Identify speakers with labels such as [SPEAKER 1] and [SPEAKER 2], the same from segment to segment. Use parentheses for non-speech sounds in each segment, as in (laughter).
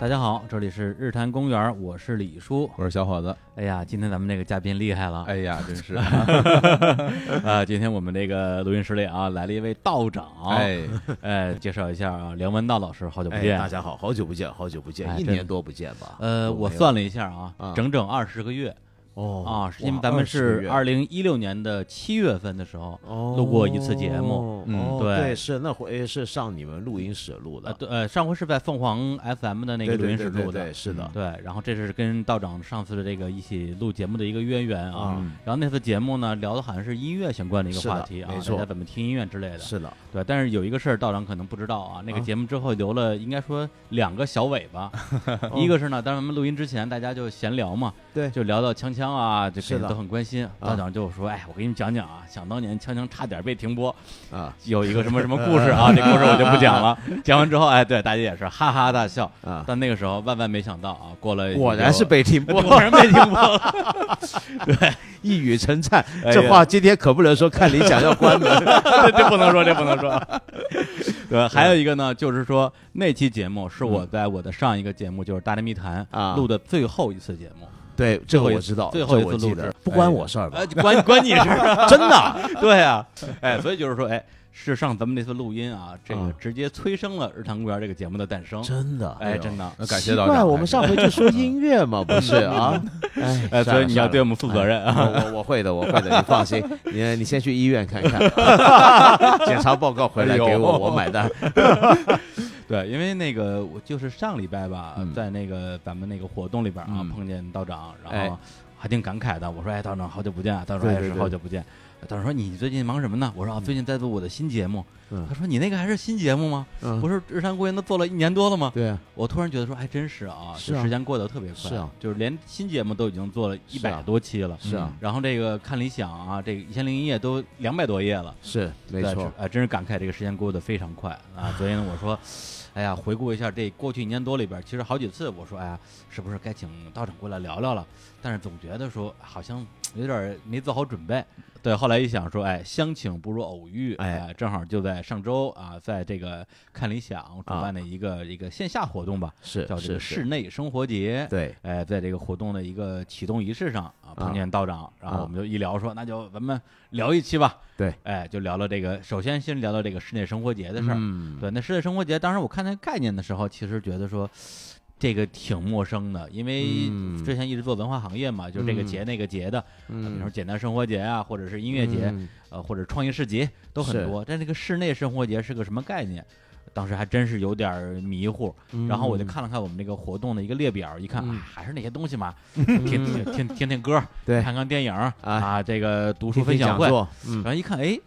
[SPEAKER 1] 大家好，这里是日坛公园，我是李叔。
[SPEAKER 2] 我是小伙子。
[SPEAKER 1] 哎呀，今天咱们这个嘉宾厉害了，
[SPEAKER 2] 哎呀，真是，
[SPEAKER 1] (laughs) 啊，今天我们这个录音室里啊来了一位道长，
[SPEAKER 2] 哎，
[SPEAKER 1] 哎，介绍一下啊，梁文道老师，好久不
[SPEAKER 3] 哎，
[SPEAKER 1] 见。
[SPEAKER 3] 大家好，好久不见，好久不见，
[SPEAKER 1] 哎
[SPEAKER 3] 一
[SPEAKER 1] 真
[SPEAKER 3] 年多不见吧？
[SPEAKER 1] 呃，
[SPEAKER 3] 都
[SPEAKER 1] 我
[SPEAKER 3] 没有
[SPEAKER 1] 算了一下啊，
[SPEAKER 3] 啊
[SPEAKER 1] 整整二十个月
[SPEAKER 3] 哦
[SPEAKER 1] 啊，是因为
[SPEAKER 3] 哇
[SPEAKER 1] 咱们
[SPEAKER 3] 20个
[SPEAKER 1] 是
[SPEAKER 3] 月
[SPEAKER 1] 二零一六年的七月份的时候，
[SPEAKER 3] 哦
[SPEAKER 1] 录过一次节目
[SPEAKER 2] 嗯
[SPEAKER 3] 哦
[SPEAKER 1] 对
[SPEAKER 3] 对，是那回是上你们录音室录
[SPEAKER 1] 呃，
[SPEAKER 3] 的，
[SPEAKER 1] 对，呃，上回是在凤凰 FM 的那个
[SPEAKER 3] 对
[SPEAKER 1] 录
[SPEAKER 3] 对
[SPEAKER 1] 音
[SPEAKER 3] 对
[SPEAKER 1] 室
[SPEAKER 3] 对
[SPEAKER 1] 录的嗯
[SPEAKER 3] 对，是的，
[SPEAKER 1] 对，然后这是跟道长上次的这个一起录节目的一个渊源啊。
[SPEAKER 3] 嗯
[SPEAKER 1] 然后那次节目呢，聊的好像是音乐相关的一个
[SPEAKER 3] 是的
[SPEAKER 1] 话题啊，
[SPEAKER 3] 没
[SPEAKER 1] 大
[SPEAKER 3] 错
[SPEAKER 1] 家怎么听音乐之类的。啊
[SPEAKER 3] 是的，
[SPEAKER 1] 对，但是有一个事儿，道长可能不知道啊。那个
[SPEAKER 3] 啊
[SPEAKER 1] 节目之后留了，应该说两个小尾
[SPEAKER 3] (laughs)
[SPEAKER 1] 巴。一个是呢，当然我们录音之前大家就闲聊嘛，
[SPEAKER 3] 对
[SPEAKER 1] 就聊到锵锵啊，这肯
[SPEAKER 3] 是
[SPEAKER 1] 定
[SPEAKER 3] 的啊
[SPEAKER 1] 都很关心。道长就说：“哎，我给你们讲讲啊，想当年锵锵差点被停播，
[SPEAKER 3] 啊
[SPEAKER 1] 有一个什么什
[SPEAKER 3] (laughs)
[SPEAKER 1] 么故事啊，这故事我就不讲了。讲完之后，哎，对，大家也是哈哈大笑。
[SPEAKER 3] 啊，
[SPEAKER 1] 但那个时候万万没想到啊，过了
[SPEAKER 3] 果然是被停播，
[SPEAKER 1] 果然被停播，
[SPEAKER 3] 一语成谶
[SPEAKER 1] (laughs) 哎呀，
[SPEAKER 3] 这话今天可不能说看理想要
[SPEAKER 1] (laughs)
[SPEAKER 3] 关门
[SPEAKER 1] 这这不能说，这不能说。 (laughs) 对，还有一个呢，就是说那期节目是我在我的上一个节目，就是《大内密谈》
[SPEAKER 3] 啊
[SPEAKER 1] 录的最后一次节目，
[SPEAKER 3] 对，这个
[SPEAKER 1] 后一
[SPEAKER 3] 我知道，
[SPEAKER 1] 最后一
[SPEAKER 3] 这我
[SPEAKER 1] 次
[SPEAKER 3] 记
[SPEAKER 1] 录
[SPEAKER 3] 得哎
[SPEAKER 1] 制，
[SPEAKER 3] 不关我事儿吧
[SPEAKER 1] 呃，？关关你事 (laughs) 儿啊？
[SPEAKER 3] 真的，
[SPEAKER 1] 对啊，哎，所以就是说，哎，是上咱们那次录音啊，这个
[SPEAKER 3] 啊
[SPEAKER 1] 直接催生了《日坛公园》这个节目的诞生。
[SPEAKER 3] 真的，
[SPEAKER 1] 哎，
[SPEAKER 3] 呦
[SPEAKER 1] 真的，
[SPEAKER 2] 那感
[SPEAKER 3] 奇
[SPEAKER 2] 谢道
[SPEAKER 3] 怪
[SPEAKER 2] 长。
[SPEAKER 3] 我们上回就说音乐嘛，不是
[SPEAKER 1] (laughs)
[SPEAKER 3] 啊？
[SPEAKER 1] 哎，
[SPEAKER 3] 哎
[SPEAKER 1] 所以你要对我
[SPEAKER 3] 们。
[SPEAKER 1] 们负责任啊。
[SPEAKER 3] 我我我会的，我会
[SPEAKER 1] (laughs)
[SPEAKER 3] 的，你放心，你你先去医院看看，检查报告回
[SPEAKER 1] 哎
[SPEAKER 3] 来给我，我买单。
[SPEAKER 1] 对，因为那个我就是上礼拜吧，
[SPEAKER 3] 嗯
[SPEAKER 1] 在那个咱们那个活动里边啊，
[SPEAKER 2] 嗯
[SPEAKER 1] 碰见道长，然
[SPEAKER 3] 哎
[SPEAKER 1] 后还挺感慨的。我说：“哎，道长，好久不见啊！”道长
[SPEAKER 3] 对
[SPEAKER 1] 也
[SPEAKER 3] 对
[SPEAKER 1] 是
[SPEAKER 3] 对
[SPEAKER 1] 好久不见。道长说：“你最近忙什么呢？”我说：“啊，最近在做我的新节目。”
[SPEAKER 3] 嗯
[SPEAKER 1] 他说：“你那个还是新节目吗？
[SPEAKER 3] 嗯
[SPEAKER 1] 不是日坛公园都做了一年多了吗
[SPEAKER 3] 对啊，？”
[SPEAKER 1] 我突然觉得说：“哎，真是啊，
[SPEAKER 3] 是
[SPEAKER 1] 这
[SPEAKER 3] 啊
[SPEAKER 1] 时间过得特别快，
[SPEAKER 3] 是啊
[SPEAKER 1] 就是连新节目都已经做了一
[SPEAKER 3] 是
[SPEAKER 1] 百
[SPEAKER 3] 啊
[SPEAKER 1] 多期了，
[SPEAKER 3] 是啊
[SPEAKER 1] 嗯然后这个看理想啊，这个一千零一夜都两百多页了。”
[SPEAKER 3] 是没
[SPEAKER 1] 对
[SPEAKER 3] 错，
[SPEAKER 1] 这啊，真是感慨这个时间过得非常快
[SPEAKER 3] (laughs)
[SPEAKER 1] 啊！所以呢，我说，哎呀，回顾一下这过去一年多里边，其实好几次我说，哎呀，是不是该请道长过来聊聊了？但是总觉得说好像有点儿没做好准备。对，后来一想说，哎，相请不如偶遇，
[SPEAKER 3] 哎
[SPEAKER 1] 哎，正好就在上周啊，在这个看理想主办的一个、一个线下活动吧，
[SPEAKER 3] 是
[SPEAKER 1] 叫这个
[SPEAKER 3] 啊是
[SPEAKER 1] 室
[SPEAKER 3] 是，
[SPEAKER 1] 内生活节。
[SPEAKER 3] 对，
[SPEAKER 1] 哎，在这个活动的一个启动仪式上啊，碰见道长，然后我们就一聊说，那就咱们聊一期吧。
[SPEAKER 3] 啊对，
[SPEAKER 1] 哎，就聊了这个，首先先聊聊这个室内生活节的事儿。
[SPEAKER 3] 嗯，
[SPEAKER 1] 对，那室内生活节，当时我看那个概念的时候，其实觉得说。这个挺陌生的，因为
[SPEAKER 3] 嗯
[SPEAKER 1] 之前一直做文化行业嘛，就这个节那个节的，比如说简单生活节啊，或者是音乐节，
[SPEAKER 3] 嗯
[SPEAKER 1] 呃，或者创意市集都很
[SPEAKER 3] 是
[SPEAKER 1] 多。但这个室内生活节是个什么概念？当时还真是有点儿迷糊，然后我就看了看我们这个活动的一个列表，一看、
[SPEAKER 3] 嗯
[SPEAKER 1] 啊，还是那些东西
[SPEAKER 3] (laughs)
[SPEAKER 1] 嘛，听听听听听歌，
[SPEAKER 3] 对
[SPEAKER 1] 看看电影儿
[SPEAKER 3] 哎
[SPEAKER 1] 啊，这个读书
[SPEAKER 3] 听
[SPEAKER 1] 分
[SPEAKER 3] 听
[SPEAKER 1] 享
[SPEAKER 3] 讲
[SPEAKER 1] 会，
[SPEAKER 3] 座，
[SPEAKER 1] 然
[SPEAKER 3] 嗯
[SPEAKER 1] 后一看，哎，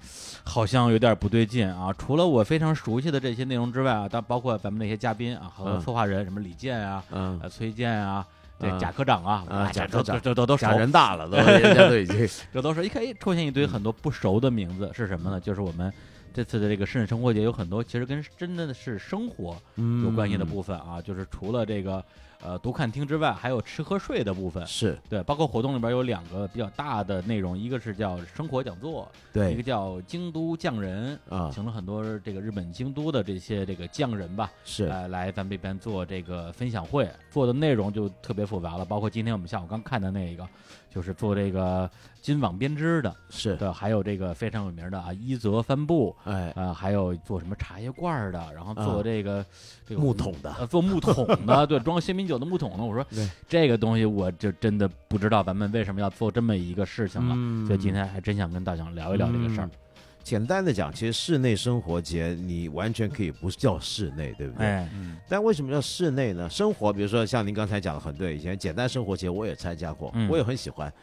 [SPEAKER 1] 好像有点不对劲啊！除了我非常熟悉的这些内容之外啊，当包括咱们那些嘉宾啊和
[SPEAKER 3] 嗯
[SPEAKER 1] 策划人，什么李健啊、
[SPEAKER 3] 嗯，
[SPEAKER 1] 呃崔健啊、这
[SPEAKER 3] 嗯
[SPEAKER 1] 贾科长啊，
[SPEAKER 3] 啊
[SPEAKER 1] 哎
[SPEAKER 3] 贾嗯
[SPEAKER 1] 这
[SPEAKER 3] 科
[SPEAKER 1] 都
[SPEAKER 3] 长
[SPEAKER 1] 这都都熟
[SPEAKER 3] 假，人大了都，人家都
[SPEAKER 1] (laughs)
[SPEAKER 3] 已经，
[SPEAKER 1] 这都是一看，哎，出现一堆很多不熟的名字，是什么呢？
[SPEAKER 3] 嗯
[SPEAKER 1] 就是我们这次的这个深圳生活节有很多其实跟真的是生活嗯
[SPEAKER 3] 嗯
[SPEAKER 1] 有关系的部分啊，就是除了这个呃读看听之外，还有吃喝睡的部分。
[SPEAKER 3] 是
[SPEAKER 1] 对，包括活动里边有两个比较大的内容，一个是叫生活讲座，一个
[SPEAKER 3] 对
[SPEAKER 1] 叫京都匠人。
[SPEAKER 3] 啊，
[SPEAKER 1] 请了很多这个日本京都的这些这个匠人吧，
[SPEAKER 3] 是
[SPEAKER 1] 呃，来咱们这边做这个分享会，做的内容就特别复杂了，包括今天我们下午刚看的那一个，就是做这个金网编织的，
[SPEAKER 3] 是，
[SPEAKER 1] 对，还有这个非常有名的啊伊泽帆布，
[SPEAKER 3] 哎，
[SPEAKER 1] 呃，还有做什么茶叶罐儿的，然后做
[SPEAKER 3] 啊
[SPEAKER 1] 这个、这个
[SPEAKER 3] 木桶的
[SPEAKER 1] 呃，做木桶的，对，装鲜米酒的木桶的。我说
[SPEAKER 3] 对
[SPEAKER 1] 这个东西我就真的不知道咱们为什么要做这么一个事情了，
[SPEAKER 3] 嗯
[SPEAKER 1] 所以今天还真想跟大强聊一聊这个事儿。
[SPEAKER 3] 嗯简单的讲，其实室内生活节你完全可以不叫室内，对不对？
[SPEAKER 1] 哎，
[SPEAKER 3] 但为什么叫室内呢？生活，比如说像您刚才讲的很对，以前简单生活节我也参加过，
[SPEAKER 1] 嗯
[SPEAKER 3] 我也很喜欢。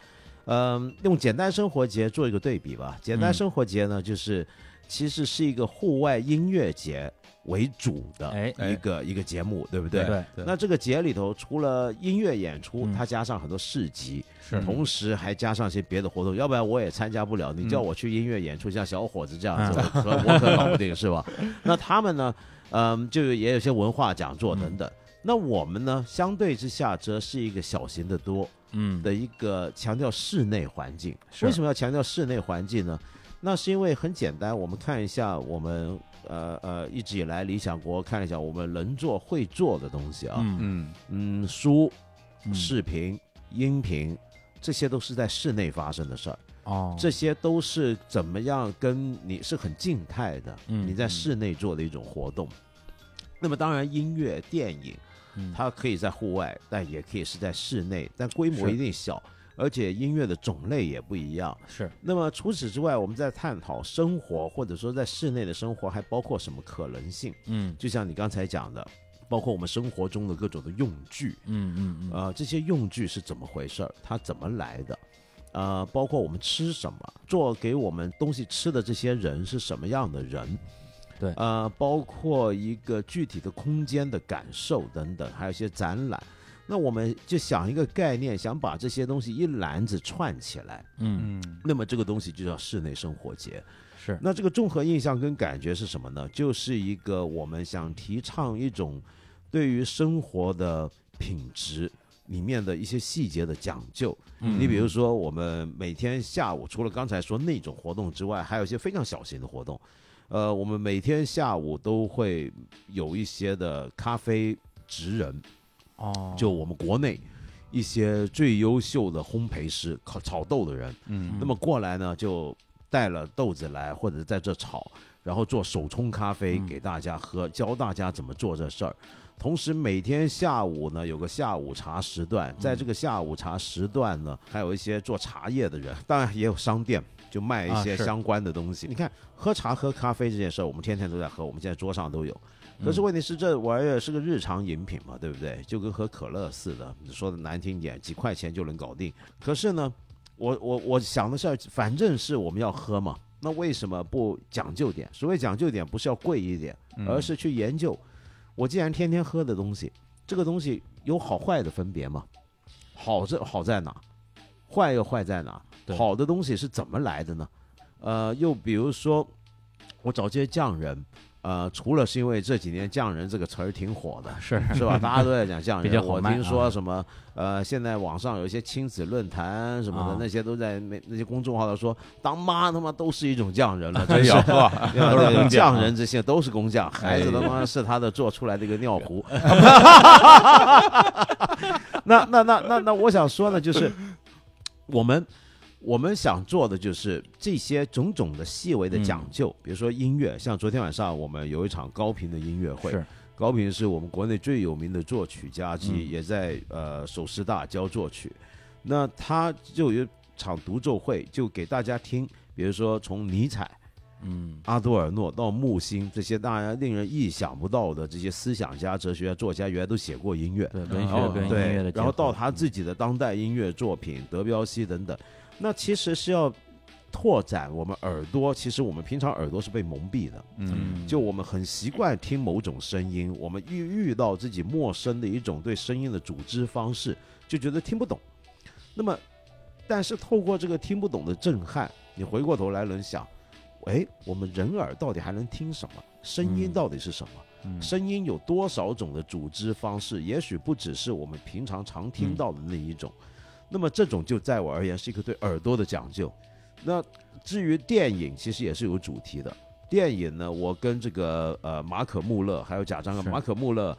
[SPEAKER 3] 嗯，用简单生活节做一个对比吧。简单生活节
[SPEAKER 1] 嗯
[SPEAKER 3] 呢，就是其实是一个户外音乐节为主的
[SPEAKER 1] 哎，
[SPEAKER 3] 一个、一个节目，对不对？
[SPEAKER 1] 对
[SPEAKER 3] 那这个节里头，除了音乐演出，
[SPEAKER 1] 嗯
[SPEAKER 3] 它加上很多市集，
[SPEAKER 2] 是
[SPEAKER 3] 同时还加上一些别的活动，要不然我也参加不了。你
[SPEAKER 1] 嗯
[SPEAKER 3] 叫我去音乐演出，像小伙子这样子，我
[SPEAKER 1] (laughs)
[SPEAKER 3] 我可搞不定，是吧？那他们呢，嗯，就有也有些文化讲
[SPEAKER 1] 嗯
[SPEAKER 3] 座等等。那我们呢，相对之下，则是一个小型的多
[SPEAKER 1] 嗯，
[SPEAKER 3] 的一个强调室内环境。
[SPEAKER 1] 是
[SPEAKER 3] 为什么要强调室内环境呢？那是因为很简单，我们看一下我们呃呃一直以来理想国看了一下我们能做会做的东西啊，
[SPEAKER 1] 嗯
[SPEAKER 2] 嗯
[SPEAKER 3] 嗯，书、
[SPEAKER 1] 嗯
[SPEAKER 3] 视频、音频，这些都是在室内发生的事儿，
[SPEAKER 1] 哦，
[SPEAKER 3] 这些都是怎么样跟你是很静态的，
[SPEAKER 1] 嗯
[SPEAKER 3] 你在室内做的一种活动。那么当然，音乐、电影，
[SPEAKER 1] 嗯
[SPEAKER 3] 它可以在户外，但也可以是在室内，但规模
[SPEAKER 1] 是
[SPEAKER 3] 一定小，而且音乐的种类也不一样。
[SPEAKER 1] 是
[SPEAKER 3] 那么除此之外，我们在探讨生活，或者说在室内的生活还包括什么可能性？
[SPEAKER 1] 嗯
[SPEAKER 3] 就像你刚才讲的，包括我们生活中的各种的用具，
[SPEAKER 1] 嗯嗯嗯
[SPEAKER 3] 呃，这些用具是怎么回事儿？它怎么来的？呃，包括我们吃什么，做给我们东西吃的这些人是什么样的人？
[SPEAKER 1] 对
[SPEAKER 3] 呃，包括一个具体的空间的感受等等，还有一些展览。那我们就想一个概念，想把这些东西一篮子串起来。
[SPEAKER 1] 嗯
[SPEAKER 2] 嗯
[SPEAKER 3] 那么这个东西就叫室内生活节。
[SPEAKER 1] 是
[SPEAKER 3] 那这个综合印象跟感觉是什么呢？就是一个我们想提倡一种对于生活的品质里面的一些细节的讲究。
[SPEAKER 1] 嗯
[SPEAKER 3] 你比如说，我们每天下午除了刚才说那种活动之外，还有一些非常小型的活动。呃，我们每天下午都会有一些的咖啡职人，
[SPEAKER 1] 哦
[SPEAKER 3] 就我们国内一些最优秀的烘焙师、烤炒豆的人，
[SPEAKER 2] 嗯
[SPEAKER 3] 那么过来呢，就带了豆子来，或者在这炒，然后做手冲咖啡
[SPEAKER 1] 嗯
[SPEAKER 3] 给大家喝，教大家怎么做这事儿。同时，每天下午呢有个下午茶时
[SPEAKER 1] 嗯
[SPEAKER 3] 段，在这个下午茶时段呢，还有一些做茶叶的人，当然也有商店，就卖一些
[SPEAKER 1] 啊是
[SPEAKER 3] 相关的东西。你看，喝茶喝咖啡这件事儿，我们天天都在喝，我们现在桌上都有。
[SPEAKER 1] 嗯
[SPEAKER 3] 可是问题是，这玩意儿是个日常饮品嘛，对不对？就跟喝可乐似的，说的难听点，几块钱就能搞定。可是呢，我我我想的是，反正是我们要喝嘛，那为什么不讲究点？所谓讲究点，不是要贵一点，
[SPEAKER 1] 嗯
[SPEAKER 3] 而是去研究。我既然天天喝的东西，这个东西有好坏的分别嘛？好这好在哪？坏又坏在哪
[SPEAKER 1] 对？
[SPEAKER 3] 好的东西是怎么来的呢？呃，又比如说，我找这些匠人，呃，除了是因为这几年“匠人”这个词儿挺火的，
[SPEAKER 1] 是 (laughs)
[SPEAKER 3] 是吧？大家都在讲匠
[SPEAKER 1] 比较
[SPEAKER 3] 人。
[SPEAKER 1] 好
[SPEAKER 3] 我
[SPEAKER 1] 卖
[SPEAKER 3] 听
[SPEAKER 1] 啊
[SPEAKER 3] 说什么，呃，现在网上有一些亲子论坛什么
[SPEAKER 1] 啊
[SPEAKER 3] 的，那些都在那那些公众号上说，当妈他妈都是一种匠人
[SPEAKER 1] (laughs)
[SPEAKER 3] 了，
[SPEAKER 2] 哎
[SPEAKER 3] 真是
[SPEAKER 2] 呀，。呵
[SPEAKER 3] (laughs) 对吧
[SPEAKER 2] 都是工匠啊哎
[SPEAKER 3] 匠人这些都是工匠，孩子他妈是他的做出来的一个
[SPEAKER 2] (laughs)
[SPEAKER 3] 尿壶。 (laughs) 那那那那那，我想说呢，就是我们我们想做的就是这些种种的细微的
[SPEAKER 2] 嗯
[SPEAKER 3] 讲究，比如说音乐，像昨天晚上我们有一场高频的音乐会，
[SPEAKER 1] 是
[SPEAKER 3] 高频是我们国内最有名的作曲家之一，
[SPEAKER 1] 嗯
[SPEAKER 3] 也在呃首师大教作曲。那他就有一场独奏会，就给大家听，比如说从尼采、
[SPEAKER 1] 嗯
[SPEAKER 3] 阿多尔诺到木心这些大家令人意想不到的这些思想家、哲学家、作家，原来都写过音乐。
[SPEAKER 1] 对文
[SPEAKER 2] 嗯哦然
[SPEAKER 1] 学
[SPEAKER 2] 后
[SPEAKER 1] 跟音
[SPEAKER 3] 对
[SPEAKER 1] 乐的结合，嗯
[SPEAKER 3] 然后到他自己的当代音乐作品，德彪西等等，那其实是要拓展我们耳朵。其实我们平常耳朵是被蒙蔽的，
[SPEAKER 2] 嗯
[SPEAKER 3] 就我们很习惯听某种声音，我们一遇到自己陌生的一种对声音的组织方式，就觉得听不懂。那么，但是透过这个听不懂的震撼，你回过头来能想，哎，我们人耳到底还能听什么？声音
[SPEAKER 1] 嗯
[SPEAKER 3] 到底是什么？
[SPEAKER 2] 嗯
[SPEAKER 3] 声音有多少种的组织方式？也许不只是我们平常常
[SPEAKER 1] 嗯
[SPEAKER 3] 听到的那一种。那么这种就在我而言是一个对耳朵的讲究。那至于电影，其实也是有主题的。电影呢，我跟这个呃马可穆勒还有贾樟柯，
[SPEAKER 1] 是
[SPEAKER 3] 马可穆勒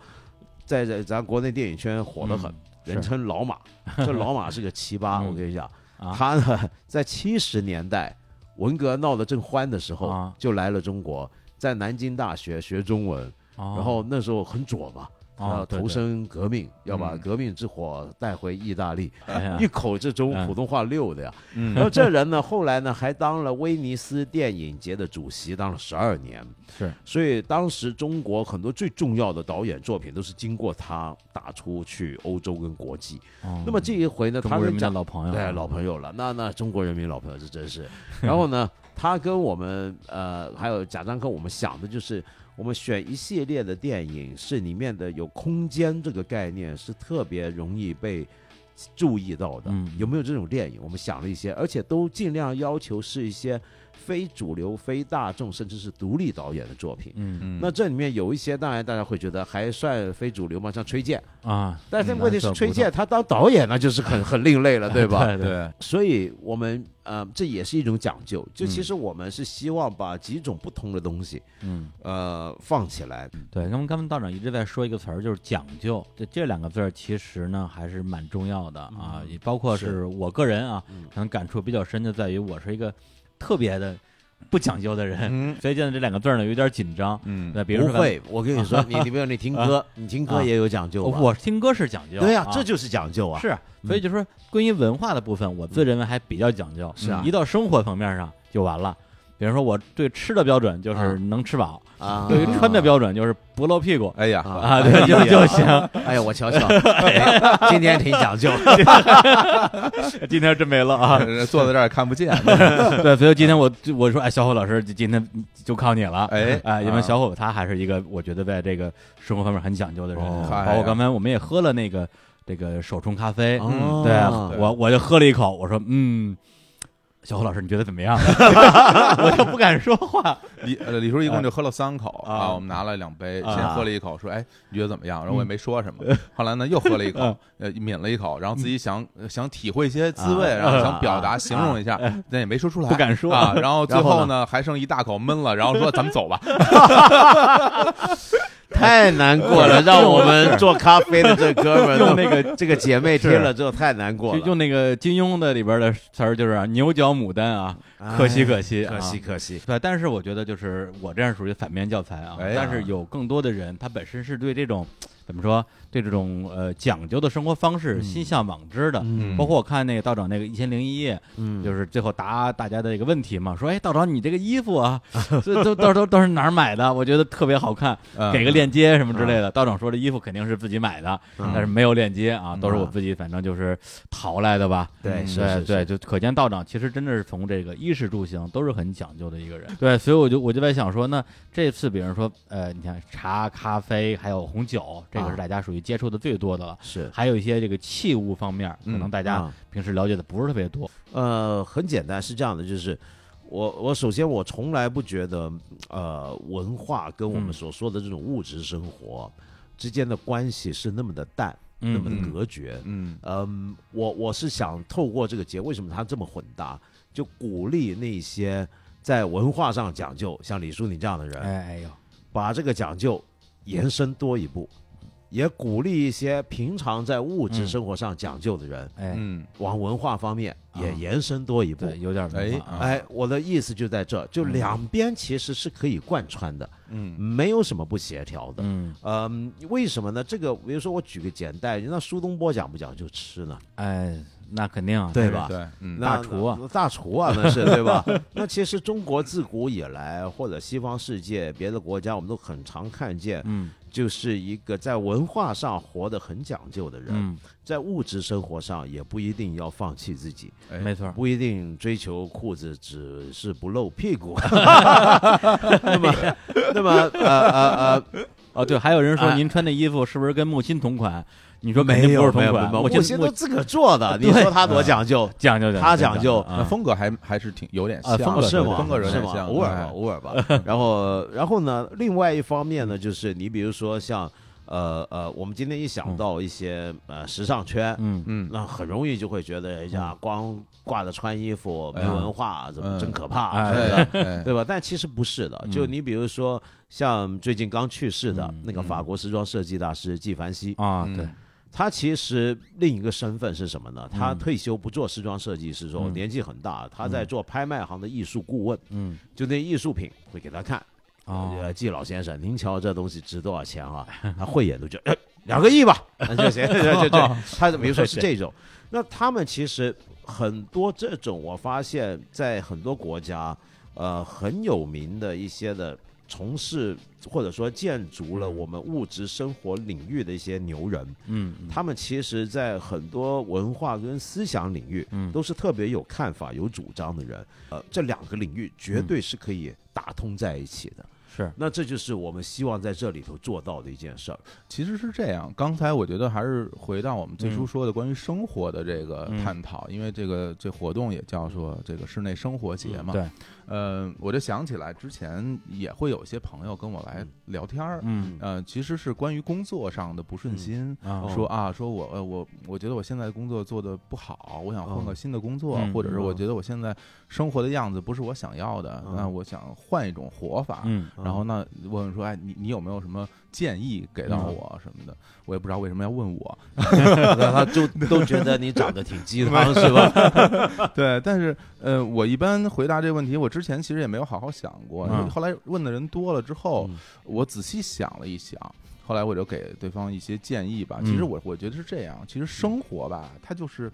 [SPEAKER 3] 在在咱国内电影圈火得很，
[SPEAKER 1] 嗯是
[SPEAKER 3] 人
[SPEAKER 1] (laughs)
[SPEAKER 3] 称老马。这老马是个奇葩，
[SPEAKER 1] 嗯
[SPEAKER 3] 我跟你讲，
[SPEAKER 1] 啊
[SPEAKER 3] 他呢在七十年代文革闹得正欢的时候、
[SPEAKER 1] 啊
[SPEAKER 3] 就来了中国，在南京大学学中文。然
[SPEAKER 1] 然
[SPEAKER 3] 后那时候很左嘛，他
[SPEAKER 1] 哦
[SPEAKER 3] 要
[SPEAKER 1] 对
[SPEAKER 3] 投身革命，要把
[SPEAKER 2] 嗯
[SPEAKER 3] 革命之火带回意大利，
[SPEAKER 1] 哎呀
[SPEAKER 3] 一口这种
[SPEAKER 1] 嗯
[SPEAKER 3] 普通话溜的呀。
[SPEAKER 1] (laughs)
[SPEAKER 2] 嗯
[SPEAKER 3] 然后这人呢，后来呢还当了威尼斯电影节的主席，当了十二年。
[SPEAKER 1] 是，
[SPEAKER 3] 所以当时中国很多最重要的导演作品都是经过他打出去欧洲跟国际。那
[SPEAKER 1] 那
[SPEAKER 3] 么这一回呢，
[SPEAKER 1] 嗯中
[SPEAKER 3] 他
[SPEAKER 1] 哦国人
[SPEAKER 3] 是
[SPEAKER 1] 民
[SPEAKER 3] 讲
[SPEAKER 1] 的老朋友，啊
[SPEAKER 3] 对，哎老朋友了。那那中国人民老朋友，这真是。 (laughs) 然后呢，他跟我们呃，还有贾樟柯，我们想的就是，我们选一系列的电影，是里面的有空间这个概念是特别容易被注意到的。
[SPEAKER 1] 嗯
[SPEAKER 3] 有没有这种电影？我们想了一些，而且都尽量要求是一些非主流、非大众，甚至是独立导演的作品。
[SPEAKER 1] 嗯
[SPEAKER 3] 那这里面有一些，当然大家会觉得还算非主流嘛，像崔健，
[SPEAKER 1] 啊，
[SPEAKER 3] 但是
[SPEAKER 2] 嗯
[SPEAKER 3] 问题
[SPEAKER 1] 那
[SPEAKER 3] 是
[SPEAKER 1] 算
[SPEAKER 3] 崔
[SPEAKER 1] 不
[SPEAKER 3] 健他当导演那就是很很另类了，对吧？
[SPEAKER 1] 对对，
[SPEAKER 2] 对，
[SPEAKER 3] 所以我们呃，这也是一种讲究。就其
[SPEAKER 1] 嗯
[SPEAKER 3] 实我们是希望把几种不同的东西
[SPEAKER 1] 嗯，
[SPEAKER 3] 呃放起来，
[SPEAKER 1] 对。刚刚刚道长一直在说一个词儿，就是讲究。这这两个字儿其实呢还是蛮重要的啊，也包括是我个人啊，
[SPEAKER 3] 嗯
[SPEAKER 1] 可能感触比较深的在于我是一个特别的不讲究的人，
[SPEAKER 2] 嗯
[SPEAKER 1] 所以见到这两个字儿呢有点紧张。
[SPEAKER 2] 嗯
[SPEAKER 1] 对，比如
[SPEAKER 3] 不
[SPEAKER 1] 说咱们
[SPEAKER 3] 会，我跟
[SPEAKER 1] (laughs)
[SPEAKER 3] 你说，你你比如你听歌，你听歌
[SPEAKER 1] 啊
[SPEAKER 3] 也有讲究吧？
[SPEAKER 1] 我听歌是讲究，
[SPEAKER 3] 对呀、
[SPEAKER 1] 啊
[SPEAKER 3] 这就是讲究啊。嗯
[SPEAKER 1] 是，所以就说关于文化的部分，我自认为还比较讲究。
[SPEAKER 3] 是啊
[SPEAKER 1] 一到生活层面上就完了。比如说，我对吃的标准就是
[SPEAKER 3] 嗯
[SPEAKER 1] 能吃饱，
[SPEAKER 3] 啊，
[SPEAKER 1] 对于穿的标准就是不露屁
[SPEAKER 2] (laughs)
[SPEAKER 1] 股
[SPEAKER 2] 哎呀，
[SPEAKER 3] 啊，
[SPEAKER 1] 啊，对，就就行。
[SPEAKER 3] (laughs) 哎呀，我瞧
[SPEAKER 1] (laughs)
[SPEAKER 3] 瞧，哎今天挺讲究。
[SPEAKER 1] 今天真没了啊！
[SPEAKER 2] 呃坐在这儿看不见，
[SPEAKER 1] (laughs) 对，所以今天我就我说，哎，小虎老师，今天就靠你了。
[SPEAKER 2] 哎
[SPEAKER 1] 啊，因为
[SPEAKER 2] 啊
[SPEAKER 1] 小虎他还是一个我觉得在这个生活方面很讲究的人，
[SPEAKER 3] 哦
[SPEAKER 1] 包
[SPEAKER 2] 哎
[SPEAKER 1] 括
[SPEAKER 2] 呀
[SPEAKER 1] 刚才我们也喝了那个这个手冲咖啡，嗯
[SPEAKER 3] 哦
[SPEAKER 1] 对啊
[SPEAKER 2] 对
[SPEAKER 1] 我我就喝了一口，我说嗯，小虎老师你觉得怎么样？啊 (laughs) 我就不敢说话。
[SPEAKER 2] 李呃李叔一共就喝了三口
[SPEAKER 1] 啊
[SPEAKER 2] 啊，我们拿了两杯，
[SPEAKER 1] 啊
[SPEAKER 2] 先喝了一口，说哎你觉得怎么样？然后我也没说什么，后来呢又喝了一口
[SPEAKER 1] 嗯，
[SPEAKER 2] 呃抿了一口，然后自己想呃想体会一些滋味，
[SPEAKER 3] 啊
[SPEAKER 2] 然后想表
[SPEAKER 3] 啊
[SPEAKER 2] 达形容一下，但也没说出来，
[SPEAKER 1] 不敢说
[SPEAKER 2] 啊。然后最
[SPEAKER 3] 然后
[SPEAKER 2] 后呢还剩一大口闷了，然后说咱们走吧，
[SPEAKER 3] 太难过了，让我们做咖啡的这哥们儿，
[SPEAKER 1] 用那个
[SPEAKER 3] 这个姐妹听了之后太难过
[SPEAKER 1] 就
[SPEAKER 3] 了，
[SPEAKER 1] 用那个金庸的里边的词儿，就是、啊、牛角牡丹啊，可惜可惜、啊
[SPEAKER 3] 哎可惜。可惜。
[SPEAKER 1] 对，但是我觉得就是我这样属于反面教材啊。
[SPEAKER 2] 哎呀
[SPEAKER 1] 但是有更多的人，他本身是对这种怎么说，对这种呃讲究的生活方式心向往之的。
[SPEAKER 3] 嗯
[SPEAKER 1] 包括我看那个道长那个一千零一夜，
[SPEAKER 3] 嗯
[SPEAKER 1] 啊就是最后答大家的一个问题嘛，说哎，道长你这个衣服
[SPEAKER 3] (laughs)
[SPEAKER 1] 啊，这都都都都是哪儿买的？我觉得特别好看，
[SPEAKER 2] 嗯
[SPEAKER 1] 给个链接什么之类的。道长说这衣服肯定是自己买的，
[SPEAKER 3] 嗯
[SPEAKER 1] 但是没有链接啊，都是我
[SPEAKER 3] 嗯
[SPEAKER 1] 自己反正就是淘来的吧。
[SPEAKER 3] 对
[SPEAKER 2] 嗯
[SPEAKER 3] 是
[SPEAKER 1] 对
[SPEAKER 3] 是
[SPEAKER 1] 对，就可见道长其实真的是从这个衣食住行都是很讲究的一个人。对，所以我就我就在想说，那这次比如说，呃，你看茶、咖啡还有红酒，这个
[SPEAKER 3] 啊
[SPEAKER 1] 是大家属于接触的最多的了。
[SPEAKER 3] 是啊
[SPEAKER 1] 还有一些这个器物方面，可能
[SPEAKER 2] 嗯
[SPEAKER 1] 大
[SPEAKER 3] 大
[SPEAKER 1] 家平时了解的不是特别多。
[SPEAKER 3] 呃，很简单，是这样的，就是我我首先我从来不觉得呃文化跟我
[SPEAKER 1] 嗯
[SPEAKER 3] 们所说的这种物质生活之间的关系是那么的淡，那么
[SPEAKER 1] 嗯
[SPEAKER 3] 的隔绝。
[SPEAKER 2] 嗯
[SPEAKER 1] 哎
[SPEAKER 3] 嗯，我我是想透过这个节，为什么它这么混搭，就鼓励那些在文化上讲究，像李叔你这样的人，
[SPEAKER 1] 哎哎呦，
[SPEAKER 3] 把这个讲究延伸多一步，也鼓励一些平常在物质
[SPEAKER 1] 嗯
[SPEAKER 3] 生活上讲究的人，
[SPEAKER 1] 哎，
[SPEAKER 2] 嗯
[SPEAKER 3] 往文化方面也
[SPEAKER 1] 啊
[SPEAKER 3] 延伸多一步。
[SPEAKER 1] 对，有点文化啊嗯
[SPEAKER 2] 哎
[SPEAKER 3] 哎，我的意思就在这，就两边其实是可以贯穿的，
[SPEAKER 2] 嗯
[SPEAKER 3] 没有什么不协调的。
[SPEAKER 1] 嗯，
[SPEAKER 3] 嗯，为什么呢？这个比如说我举个简单，那苏东坡讲不讲究吃呢？
[SPEAKER 1] 哎，那肯定啊，
[SPEAKER 3] 对吧
[SPEAKER 2] 对嗯
[SPEAKER 3] 那
[SPEAKER 1] 大厨啊，
[SPEAKER 3] 那大厨啊，那是对吧？ (laughs) 那其实中国自古以来，或者西方世界别的国家，我们都很常看见，
[SPEAKER 1] 嗯
[SPEAKER 3] 就是一个在文化上活得很讲究的人，
[SPEAKER 1] 嗯，
[SPEAKER 3] 在物质生活上也不一定要放弃自己，
[SPEAKER 2] 哎
[SPEAKER 1] 没错，
[SPEAKER 3] 不一定追求裤子只是不露屁股。 (laughs) 那么，那么，呃呃
[SPEAKER 1] 哦，对，还有人说
[SPEAKER 3] 哎
[SPEAKER 1] 您穿的衣服是不是跟木心同款？你说
[SPEAKER 3] 呃，
[SPEAKER 1] 肯
[SPEAKER 3] 没
[SPEAKER 1] 定不
[SPEAKER 3] 有
[SPEAKER 1] 是
[SPEAKER 3] 没
[SPEAKER 1] 同
[SPEAKER 3] 有，
[SPEAKER 1] 款，
[SPEAKER 3] 没有
[SPEAKER 1] 木
[SPEAKER 3] 木
[SPEAKER 1] 心
[SPEAKER 3] 心都自个儿做的，你
[SPEAKER 1] 对
[SPEAKER 3] 说他多讲 (laughs) 究？
[SPEAKER 1] 讲究点，
[SPEAKER 3] 他讲究
[SPEAKER 2] 那
[SPEAKER 1] 啊，
[SPEAKER 2] 风格还还是挺有点
[SPEAKER 1] 啊
[SPEAKER 2] 像的，
[SPEAKER 1] 风格
[SPEAKER 3] 是吗？
[SPEAKER 2] 风格有
[SPEAKER 3] 是
[SPEAKER 2] 点
[SPEAKER 3] 吗？
[SPEAKER 2] 像，
[SPEAKER 3] 偶尔吧，
[SPEAKER 2] 哎
[SPEAKER 3] 偶尔吧。 (laughs) 然后，然后呢？另外一方面呢，就是你比如说像，呃呃，我们今天一想到一些呃时尚圈，
[SPEAKER 1] 嗯
[SPEAKER 2] 嗯
[SPEAKER 3] 那很容易就会觉得，哎呀，光挂着穿衣服没
[SPEAKER 2] 哎呀
[SPEAKER 3] 文化，怎么
[SPEAKER 2] 嗯
[SPEAKER 3] 真可怕
[SPEAKER 1] 哎
[SPEAKER 3] 啊，是不
[SPEAKER 2] 哎
[SPEAKER 3] 是 (laughs)
[SPEAKER 2] 哎
[SPEAKER 3] 对吧？但其实不是的，就你比如说像最近刚去世的
[SPEAKER 1] 嗯
[SPEAKER 3] 那个法国时装设计大师纪梵希，
[SPEAKER 1] 啊，
[SPEAKER 2] 嗯
[SPEAKER 1] 对，
[SPEAKER 3] 他其实另一个身份是什么呢？他
[SPEAKER 1] 嗯
[SPEAKER 3] 退休不做时装设计师之后，
[SPEAKER 1] 嗯
[SPEAKER 3] 年纪很大，他在做拍卖行的艺术顾问。
[SPEAKER 1] 嗯
[SPEAKER 3] 就那艺术品会给他看。
[SPEAKER 1] 哦，
[SPEAKER 3] 呃，季老先生，您瞧这东西值多少钱啊？他慧眼都觉得、呃、两个亿吧，那就行， (laughs) 就就就，
[SPEAKER 1] 哦
[SPEAKER 3] 他比如说是这种。那他们其实很多这种，我发现在很多国家，呃，很有名的一些的从事或者说建筑了我们物质生活领域的一些牛人，
[SPEAKER 1] 嗯嗯
[SPEAKER 3] 他们其实，在很多文化跟思想领域，
[SPEAKER 1] 嗯
[SPEAKER 3] 都是特别有
[SPEAKER 1] 嗯
[SPEAKER 3] 看法、有主张的人。呃，这两个领域绝对是可以打通在一起的。
[SPEAKER 1] 是
[SPEAKER 3] 那这就是我们希望在这里头做到的一件事儿。
[SPEAKER 2] 其实是这样，刚才我觉得还是回到我们最初
[SPEAKER 1] 嗯
[SPEAKER 2] 说的关于生活的这个
[SPEAKER 1] 嗯
[SPEAKER 2] 探讨，因为这个这活动也叫做这个室内生活节嘛。
[SPEAKER 1] 嗯对，
[SPEAKER 2] 呃，我就想起来之前也会有些朋友跟我来聊天儿，
[SPEAKER 1] 嗯
[SPEAKER 2] 呃，其实是关于工作上的不顺心。
[SPEAKER 1] 啊
[SPEAKER 2] 说啊，说我呃我我觉得我现在的工作做的不好，我想换个
[SPEAKER 3] 哦
[SPEAKER 2] 新的工作，
[SPEAKER 1] 嗯
[SPEAKER 2] 或者是我
[SPEAKER 3] 嗯
[SPEAKER 2] 觉得我现在生活的样子不是我想要的，
[SPEAKER 3] 嗯
[SPEAKER 2] 那我想换一种活法。
[SPEAKER 1] 嗯
[SPEAKER 2] 然后呢，问说，哎，你你有没有什么建议给到
[SPEAKER 1] 嗯
[SPEAKER 2] 我什么的？我也不知道为什么要问我。
[SPEAKER 3] (laughs)
[SPEAKER 2] (laughs)
[SPEAKER 3] 那他就都觉得你长得挺鸡汤是吧？
[SPEAKER 2] 对，但是呃，我一般回答这个问题，我之前其实也没有好好想过。
[SPEAKER 1] 嗯
[SPEAKER 2] 后来问的人多了之后
[SPEAKER 3] 嗯，
[SPEAKER 2] 我仔细想了一想，后来我就给对方一些建议吧。
[SPEAKER 1] 嗯
[SPEAKER 2] 其实我我觉得是这样，其实生活吧，它就是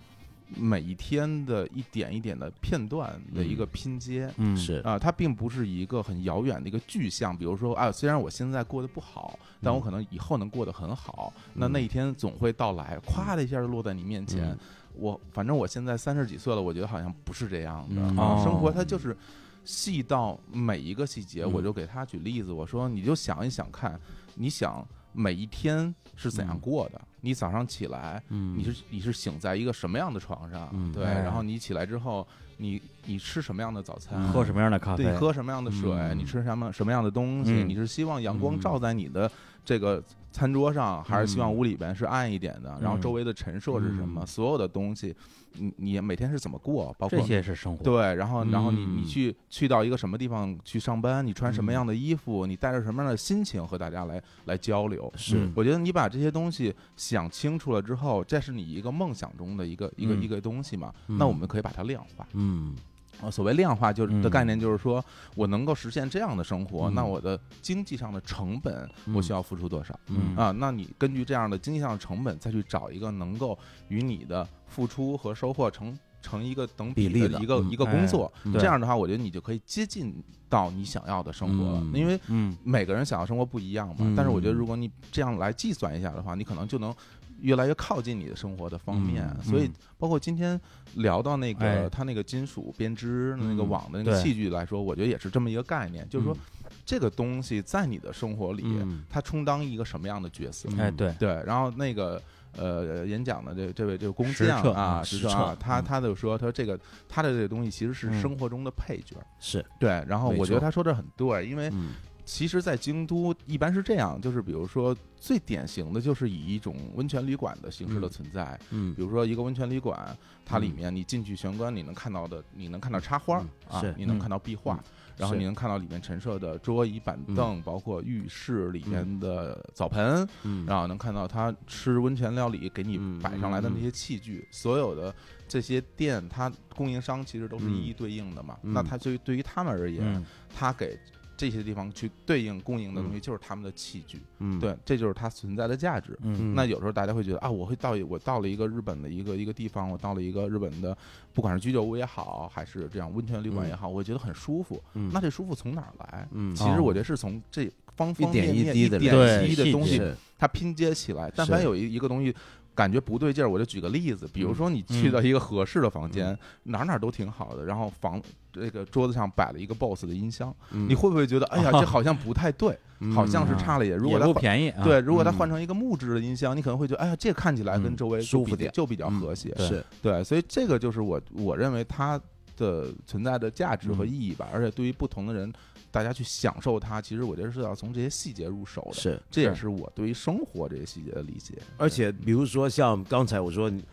[SPEAKER 2] 每一天的一点一点的片段的一个拼接。
[SPEAKER 1] 嗯
[SPEAKER 3] 是，
[SPEAKER 2] 啊、它并不是一个很遥远的一个具象，比如说啊，虽然我现在过得不好，但我
[SPEAKER 3] 嗯
[SPEAKER 2] 可能以后能过得很好。那那
[SPEAKER 3] 嗯
[SPEAKER 2] 一天总会到来，咵的一下就落在你面前。
[SPEAKER 3] 嗯
[SPEAKER 2] 我反正我现在三十几岁了，我觉得好像不是这样的。
[SPEAKER 1] 嗯
[SPEAKER 2] 啊生活
[SPEAKER 1] 哦
[SPEAKER 2] 它就是细到每一个细节，
[SPEAKER 1] 嗯
[SPEAKER 2] 我就给他举例子，我说你就想一想看，你想每一天是怎样
[SPEAKER 1] 嗯
[SPEAKER 2] 过的？你早上起来，
[SPEAKER 1] 嗯
[SPEAKER 2] 你是你是醒在一个什么样的床上？
[SPEAKER 1] 嗯
[SPEAKER 2] 对，
[SPEAKER 1] 哎
[SPEAKER 2] 然后你起来之后，你你吃什么样的早餐？
[SPEAKER 1] 喝什么样的咖啡？
[SPEAKER 2] 嗯对，喝什么样的水，
[SPEAKER 1] 啊嗯
[SPEAKER 2] 你吃什么什么样的东西，
[SPEAKER 1] 嗯
[SPEAKER 2] 你是希望阳光照在你的这个餐桌上，还是希望屋里边是暗一点的？然后周围的陈设是什么？
[SPEAKER 1] 嗯
[SPEAKER 2] 所有的东西，你你每天是怎么过？包括
[SPEAKER 1] 这些是生活。
[SPEAKER 2] 对，然后然后你
[SPEAKER 1] 嗯
[SPEAKER 2] 你去去到一个什么地方去上班，你穿什么
[SPEAKER 1] 嗯
[SPEAKER 2] 样的衣服，你带着什么样的心情和大家来来交流。嗯
[SPEAKER 1] 是
[SPEAKER 2] 我觉得你把这些东西想清楚了之后，这是你一个梦想中的一个一个
[SPEAKER 1] 嗯
[SPEAKER 2] 一个东西嘛。
[SPEAKER 1] 嗯
[SPEAKER 2] 那我们可以把它量化。
[SPEAKER 1] 嗯
[SPEAKER 2] 啊，所谓量化就是的
[SPEAKER 1] 嗯
[SPEAKER 2] 概念，就是说我能够实现这样的生活，
[SPEAKER 1] 嗯
[SPEAKER 2] 那我的经济上的成本我需要付出多少、
[SPEAKER 1] 嗯
[SPEAKER 2] 啊？那你根据这样的经济上的成本，再去找一个能够与你的付出和收获成成一个等
[SPEAKER 3] 比例
[SPEAKER 2] 的
[SPEAKER 3] 的
[SPEAKER 2] 一个
[SPEAKER 3] 嗯
[SPEAKER 2] 一个工作、
[SPEAKER 1] 嗯
[SPEAKER 2] 这
[SPEAKER 1] 对
[SPEAKER 2] 样的话，我觉得你就可以接近到你想要的生活了，
[SPEAKER 1] 嗯
[SPEAKER 2] 因为。
[SPEAKER 1] 嗯
[SPEAKER 2] 每个人想要生活不一样嘛，
[SPEAKER 1] 嗯
[SPEAKER 2] 但是我觉得如果你这样来计算一下的话，你可能就能越来越靠近你的生活的方面。
[SPEAKER 1] 嗯
[SPEAKER 2] 所以
[SPEAKER 1] 嗯，
[SPEAKER 2] 包括今天聊到那
[SPEAKER 1] 哎
[SPEAKER 2] 个他那个金属编织的那个
[SPEAKER 1] 嗯
[SPEAKER 2] 网的那个
[SPEAKER 1] 对嗯
[SPEAKER 2] 器具来说，我觉得也是这么一个概念，就是说这个东西在你的生活里，
[SPEAKER 3] 嗯
[SPEAKER 2] 它充当一个什么样的角色？
[SPEAKER 1] 哎对，
[SPEAKER 2] 对，然后那个呃，演讲的这这位这个工
[SPEAKER 1] 实
[SPEAKER 2] 匠
[SPEAKER 1] 测
[SPEAKER 2] 啊，
[SPEAKER 1] 嗯
[SPEAKER 2] 实
[SPEAKER 1] 实
[SPEAKER 2] 测啊
[SPEAKER 1] 测，
[SPEAKER 2] 他
[SPEAKER 1] 嗯
[SPEAKER 2] 他就说，他说这个他的这个东西其实是
[SPEAKER 1] 嗯
[SPEAKER 2] 生活中的配角。
[SPEAKER 3] 是，
[SPEAKER 2] 对，然后
[SPEAKER 3] 没
[SPEAKER 2] 我觉得
[SPEAKER 3] 错
[SPEAKER 2] 他说的很对，因为
[SPEAKER 3] 嗯
[SPEAKER 2] 其实，在京都一般是这样，就是比如说最典型的就是以一种温泉旅馆的形式的存在，
[SPEAKER 3] 嗯
[SPEAKER 2] 比如说一个温泉旅馆，它里面你进去玄关，你能看到的，你能看到插花、
[SPEAKER 3] 嗯
[SPEAKER 2] 啊
[SPEAKER 3] 是，
[SPEAKER 2] 你能看到壁画。
[SPEAKER 3] 嗯
[SPEAKER 2] 然后
[SPEAKER 3] 是嗯
[SPEAKER 2] 你能看到里面陈设的桌椅板凳，包括浴室里面的澡盆，
[SPEAKER 3] 嗯
[SPEAKER 2] 然后啊能看到他吃温泉料理给你
[SPEAKER 3] 嗯
[SPEAKER 2] 摆上来的那些器具，所有的这些店，它供应商其实都是一一对应的嘛。
[SPEAKER 3] 嗯
[SPEAKER 2] 那它对于对于他们而言，
[SPEAKER 1] 嗯
[SPEAKER 2] 他给这些地方去对应供应的东西就是他们的器具，
[SPEAKER 3] 嗯，
[SPEAKER 2] 对，这就是它存在的价值。
[SPEAKER 1] 嗯
[SPEAKER 2] 那有时候大家会觉得啊，我会到我到了一个日本的一个一个地方，我到了一个日本的，不管是居酒屋也好，还是这样温泉旅馆也好，我觉得很舒服。
[SPEAKER 3] 嗯
[SPEAKER 2] 那这舒服从哪儿来？
[SPEAKER 3] 嗯
[SPEAKER 2] 其实我觉得是从这方
[SPEAKER 3] 一
[SPEAKER 2] 方面
[SPEAKER 3] 点
[SPEAKER 2] 面
[SPEAKER 3] 滴
[SPEAKER 2] 的
[SPEAKER 3] 的
[SPEAKER 1] 对
[SPEAKER 2] 一滴的东
[SPEAKER 1] 细
[SPEAKER 2] 西
[SPEAKER 1] 节，
[SPEAKER 3] 是
[SPEAKER 2] 它拼接起来。但
[SPEAKER 3] 是
[SPEAKER 2] 凡有一一个东西感觉不对劲儿，我就举个例子，比如说你去到一个合适的房间，哪儿哪儿都挺好的，然后房这个桌子上摆了一个 BOSS 的音箱，
[SPEAKER 3] 嗯
[SPEAKER 2] 你会不会觉得哎呀，这好像不太对，好像是差了一点？如果
[SPEAKER 1] 也
[SPEAKER 2] 它
[SPEAKER 1] 不
[SPEAKER 2] 换
[SPEAKER 1] 便宜啊，
[SPEAKER 2] 对，如果它
[SPEAKER 3] 嗯
[SPEAKER 2] 换成一个木质的音箱，你可能会觉得，哎呀，这看起来跟
[SPEAKER 1] 嗯
[SPEAKER 2] 周围就
[SPEAKER 3] 舒
[SPEAKER 2] 比
[SPEAKER 3] 服
[SPEAKER 2] 较
[SPEAKER 3] 点
[SPEAKER 2] 就比较和谐。
[SPEAKER 1] 对
[SPEAKER 3] 是
[SPEAKER 2] 对，所以这个就是我我认为它的存在的价值和意义吧。而且对于不同的人，大家去享受它，其实我觉得是要从这些细节入手的。
[SPEAKER 3] 是，
[SPEAKER 2] 这也
[SPEAKER 1] 是
[SPEAKER 2] 是我对于生活这些细节的理解。
[SPEAKER 3] 而且比如说像刚才我说你。你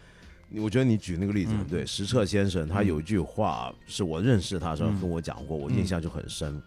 [SPEAKER 3] 我觉得你举那个例子很对，石彻先生他有一句话是我认识他的时候
[SPEAKER 1] 嗯
[SPEAKER 3] 跟我讲过，我
[SPEAKER 1] 嗯
[SPEAKER 3] 印象就很深。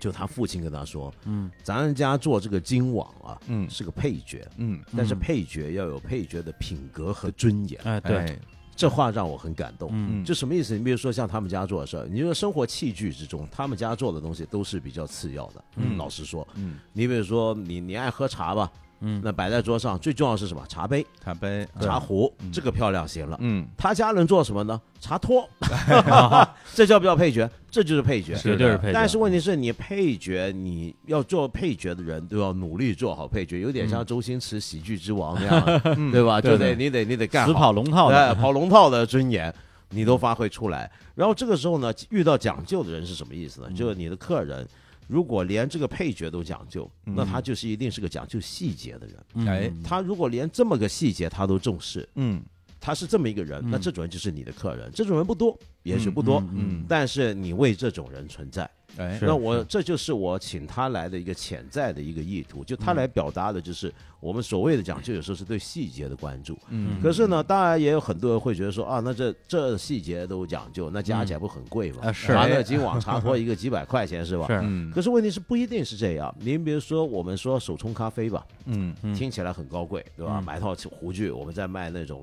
[SPEAKER 3] 就他父亲跟他说
[SPEAKER 1] 嗯：“
[SPEAKER 3] 咱家做这个金网啊，
[SPEAKER 2] 嗯
[SPEAKER 3] 是个配角，
[SPEAKER 2] 嗯，
[SPEAKER 3] 但是
[SPEAKER 1] 嗯
[SPEAKER 3] 配角要有配角的品格和尊严。
[SPEAKER 1] 哎对，
[SPEAKER 2] 哎，
[SPEAKER 3] 这话让我很感动。
[SPEAKER 1] 嗯
[SPEAKER 2] 嗯
[SPEAKER 3] 就什么意思？你比如说像他们家做的事儿，你说生活器具之中，他们家做的东西都是比较次要的。
[SPEAKER 2] 嗯
[SPEAKER 3] 老实说，
[SPEAKER 2] 嗯，
[SPEAKER 3] 你比如说你你爱喝茶吧，
[SPEAKER 1] 嗯
[SPEAKER 3] 那摆在桌上最重要的是什么？茶杯、
[SPEAKER 2] 茶杯，
[SPEAKER 3] 茶壶，
[SPEAKER 2] 嗯
[SPEAKER 3] 这个漂亮行了。
[SPEAKER 2] 嗯，
[SPEAKER 3] 他家人做什么呢？
[SPEAKER 1] (laughs)
[SPEAKER 3] 茶托， (laughs) 这叫不叫配角？这就是配角。
[SPEAKER 1] 绝对是配角，
[SPEAKER 3] 但是问题是你配角，你要做配角的人都要努力做好配角，有点像周星驰《喜剧之王》那样的，
[SPEAKER 1] (laughs)
[SPEAKER 2] 嗯
[SPEAKER 3] 对吧？
[SPEAKER 1] 嗯对
[SPEAKER 3] 就得
[SPEAKER 1] 对
[SPEAKER 3] 你得你得干
[SPEAKER 1] 死
[SPEAKER 3] 好
[SPEAKER 1] 跑龙套
[SPEAKER 3] 哎，
[SPEAKER 1] 的，
[SPEAKER 3] 跑龙套的尊严
[SPEAKER 1] 嗯
[SPEAKER 3] 你都发挥出来。然后这个时候呢，遇到讲究的人是什么意思呢？就是你的客人，如果连这个配角都讲究，
[SPEAKER 2] 嗯
[SPEAKER 3] 那他就是一定是个讲究细节的人。
[SPEAKER 2] 哎
[SPEAKER 1] 嗯
[SPEAKER 3] 他如果连这么个细节他都重视，
[SPEAKER 2] 嗯
[SPEAKER 3] 他是这么一个人，
[SPEAKER 1] 嗯
[SPEAKER 3] 那这种人就是你的客人。这种人不多，也许不多，
[SPEAKER 1] 嗯
[SPEAKER 3] 但是你为这种人存在。
[SPEAKER 2] 哎
[SPEAKER 1] 是
[SPEAKER 3] 那我这就是我请他来的一个潜在的一个意图，就他来表达的就是我们所谓的讲究，有时候是对细节的关注。
[SPEAKER 2] 嗯
[SPEAKER 3] 可是呢，当然也有很多人会觉得说啊，那这这细节都讲究，那加起来不很贵吗？
[SPEAKER 1] 啊是
[SPEAKER 3] 茶个金网茶托一个几百块钱是吧？
[SPEAKER 1] 是
[SPEAKER 2] 嗯
[SPEAKER 3] 可是问题是不一定是这样。您比如说，我们说手冲咖啡吧，
[SPEAKER 2] 嗯
[SPEAKER 1] 嗯
[SPEAKER 3] 听起来很高贵，对吧？
[SPEAKER 1] 嗯
[SPEAKER 3] 买套壶具，我们再卖那种，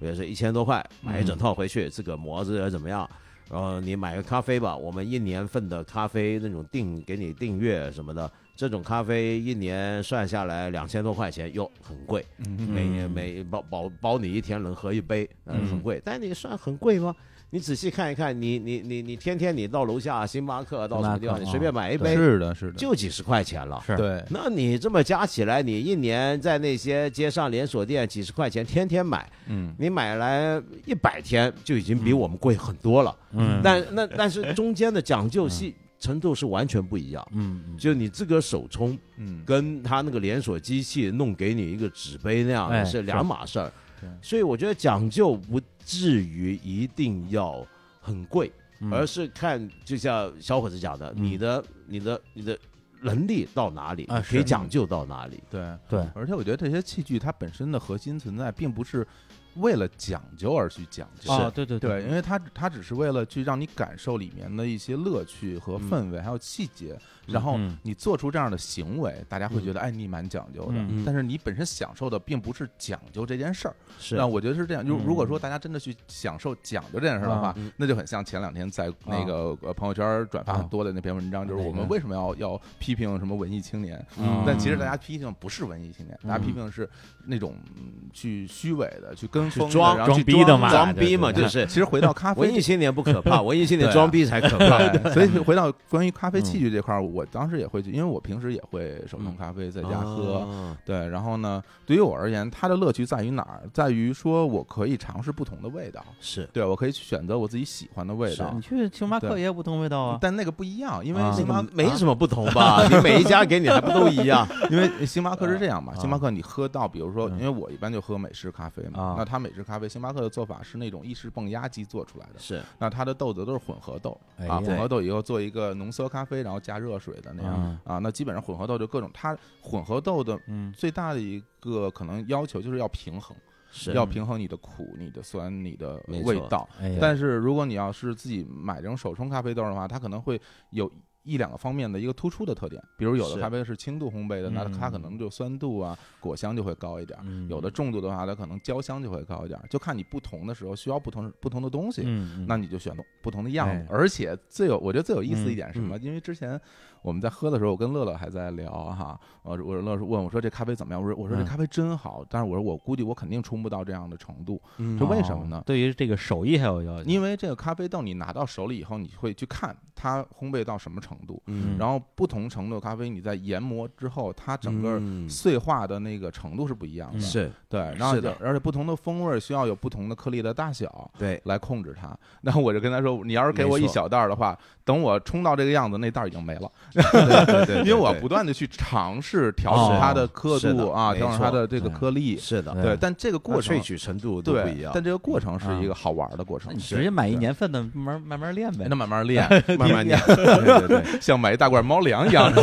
[SPEAKER 3] 比如说一千多块，
[SPEAKER 1] 嗯
[SPEAKER 3] 买一整套回去，自个磨着怎么样？然后你买个咖啡吧，我们一年份的咖啡那种订给你订阅什么的，这种咖啡一年算下来两千多块钱，哟，很贵。
[SPEAKER 2] 嗯
[SPEAKER 3] 每年每保保保你一天能喝一杯，呃
[SPEAKER 1] 嗯
[SPEAKER 3] 很贵，但你算很贵吗？你仔细看一看，你你你你天天你到楼下星巴克到什么地方，
[SPEAKER 1] 星巴克哦
[SPEAKER 3] 你随便买一杯
[SPEAKER 2] 是的是的，
[SPEAKER 3] 就几十块钱了。
[SPEAKER 1] 是
[SPEAKER 2] 对
[SPEAKER 3] 那你这么加起来，你一年在那些街上连锁店几十块钱天天买，
[SPEAKER 2] 嗯
[SPEAKER 3] 你买来一百天就已经比我们贵很多了。
[SPEAKER 1] 嗯
[SPEAKER 3] 但那但是中间的讲究细程度是完全不一样，
[SPEAKER 1] 嗯
[SPEAKER 3] 就你自个手冲
[SPEAKER 2] 嗯
[SPEAKER 3] 跟他那个连锁机器弄给你一个纸杯那样
[SPEAKER 1] 哎
[SPEAKER 3] 的是两码事儿
[SPEAKER 2] 对，
[SPEAKER 3] 所以我觉得讲究不至于一定要很贵，
[SPEAKER 1] 嗯
[SPEAKER 3] 而是看就像小伙子讲的，
[SPEAKER 1] 嗯
[SPEAKER 3] 你的你的你的能力到哪里，
[SPEAKER 1] 啊
[SPEAKER 3] 你可
[SPEAKER 1] 是
[SPEAKER 3] 以讲究到哪里。
[SPEAKER 2] 对
[SPEAKER 1] 对
[SPEAKER 2] 而且我觉得这些器具它本身的核心存在，并不是为了讲究而去讲究，
[SPEAKER 1] 哦对对
[SPEAKER 2] 对，因为它它只是为了去让你感受里面的一些乐趣和氛围，还有细节，然后
[SPEAKER 1] 嗯
[SPEAKER 2] 你做出这样的行为，大家会觉得、哎，你蛮讲究的。
[SPEAKER 1] 嗯
[SPEAKER 3] 嗯
[SPEAKER 2] 但是你本身享受的并不是讲究这件事儿，
[SPEAKER 3] 是
[SPEAKER 2] 那我觉得是这样。就
[SPEAKER 1] 嗯
[SPEAKER 2] 如果说大家真的去享受讲究这件事儿的话
[SPEAKER 1] 啊，
[SPEAKER 3] 嗯
[SPEAKER 2] 那就很像前两天在那个呃朋友圈转发很多的那篇文章，就是我
[SPEAKER 1] 哪
[SPEAKER 2] 们
[SPEAKER 1] 个
[SPEAKER 2] 为什么要要批评什么文艺青年？
[SPEAKER 1] 嗯
[SPEAKER 2] 但其实大家批评不是文艺青年，大家批评是那种嗯去虚伪的、去跟风的、
[SPEAKER 3] 装
[SPEAKER 2] 然后去
[SPEAKER 1] 装逼的嘛
[SPEAKER 3] 装逼嘛，
[SPEAKER 1] 对
[SPEAKER 2] 对
[SPEAKER 3] 就是
[SPEAKER 2] 其实回到咖啡
[SPEAKER 3] 文艺青年不可怕，文艺青年
[SPEAKER 2] 对啊
[SPEAKER 3] 装逼才可怕。
[SPEAKER 2] 对，所以回到关于咖啡器具这块儿，我当时也会去，因为我平时也会手冲咖啡在家喝。
[SPEAKER 3] 啊
[SPEAKER 2] 对，然后呢，对于我而言，它的乐趣在于哪儿？在于说我可以尝试不同的味道，
[SPEAKER 3] 是
[SPEAKER 2] 对我可以去选择我自己喜欢的味道
[SPEAKER 1] 你，去星巴克
[SPEAKER 2] 对
[SPEAKER 1] 也有不同味道啊，
[SPEAKER 2] 但那个不一样，因为
[SPEAKER 1] 啊
[SPEAKER 2] 星巴
[SPEAKER 3] 没什么不同吧？你每一家给你还不都一样？
[SPEAKER 2] 啊因为星巴克是这样嘛，
[SPEAKER 1] 啊
[SPEAKER 2] 星巴克你喝到，比如说，
[SPEAKER 1] 嗯
[SPEAKER 2] 因为我一般就喝美式咖啡
[SPEAKER 1] 啊
[SPEAKER 2] 嘛，那它美式咖啡，星巴克的做法是那种意式泵压机做出来的，
[SPEAKER 3] 是
[SPEAKER 2] 那它的豆子都是混合豆
[SPEAKER 1] 哎呀
[SPEAKER 2] 啊，混合豆以后做一个浓缩咖啡，然后加热水的那样啊，那基本上混合豆就各种，它混合豆的
[SPEAKER 1] 嗯
[SPEAKER 2] 最大的一个可能要求就是要平衡，
[SPEAKER 3] 是
[SPEAKER 2] 要平衡你的苦、你的酸、你的
[SPEAKER 3] 没错
[SPEAKER 2] 味道，
[SPEAKER 1] 哎呀
[SPEAKER 2] 但是如果你要是自己买这种手冲咖啡豆的话，它可能会有一两个方面的一个突出的特点，比如有的
[SPEAKER 3] 是
[SPEAKER 2] 咖啡是轻度烘焙的，那它
[SPEAKER 1] 嗯
[SPEAKER 2] 可能就酸度啊、果香就会高一点；
[SPEAKER 1] 嗯
[SPEAKER 2] 有的重度的话，它可能焦香就会高一点。就看你不同的时候需要不同不同的东西。
[SPEAKER 1] 嗯嗯
[SPEAKER 2] 那你就选不同的样子
[SPEAKER 1] 哎，嗯
[SPEAKER 2] 而且最有我觉得最有意思一点是什么？因为之前我们在喝的时候，我跟乐乐还在聊哈，我我乐乐问我说这咖啡怎么样？我说我说这
[SPEAKER 1] 嗯
[SPEAKER 2] 咖啡真好，但是我说我估计我肯定冲不到这样的程度，就
[SPEAKER 1] 哦
[SPEAKER 2] 为什么呢？
[SPEAKER 1] 对于这个手艺还有要求，
[SPEAKER 2] 因为这个咖啡豆你拿到手里以后，你会去看它烘焙到什么程度，
[SPEAKER 1] 嗯
[SPEAKER 2] 然后不同程度的咖啡你在研磨之后，它整个
[SPEAKER 3] 嗯
[SPEAKER 2] 碎化的那个程度是不一样的。
[SPEAKER 3] 是
[SPEAKER 2] 对，然后
[SPEAKER 3] 是的
[SPEAKER 2] 就而且不同的风味需要有不同的颗粒的大小。
[SPEAKER 3] 对
[SPEAKER 2] 来控制它，那我就跟他说，你要是给我一
[SPEAKER 3] 没错
[SPEAKER 2] 小袋儿的话，等我冲到这个样子，那袋儿已经没了，
[SPEAKER 3] 对对对，
[SPEAKER 2] (laughs)
[SPEAKER 3] 哦
[SPEAKER 2] 因为我不断的去尝试调整它的刻
[SPEAKER 3] 是
[SPEAKER 2] 度
[SPEAKER 3] 的
[SPEAKER 2] 啊，
[SPEAKER 3] 没
[SPEAKER 2] 调整它
[SPEAKER 3] 错
[SPEAKER 2] 的这个
[SPEAKER 1] 对
[SPEAKER 2] 颗粒，
[SPEAKER 3] 是的，
[SPEAKER 1] 对
[SPEAKER 2] 对，但这个过
[SPEAKER 3] 它
[SPEAKER 2] 程
[SPEAKER 3] 萃取程度都不一
[SPEAKER 2] 对
[SPEAKER 3] 样，，
[SPEAKER 2] 但这个过程是一
[SPEAKER 1] 啊
[SPEAKER 2] 个好玩的过程
[SPEAKER 1] 那你，直接买一年份的，慢慢慢慢练呗
[SPEAKER 2] 那。慢慢 (laughs) 练，
[SPEAKER 3] 慢慢练，
[SPEAKER 2] (laughs) 对对对，像买一大罐猫粮一样， (laughs)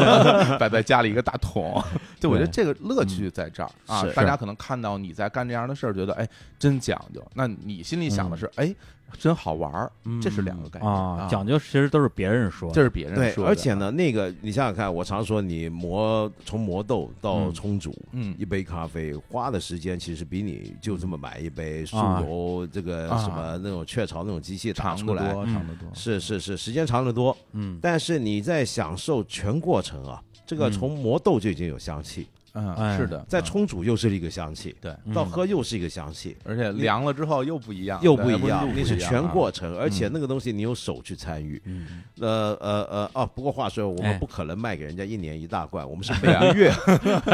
[SPEAKER 2] 摆在家里一个大桶。就我觉得这个乐趣在这儿啊
[SPEAKER 3] 是，
[SPEAKER 2] 大家可能看到你在干这样的事儿，觉得哎真讲究。那你心里想的是哎真好玩儿，这是两个概念
[SPEAKER 1] 嗯啊，讲究其实都是别人说，
[SPEAKER 2] 这是别人
[SPEAKER 3] 对，
[SPEAKER 2] 说的，啊
[SPEAKER 3] 而且呢，那个你想想看，我常说你磨从磨豆到
[SPEAKER 1] 嗯
[SPEAKER 3] 冲煮。
[SPEAKER 2] 嗯
[SPEAKER 3] 一杯咖啡花的时间其实比你就这么买一杯速
[SPEAKER 1] 啊
[SPEAKER 3] 溶这个
[SPEAKER 2] 啊
[SPEAKER 3] 什么那种雀巢那种机器打
[SPEAKER 2] 长
[SPEAKER 3] 出
[SPEAKER 2] 得
[SPEAKER 3] 来，
[SPEAKER 2] 多，
[SPEAKER 1] 嗯
[SPEAKER 2] 长得多。
[SPEAKER 3] 是是是，时间长得多。
[SPEAKER 1] 嗯
[SPEAKER 3] 但是你在享受全过程啊，这个
[SPEAKER 1] 嗯
[SPEAKER 3] 从磨豆就已经有香气，
[SPEAKER 1] 哎
[SPEAKER 2] 嗯，是的，
[SPEAKER 3] 再
[SPEAKER 2] 嗯
[SPEAKER 3] 冲煮又是一个香气，
[SPEAKER 2] 对，
[SPEAKER 1] 嗯
[SPEAKER 3] 到喝又是一个香气，
[SPEAKER 2] 而且凉了之后又不一样，
[SPEAKER 3] 又
[SPEAKER 2] 对
[SPEAKER 3] 不
[SPEAKER 2] 温
[SPEAKER 3] 一
[SPEAKER 2] 度
[SPEAKER 3] 样，
[SPEAKER 2] 不
[SPEAKER 3] 那是
[SPEAKER 2] 一样
[SPEAKER 3] 全
[SPEAKER 2] 啊
[SPEAKER 3] 过程，而且那个东西你用手去参与。
[SPEAKER 1] 嗯
[SPEAKER 3] 呃呃呃，哦，不过话说，我
[SPEAKER 1] 哎
[SPEAKER 3] 们不可能卖给人家一年一大罐，我们
[SPEAKER 1] (laughs)
[SPEAKER 3] 是每个月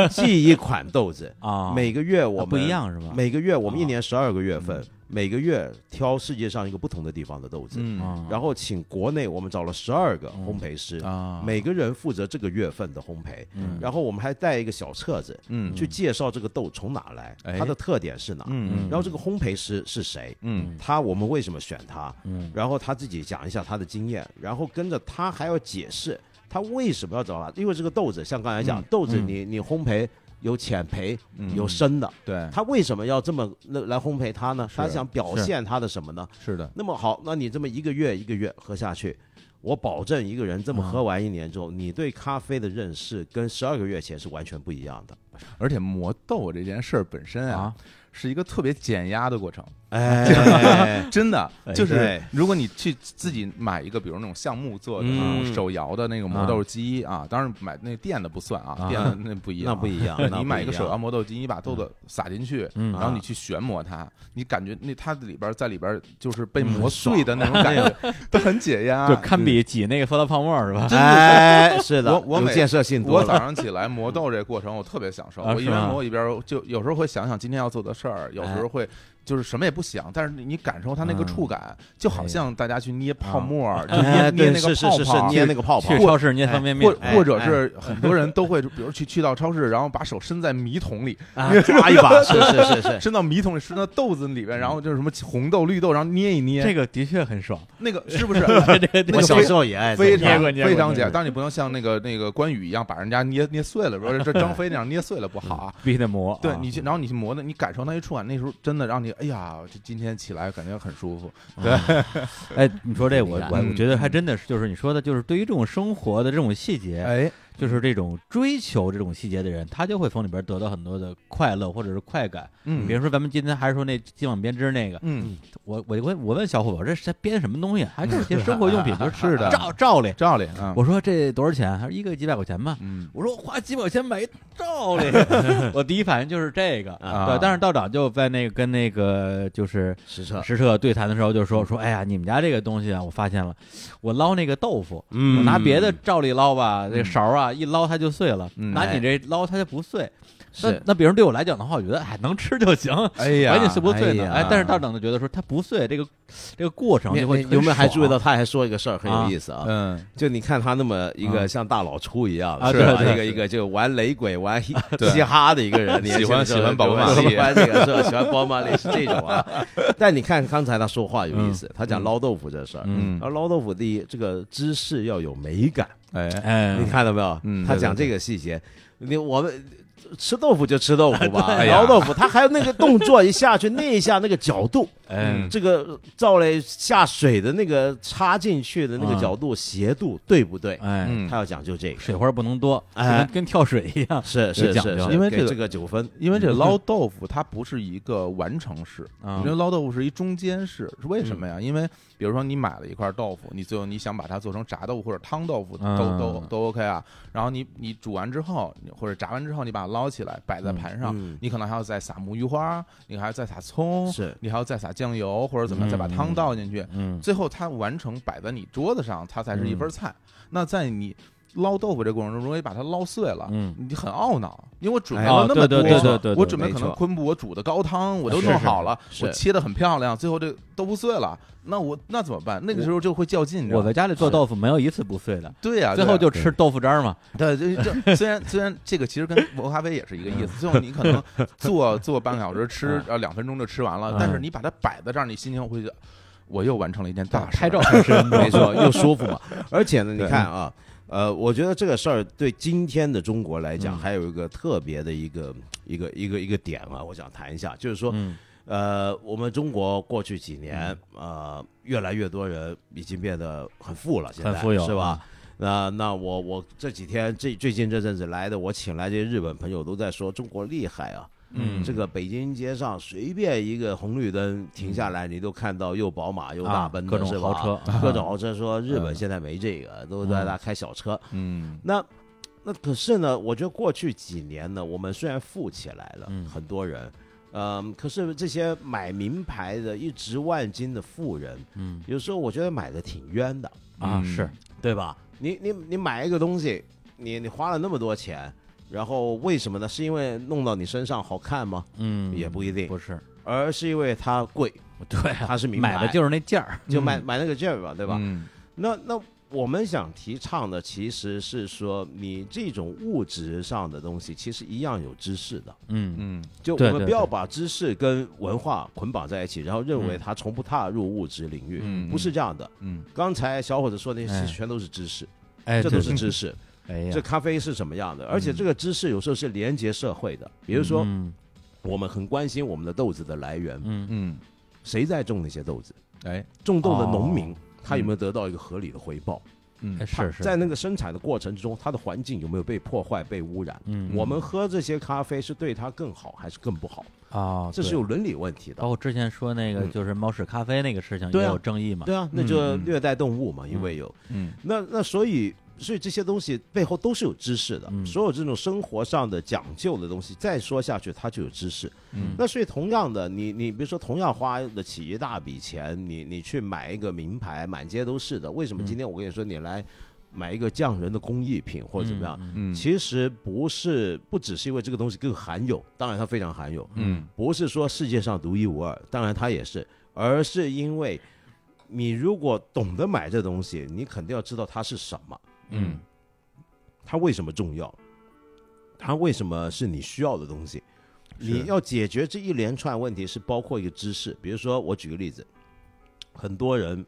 [SPEAKER 3] 寄一款豆子，
[SPEAKER 1] 啊，
[SPEAKER 3] 每个月我
[SPEAKER 1] 啊
[SPEAKER 3] 们
[SPEAKER 1] 不一样是吧？
[SPEAKER 3] 每个月我们
[SPEAKER 1] 啊嗯
[SPEAKER 3] 一年十二个月份，每个月挑世界上一个不同的地方的豆子，
[SPEAKER 2] 嗯
[SPEAKER 1] 嗯
[SPEAKER 3] 然后请国内我们找了十二个
[SPEAKER 1] 嗯
[SPEAKER 3] 烘焙师，
[SPEAKER 2] 啊，
[SPEAKER 3] 每个人负责这个月份的烘焙，
[SPEAKER 1] 嗯
[SPEAKER 3] 然后我们还带一个小册子
[SPEAKER 2] 嗯
[SPEAKER 3] 去介绍这个豆从哪来，
[SPEAKER 2] 哎
[SPEAKER 3] 它的特点是哪，
[SPEAKER 2] 嗯
[SPEAKER 3] 然后这个烘焙师是谁，
[SPEAKER 2] 嗯
[SPEAKER 3] 他我们为什么选他，
[SPEAKER 1] 嗯
[SPEAKER 3] 然后他自己讲一下他的经验，然后跟着他还要解释他为什么要找他，因为这个豆子像刚才讲，
[SPEAKER 2] 嗯
[SPEAKER 3] 豆子你你烘焙有浅焙
[SPEAKER 2] 嗯
[SPEAKER 3] 有深的，
[SPEAKER 2] 对，
[SPEAKER 3] 他为什么要这么来来烘焙它呢？
[SPEAKER 2] 是
[SPEAKER 3] 他想表现他的什么呢？
[SPEAKER 2] 是的，
[SPEAKER 3] 那么好，那你这么一个月一个月喝下去，我保证一个人这么喝完一年之后，你对咖啡的认识跟十二个月前是完全不一样的。
[SPEAKER 2] 而且磨豆这件事儿本身啊
[SPEAKER 1] 啊，
[SPEAKER 2] 是一个特别减压的过程， (laughs)
[SPEAKER 3] 哎，
[SPEAKER 2] 真的
[SPEAKER 1] 哎
[SPEAKER 2] 就是
[SPEAKER 3] 对
[SPEAKER 2] 如果你去自己买一个，比如那种橡木做的、
[SPEAKER 3] 嗯
[SPEAKER 2] 那种手摇的那个磨豆机啊，当然买那电的不算啊，
[SPEAKER 1] 啊
[SPEAKER 2] 电的那不一样啊，
[SPEAKER 3] 那不一样哎
[SPEAKER 2] 对，(laughs)
[SPEAKER 3] 那
[SPEAKER 2] 你
[SPEAKER 3] 不
[SPEAKER 2] 买
[SPEAKER 3] 一
[SPEAKER 2] 一个
[SPEAKER 3] 样
[SPEAKER 2] 手啊摇磨豆机，你把豆子撒进去，
[SPEAKER 1] 嗯
[SPEAKER 2] 然后你
[SPEAKER 3] 啊
[SPEAKER 2] 去旋磨它，你感觉那它里边在里边就是被
[SPEAKER 3] 嗯哎
[SPEAKER 2] 磨
[SPEAKER 3] 很
[SPEAKER 2] 碎的那种感觉，都很解压。啊
[SPEAKER 1] 就堪比挤那个塑料泡沫是吧？
[SPEAKER 3] 哎，是的，
[SPEAKER 2] 我我
[SPEAKER 3] 有
[SPEAKER 2] 每
[SPEAKER 3] 建设性多
[SPEAKER 2] 我早
[SPEAKER 3] 了。
[SPEAKER 2] 上起来磨豆这过程，我特别享受。
[SPEAKER 1] 啊
[SPEAKER 2] 我一
[SPEAKER 1] 是
[SPEAKER 2] 边
[SPEAKER 1] 吗
[SPEAKER 2] 磨一边就有时候会想想今天要做的事儿，有
[SPEAKER 3] 哎
[SPEAKER 2] 时候会就是什么也不想，但是你你感受它那个
[SPEAKER 1] 嗯
[SPEAKER 2] 触感，就好像大家去捏泡沫儿，就捏捏
[SPEAKER 3] 哎，对，
[SPEAKER 2] 那个
[SPEAKER 3] 是是
[SPEAKER 2] 泡
[SPEAKER 3] 是是
[SPEAKER 2] 泡，
[SPEAKER 3] 捏那个泡泡
[SPEAKER 1] 去，超市捏方便面
[SPEAKER 2] 或，
[SPEAKER 3] 哎
[SPEAKER 2] 或者是很多人都会，比如去去到超市，然后把手伸在米桶里，
[SPEAKER 3] 啊，抓一
[SPEAKER 2] (laughs)
[SPEAKER 3] 把，是是是是，
[SPEAKER 2] 伸到米桶里，伸到豆子里边，然后就是什么红豆、绿豆，然后捏一捏，
[SPEAKER 1] 这个的确很爽。
[SPEAKER 2] 那个是
[SPEAKER 1] (laughs)
[SPEAKER 2] 不是
[SPEAKER 1] 这个
[SPEAKER 3] (laughs)
[SPEAKER 2] 那
[SPEAKER 3] 我
[SPEAKER 2] 个
[SPEAKER 3] 小
[SPEAKER 2] 非
[SPEAKER 3] 时候也爱这
[SPEAKER 2] (laughs)
[SPEAKER 3] 么
[SPEAKER 2] 非
[SPEAKER 3] 干
[SPEAKER 1] 捏
[SPEAKER 2] 常
[SPEAKER 1] 过捏过
[SPEAKER 2] 非常
[SPEAKER 1] 捏
[SPEAKER 2] 解
[SPEAKER 1] 过？
[SPEAKER 2] 但是你不能像那个那个关羽一样把人家捏捏碎了，比如说这张飞那样捏碎了不好啊。
[SPEAKER 1] 必须得磨。
[SPEAKER 2] 对
[SPEAKER 1] 啊
[SPEAKER 2] 你去，然后你去磨的，你感受那一触感，那时候真的让你，哎呀，这今天起来感觉很舒服。对，
[SPEAKER 1] 哎，你说这我
[SPEAKER 3] 嗯
[SPEAKER 1] 我我觉得还真的是，就是你说的，就是对于这种生活的这种细节，
[SPEAKER 2] 哎，
[SPEAKER 1] 就是这种追求这种细节的人，他就会从里边得到很多的快乐或者是快感。
[SPEAKER 2] 嗯
[SPEAKER 1] 比如说咱们今天还是说那今晚编织那个，
[SPEAKER 2] 嗯，
[SPEAKER 1] 我我问我问小伙伴，这是在编什么东西？啊还就是些生活用品，就是
[SPEAKER 2] 的
[SPEAKER 1] 照照例。
[SPEAKER 2] 照例啊，
[SPEAKER 1] 我说这多少钱？他说一个几百块钱吧。
[SPEAKER 2] 嗯
[SPEAKER 1] 我说我花几百块钱买一照例，我第一反应就是这个。
[SPEAKER 3] 啊
[SPEAKER 1] 对，但是道长就在那个跟那个就是
[SPEAKER 3] 实测，
[SPEAKER 1] 石彻对谈的时候就说说，哎呀，你们家这个东西啊，我发现了，我捞那个豆腐，
[SPEAKER 3] 嗯
[SPEAKER 1] 我拿别的照例捞吧，这勺啊一捞它就碎了，
[SPEAKER 2] 嗯
[SPEAKER 1] 拿你这捞它就不碎。那
[SPEAKER 3] 是
[SPEAKER 1] 那比如对我来讲的话，我觉得哎能吃就行，
[SPEAKER 2] 哎呀，
[SPEAKER 1] 管你碎不碎呢？
[SPEAKER 3] 哎
[SPEAKER 1] 哎
[SPEAKER 3] 呀，
[SPEAKER 1] 但是道长就觉得说它不碎，这个这个过程
[SPEAKER 3] 你
[SPEAKER 1] 就会
[SPEAKER 3] 你有没有还注意
[SPEAKER 1] 到？
[SPEAKER 3] 到他还说一个事儿很有意思啊？
[SPEAKER 2] 啊嗯，
[SPEAKER 3] 就你看他那么一个
[SPEAKER 1] 啊
[SPEAKER 3] 像大老粗一样，
[SPEAKER 1] 啊
[SPEAKER 3] 是
[SPEAKER 1] 对
[SPEAKER 3] 吧？
[SPEAKER 1] 对
[SPEAKER 3] 一个一个就玩雷
[SPEAKER 2] (laughs)
[SPEAKER 3] 鬼、玩嘻
[SPEAKER 2] 啊对
[SPEAKER 3] 嘻哈的一个人，你
[SPEAKER 2] (laughs) 喜欢
[SPEAKER 3] 年轻的时候
[SPEAKER 2] 喜欢宝马
[SPEAKER 3] 喜
[SPEAKER 2] 丽
[SPEAKER 3] 欢这个是
[SPEAKER 2] (laughs)
[SPEAKER 3] 吧？喜欢宝马丽是这种啊。
[SPEAKER 2] 嗯
[SPEAKER 3] 但你看刚才他说话有意思，他讲捞豆腐这事儿，
[SPEAKER 1] 嗯
[SPEAKER 3] 然后捞豆腐第一，这个姿势要有美感，
[SPEAKER 2] 哎，
[SPEAKER 1] 哎
[SPEAKER 3] 你，看到没有？
[SPEAKER 2] 嗯
[SPEAKER 3] 他
[SPEAKER 2] 对
[SPEAKER 3] 讲
[SPEAKER 2] 对
[SPEAKER 3] 这个细节，你我们。吃豆腐就吃豆腐吧，
[SPEAKER 2] (laughs) 哎呀
[SPEAKER 3] 捞豆腐，他还有那个动作一下去，那一下那个角度，
[SPEAKER 2] 嗯
[SPEAKER 1] 哎，
[SPEAKER 3] 这个照嘞下水的那个插进去的那个
[SPEAKER 1] 嗯
[SPEAKER 3] 角度、斜度对不对？
[SPEAKER 1] 哎，
[SPEAKER 2] 嗯
[SPEAKER 3] 他，要讲究这个，
[SPEAKER 1] 水花不能多，就
[SPEAKER 3] 哎
[SPEAKER 1] 跟跟跳水一
[SPEAKER 3] (laughs)
[SPEAKER 1] 样
[SPEAKER 3] 是
[SPEAKER 1] 有
[SPEAKER 3] 是
[SPEAKER 1] 讲
[SPEAKER 3] 是
[SPEAKER 1] 究
[SPEAKER 3] 是，
[SPEAKER 2] 因为
[SPEAKER 3] 给
[SPEAKER 2] 这个
[SPEAKER 3] 这个九分，
[SPEAKER 2] 因为这捞豆腐它不是一个完成式，
[SPEAKER 1] 啊
[SPEAKER 2] 因为捞豆腐是一中间式，是为什么呀？因为比如说你买了一块豆腐，你最后你想把它做成炸豆腐或者汤豆腐，
[SPEAKER 1] 嗯
[SPEAKER 2] 都都都 OK 啊。然后你你煮完之后或者炸完之后，你把它捞起来摆在盘上
[SPEAKER 3] 嗯嗯，
[SPEAKER 2] 你可能还要再撒木鱼花，你还要再撒葱，
[SPEAKER 3] 是
[SPEAKER 2] 你还要再撒酱油或者怎么样，
[SPEAKER 1] 嗯
[SPEAKER 2] 再把汤倒进去，
[SPEAKER 1] 嗯
[SPEAKER 2] 最后它完成摆在你桌子上，它才是一份菜。那在你捞豆腐这过程中，如果你把它捞碎了，
[SPEAKER 1] 嗯
[SPEAKER 2] 你很懊恼，因为我准备
[SPEAKER 3] 哎
[SPEAKER 2] 了那么
[SPEAKER 1] 哦对
[SPEAKER 2] 多，
[SPEAKER 1] 对对对对对
[SPEAKER 2] 我准备可
[SPEAKER 3] 没
[SPEAKER 2] 能
[SPEAKER 3] 错
[SPEAKER 2] 昆布我煮的高汤我都
[SPEAKER 3] 是
[SPEAKER 2] 弄好了，
[SPEAKER 3] 是
[SPEAKER 2] 我切的很漂亮，最后这豆腐碎了，那我那怎么办？那个时候就会较劲，你知道
[SPEAKER 1] 我
[SPEAKER 2] 吗
[SPEAKER 1] 在家里做
[SPEAKER 3] 是啊
[SPEAKER 1] 豆腐没有一次不碎的，
[SPEAKER 2] 对呀、
[SPEAKER 1] 最
[SPEAKER 2] 对
[SPEAKER 1] 后
[SPEAKER 2] 呀
[SPEAKER 1] 就吃豆腐渣儿嘛。
[SPEAKER 2] 对，就 (laughs) 就虽然虽然这个其实跟磨咖啡也是一个意 (laughs) 思，最后你可能做 (laughs) 做半个小时吃
[SPEAKER 1] 嗯，
[SPEAKER 2] 呃两分钟就吃完了
[SPEAKER 1] 嗯，
[SPEAKER 2] 但是你把它摆在这儿，你心情会觉得我又完成了一件大事。
[SPEAKER 1] 拍
[SPEAKER 2] (laughs)
[SPEAKER 1] 照很深
[SPEAKER 3] 没错，又舒服嘛。而且呢，你
[SPEAKER 2] 对
[SPEAKER 3] 看啊，呃，我觉得这个事儿对今天的中国来讲，
[SPEAKER 1] 嗯
[SPEAKER 3] 还有一个特别的一个一个一个一个点啊，我想谈一下，就是说，
[SPEAKER 1] 嗯
[SPEAKER 3] 呃，我们中国过去几年，呃，越来越多人已经变得很富了，现在
[SPEAKER 1] 很富有
[SPEAKER 3] 嗯
[SPEAKER 1] 啊嗯
[SPEAKER 3] 是吧？那那我我这几天这最近这阵子来的，我请来这些日本朋友都在说中国厉害啊，
[SPEAKER 1] 嗯
[SPEAKER 3] 这个北京街上随便一个红绿灯停下来，你都看到又宝马又大奔
[SPEAKER 1] 啊
[SPEAKER 3] 的，
[SPEAKER 1] 各种
[SPEAKER 3] 是吧
[SPEAKER 1] 豪
[SPEAKER 3] (laughs)
[SPEAKER 1] 车啊嗯
[SPEAKER 3] 各种豪车。说日本现在没这个，都在那开小车。
[SPEAKER 2] 嗯
[SPEAKER 3] 那那可是呢，我觉得过去几年呢，我们虽然富起来了，
[SPEAKER 1] 嗯
[SPEAKER 3] 很多人，嗯，可是这些买名牌的一值万金的富人，
[SPEAKER 1] 嗯
[SPEAKER 3] 有时候我觉得买的挺冤的，
[SPEAKER 1] 啊
[SPEAKER 2] 嗯
[SPEAKER 1] 是
[SPEAKER 3] 对吧？你你你买一个东西，你你花了那么多钱。然后为什么呢？是因为弄到你身上好看吗？
[SPEAKER 1] 嗯
[SPEAKER 3] 也不一定。
[SPEAKER 1] 不是
[SPEAKER 3] 而是因为它贵，
[SPEAKER 1] 对啊，
[SPEAKER 3] 它是名牌
[SPEAKER 1] 买的就是那件儿，
[SPEAKER 3] 就买
[SPEAKER 2] 嗯
[SPEAKER 3] 买那个劲儿吧，对
[SPEAKER 2] 对
[SPEAKER 3] 吧？
[SPEAKER 2] 嗯
[SPEAKER 3] 那那我们想提倡的其实是说，你这种物质上的东西，其实一样有知识的。
[SPEAKER 1] 嗯，
[SPEAKER 2] 嗯
[SPEAKER 3] 就
[SPEAKER 1] 对
[SPEAKER 3] 我们
[SPEAKER 1] 对
[SPEAKER 3] 不要
[SPEAKER 1] 对
[SPEAKER 3] 把知识跟文化捆绑在一起，然后认为
[SPEAKER 1] 嗯
[SPEAKER 3] 它从不踏入物质领域，
[SPEAKER 2] 嗯
[SPEAKER 3] 不是这样的。
[SPEAKER 2] 嗯
[SPEAKER 3] 刚才小伙子说那些
[SPEAKER 1] 哎
[SPEAKER 3] 其实全都是知识，
[SPEAKER 1] 哎，
[SPEAKER 3] 这
[SPEAKER 1] 对嗯
[SPEAKER 3] 都是知识。
[SPEAKER 1] 哎呀，
[SPEAKER 3] 这咖啡是什么样的？而且这个知识有时候是连接社会的，比
[SPEAKER 1] 比
[SPEAKER 3] 如说我们很关心我们的豆子的来源，
[SPEAKER 1] 嗯，
[SPEAKER 2] 嗯，
[SPEAKER 3] 谁在种那些豆子？
[SPEAKER 2] 哎，
[SPEAKER 3] 种豆的
[SPEAKER 1] 哦
[SPEAKER 3] 农民他有
[SPEAKER 1] 嗯
[SPEAKER 3] 没有得到一个合理的回报？
[SPEAKER 1] 哎
[SPEAKER 2] 嗯
[SPEAKER 1] 是
[SPEAKER 3] 它
[SPEAKER 1] 是，
[SPEAKER 3] 在那个生产的过程中，它的环境有没有被破坏、被污染？
[SPEAKER 1] 嗯
[SPEAKER 3] 我们喝这些咖啡是对它更好还是更不好？
[SPEAKER 1] 啊，
[SPEAKER 3] 这是
[SPEAKER 1] 对
[SPEAKER 3] 有伦理问题的
[SPEAKER 1] 包。括之前说那个
[SPEAKER 3] 嗯
[SPEAKER 1] 就是猫屎咖啡那个事情
[SPEAKER 3] 对
[SPEAKER 1] 也
[SPEAKER 3] 啊
[SPEAKER 1] 有争议嘛，嗯
[SPEAKER 3] 对啊，那就虐待动物嘛，因为有
[SPEAKER 2] 嗯
[SPEAKER 3] 那那所以所以这些东西背后都是有知识的，
[SPEAKER 1] 嗯
[SPEAKER 3] 所有这种生活上的讲究的东西，再说下去它就有知识。
[SPEAKER 2] 嗯
[SPEAKER 3] 那所以同样的，你你比如说同样花得起一大笔钱，你你去买一个名牌，满街都是的，为什
[SPEAKER 1] 嗯
[SPEAKER 3] 么今天我跟你说你来买一个匠人的工艺品或者怎么样？
[SPEAKER 1] 嗯？嗯
[SPEAKER 2] 嗯
[SPEAKER 3] 其实不是，不只是因为这个东西更罕有，当然它非常罕有，
[SPEAKER 2] 嗯
[SPEAKER 3] 不是说世界上独一无二，当然它也是，而是因为你如果懂得买这东西，你肯定要知道它是什么，
[SPEAKER 2] 嗯
[SPEAKER 3] 它为什么重要，它为什么是你需要的东西。
[SPEAKER 2] 是
[SPEAKER 3] 你要解决这一连串问题，是包括一个知识。比如说，我举个例子，很多人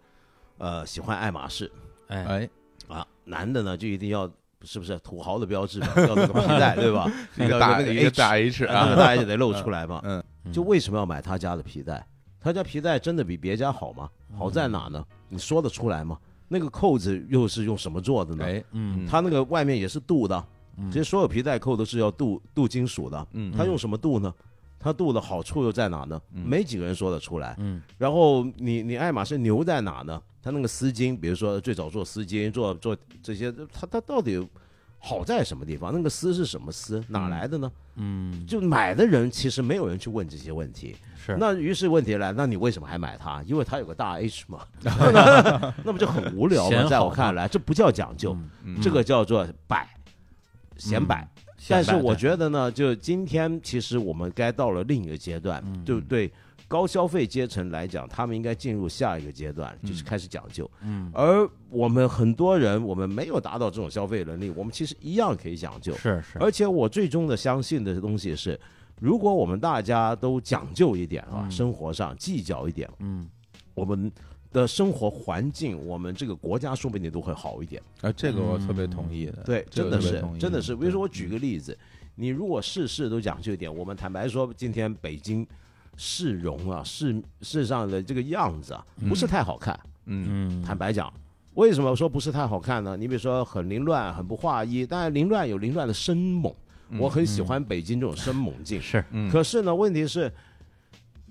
[SPEAKER 3] 呃喜欢爱马仕
[SPEAKER 1] 哎，
[SPEAKER 2] 哎，
[SPEAKER 3] 啊，男的呢就一定要是不是土豪的标志嘛，要那个
[SPEAKER 2] (laughs)
[SPEAKER 3] 皮带对吧？
[SPEAKER 2] 一
[SPEAKER 3] 要
[SPEAKER 2] 个大
[SPEAKER 3] 那个
[SPEAKER 2] 一个
[SPEAKER 3] H
[SPEAKER 2] 大 H
[SPEAKER 3] 啊，那
[SPEAKER 2] 啊
[SPEAKER 3] 个，大家就得露出来嘛。
[SPEAKER 2] (laughs) 嗯
[SPEAKER 3] 就为什么要买他家的皮带？他家皮带真的比别家好吗？好在哪呢？你说得出来吗？那个扣子又是用什么做的呢？
[SPEAKER 2] 哎，
[SPEAKER 1] 嗯
[SPEAKER 3] 它那个外面也是镀的，
[SPEAKER 1] 嗯
[SPEAKER 3] 其实所有皮带扣都是要镀镀金属的。
[SPEAKER 2] 嗯
[SPEAKER 3] 它用什么镀呢？它镀的好处又在哪呢？
[SPEAKER 2] 嗯
[SPEAKER 3] 没几个人说得出来。
[SPEAKER 1] 嗯
[SPEAKER 3] 然后你你爱马仕牛在哪呢？它那个丝巾，比如说最早做丝巾，做做这些，它它到底好在什么地方？那个丝是什么丝？哪来的呢？
[SPEAKER 1] 嗯，
[SPEAKER 3] 就买的人其实没有人去问这些问题。
[SPEAKER 1] 是
[SPEAKER 3] 那于是问题来，那你为什么还买它？因为它有个大 H
[SPEAKER 1] (laughs)
[SPEAKER 3] 嘛，那那不就很无聊
[SPEAKER 1] 显
[SPEAKER 3] 吗？
[SPEAKER 1] 好
[SPEAKER 3] 在我看来，这不叫讲究，
[SPEAKER 2] 嗯
[SPEAKER 3] 这个叫做摆，显摆。但是我觉得呢，就今天其实我们该到了另一个阶段，
[SPEAKER 1] 嗯
[SPEAKER 3] 对不对？高消费阶层来讲，他们应该进入下一个阶段，就是开始讲究。
[SPEAKER 1] 嗯，
[SPEAKER 3] 而我们很多人，我们没有达到这种消费能力，我们其实一样可以讲究
[SPEAKER 1] 得。是是，
[SPEAKER 3] 而且我最终的相信的东西是，如果我们大家都讲究一点啊，
[SPEAKER 1] 嗯
[SPEAKER 3] 生活上计较一点，
[SPEAKER 1] 嗯
[SPEAKER 3] 我们的生活环境，我们这个国家说不定都会好一点。
[SPEAKER 2] 啊，这个我特别同意的，
[SPEAKER 3] 对，
[SPEAKER 2] 这
[SPEAKER 3] 真
[SPEAKER 2] 个
[SPEAKER 3] 的
[SPEAKER 2] 特别
[SPEAKER 3] 是
[SPEAKER 2] 同，意
[SPEAKER 3] 真的是。比如说，我
[SPEAKER 2] 嗯
[SPEAKER 3] 举个例子，你如果事事都讲究一点，我们坦白说，今天北京市容啊，市市上的这个样子啊，不是太好看。
[SPEAKER 2] 嗯
[SPEAKER 1] 嗯，
[SPEAKER 3] 坦白讲，为什么说不是太好看呢？你比如说很凌乱，很不划一，但是凌乱有凌乱的生猛，我很喜欢北京这种生猛劲。
[SPEAKER 1] 是
[SPEAKER 2] 嗯
[SPEAKER 3] 可是呢，问题是。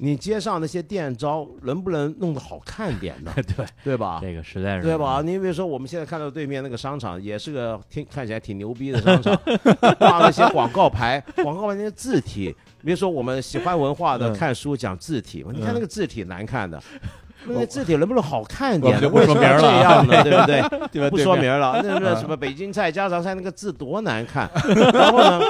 [SPEAKER 3] 你街上那些店招能不能弄得好看点
[SPEAKER 2] (laughs)
[SPEAKER 3] 呢？
[SPEAKER 1] 对
[SPEAKER 3] 对吧？
[SPEAKER 1] 这个实在是
[SPEAKER 3] 对吧？？你比如说，我们现在看到对面那个商场，也是个挺看起来挺牛逼的商场， (laughs) 挂了一些广告牌，广告牌那些字体，比如说我们喜欢文化的
[SPEAKER 1] 嗯
[SPEAKER 3] 看书讲字体，你看那个字体难
[SPEAKER 2] (laughs)
[SPEAKER 3] 看的。那个字体能不能好看一
[SPEAKER 2] 嗯我们
[SPEAKER 3] 点呢？
[SPEAKER 2] 就不
[SPEAKER 3] 为什
[SPEAKER 2] 说名
[SPEAKER 3] 么要
[SPEAKER 2] 儿
[SPEAKER 3] 这
[SPEAKER 2] 了啊 (laughs)
[SPEAKER 3] 样呢？对不对？
[SPEAKER 2] 对嗯吧
[SPEAKER 3] 不说
[SPEAKER 2] 对
[SPEAKER 3] 名
[SPEAKER 2] (laughs)
[SPEAKER 3] 儿了，那那什么北京菜、家常菜那个字多难看。然后呢，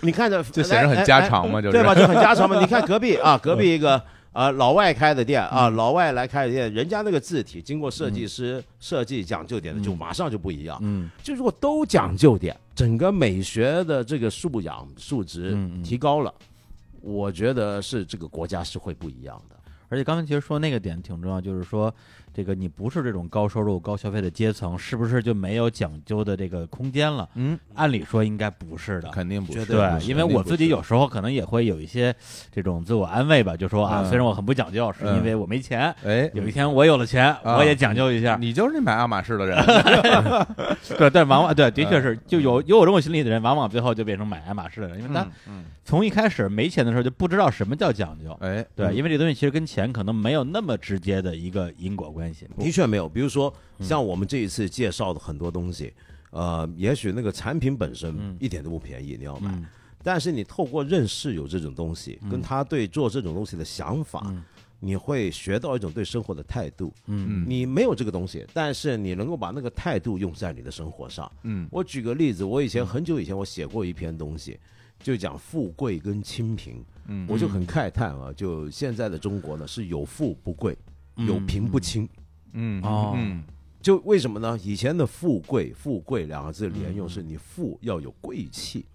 [SPEAKER 3] 你看着哎
[SPEAKER 2] 就显得很家常嘛，就是
[SPEAKER 3] 对吧？？就很家常
[SPEAKER 1] (laughs)
[SPEAKER 3] 嘛。你看隔壁啊，隔壁一个啊老外开的店
[SPEAKER 1] 嗯
[SPEAKER 3] 啊，老外来开的店，人家那个字体经过设计师设计讲究点的，就马上就不一样。
[SPEAKER 1] 嗯
[SPEAKER 3] 就如果都讲究点，整个美学的这个素养素质
[SPEAKER 1] 嗯嗯
[SPEAKER 3] 提高了，我觉得是这个国家是会不一样的。
[SPEAKER 1] 而且刚才其实说那个点挺重要，就是说这个你不是这种高收入、高消费的阶层，是不是就没有讲究的这个空间了？
[SPEAKER 2] 嗯，
[SPEAKER 1] 按理说应该不是的。
[SPEAKER 2] 肯定不是，
[SPEAKER 3] 绝
[SPEAKER 2] 不
[SPEAKER 3] 对
[SPEAKER 1] 嗯对，啊
[SPEAKER 2] 是
[SPEAKER 1] 因为
[SPEAKER 2] 肯定
[SPEAKER 1] 我
[SPEAKER 2] 不
[SPEAKER 1] 自己
[SPEAKER 2] 是
[SPEAKER 1] 有时候可能也会有一些这种自我安慰吧，就说啊，
[SPEAKER 2] 嗯
[SPEAKER 1] 虽然我很不讲究，是因为我没钱。
[SPEAKER 2] 哎，
[SPEAKER 1] 有一天我有了钱，
[SPEAKER 2] 啊
[SPEAKER 1] 我也讲究一下。
[SPEAKER 2] 你就是那买爱马仕的人，
[SPEAKER 1] 对，但往往对，的确是就有有我这种心理的人，往往最后就变成买爱马仕的人，因为他
[SPEAKER 2] 嗯嗯，
[SPEAKER 1] 从一开始没钱的时候就不知道什么叫讲究。
[SPEAKER 2] 哎，
[SPEAKER 1] 对，因为这东西其实跟钱可能没有那么直接的一个因果关系。
[SPEAKER 3] 的确没有，比如说像我们这一次介绍的很多东西，呃，也许那个产品本身一点都不便宜，你要买。
[SPEAKER 1] 嗯
[SPEAKER 3] 但是你透过认识有这种东西，跟他对做这种东西的想法，你会学到一种对生活的态度。
[SPEAKER 1] 嗯
[SPEAKER 2] 嗯
[SPEAKER 3] 你没有这个东西，但是你能够把那个态度用在你的生活上。
[SPEAKER 2] 嗯
[SPEAKER 3] 我举个例子，我以前很久以前我写过一篇东西，就讲富贵跟清贫，
[SPEAKER 2] 嗯
[SPEAKER 3] 我就很慨叹啊，就现在的中国呢是有富不贵，
[SPEAKER 1] 嗯
[SPEAKER 3] 有贫不清。
[SPEAKER 2] 嗯
[SPEAKER 1] 哦
[SPEAKER 2] 嗯
[SPEAKER 3] 就为什么呢？以前的富贵，富贵两个字连用是你富要有贵气，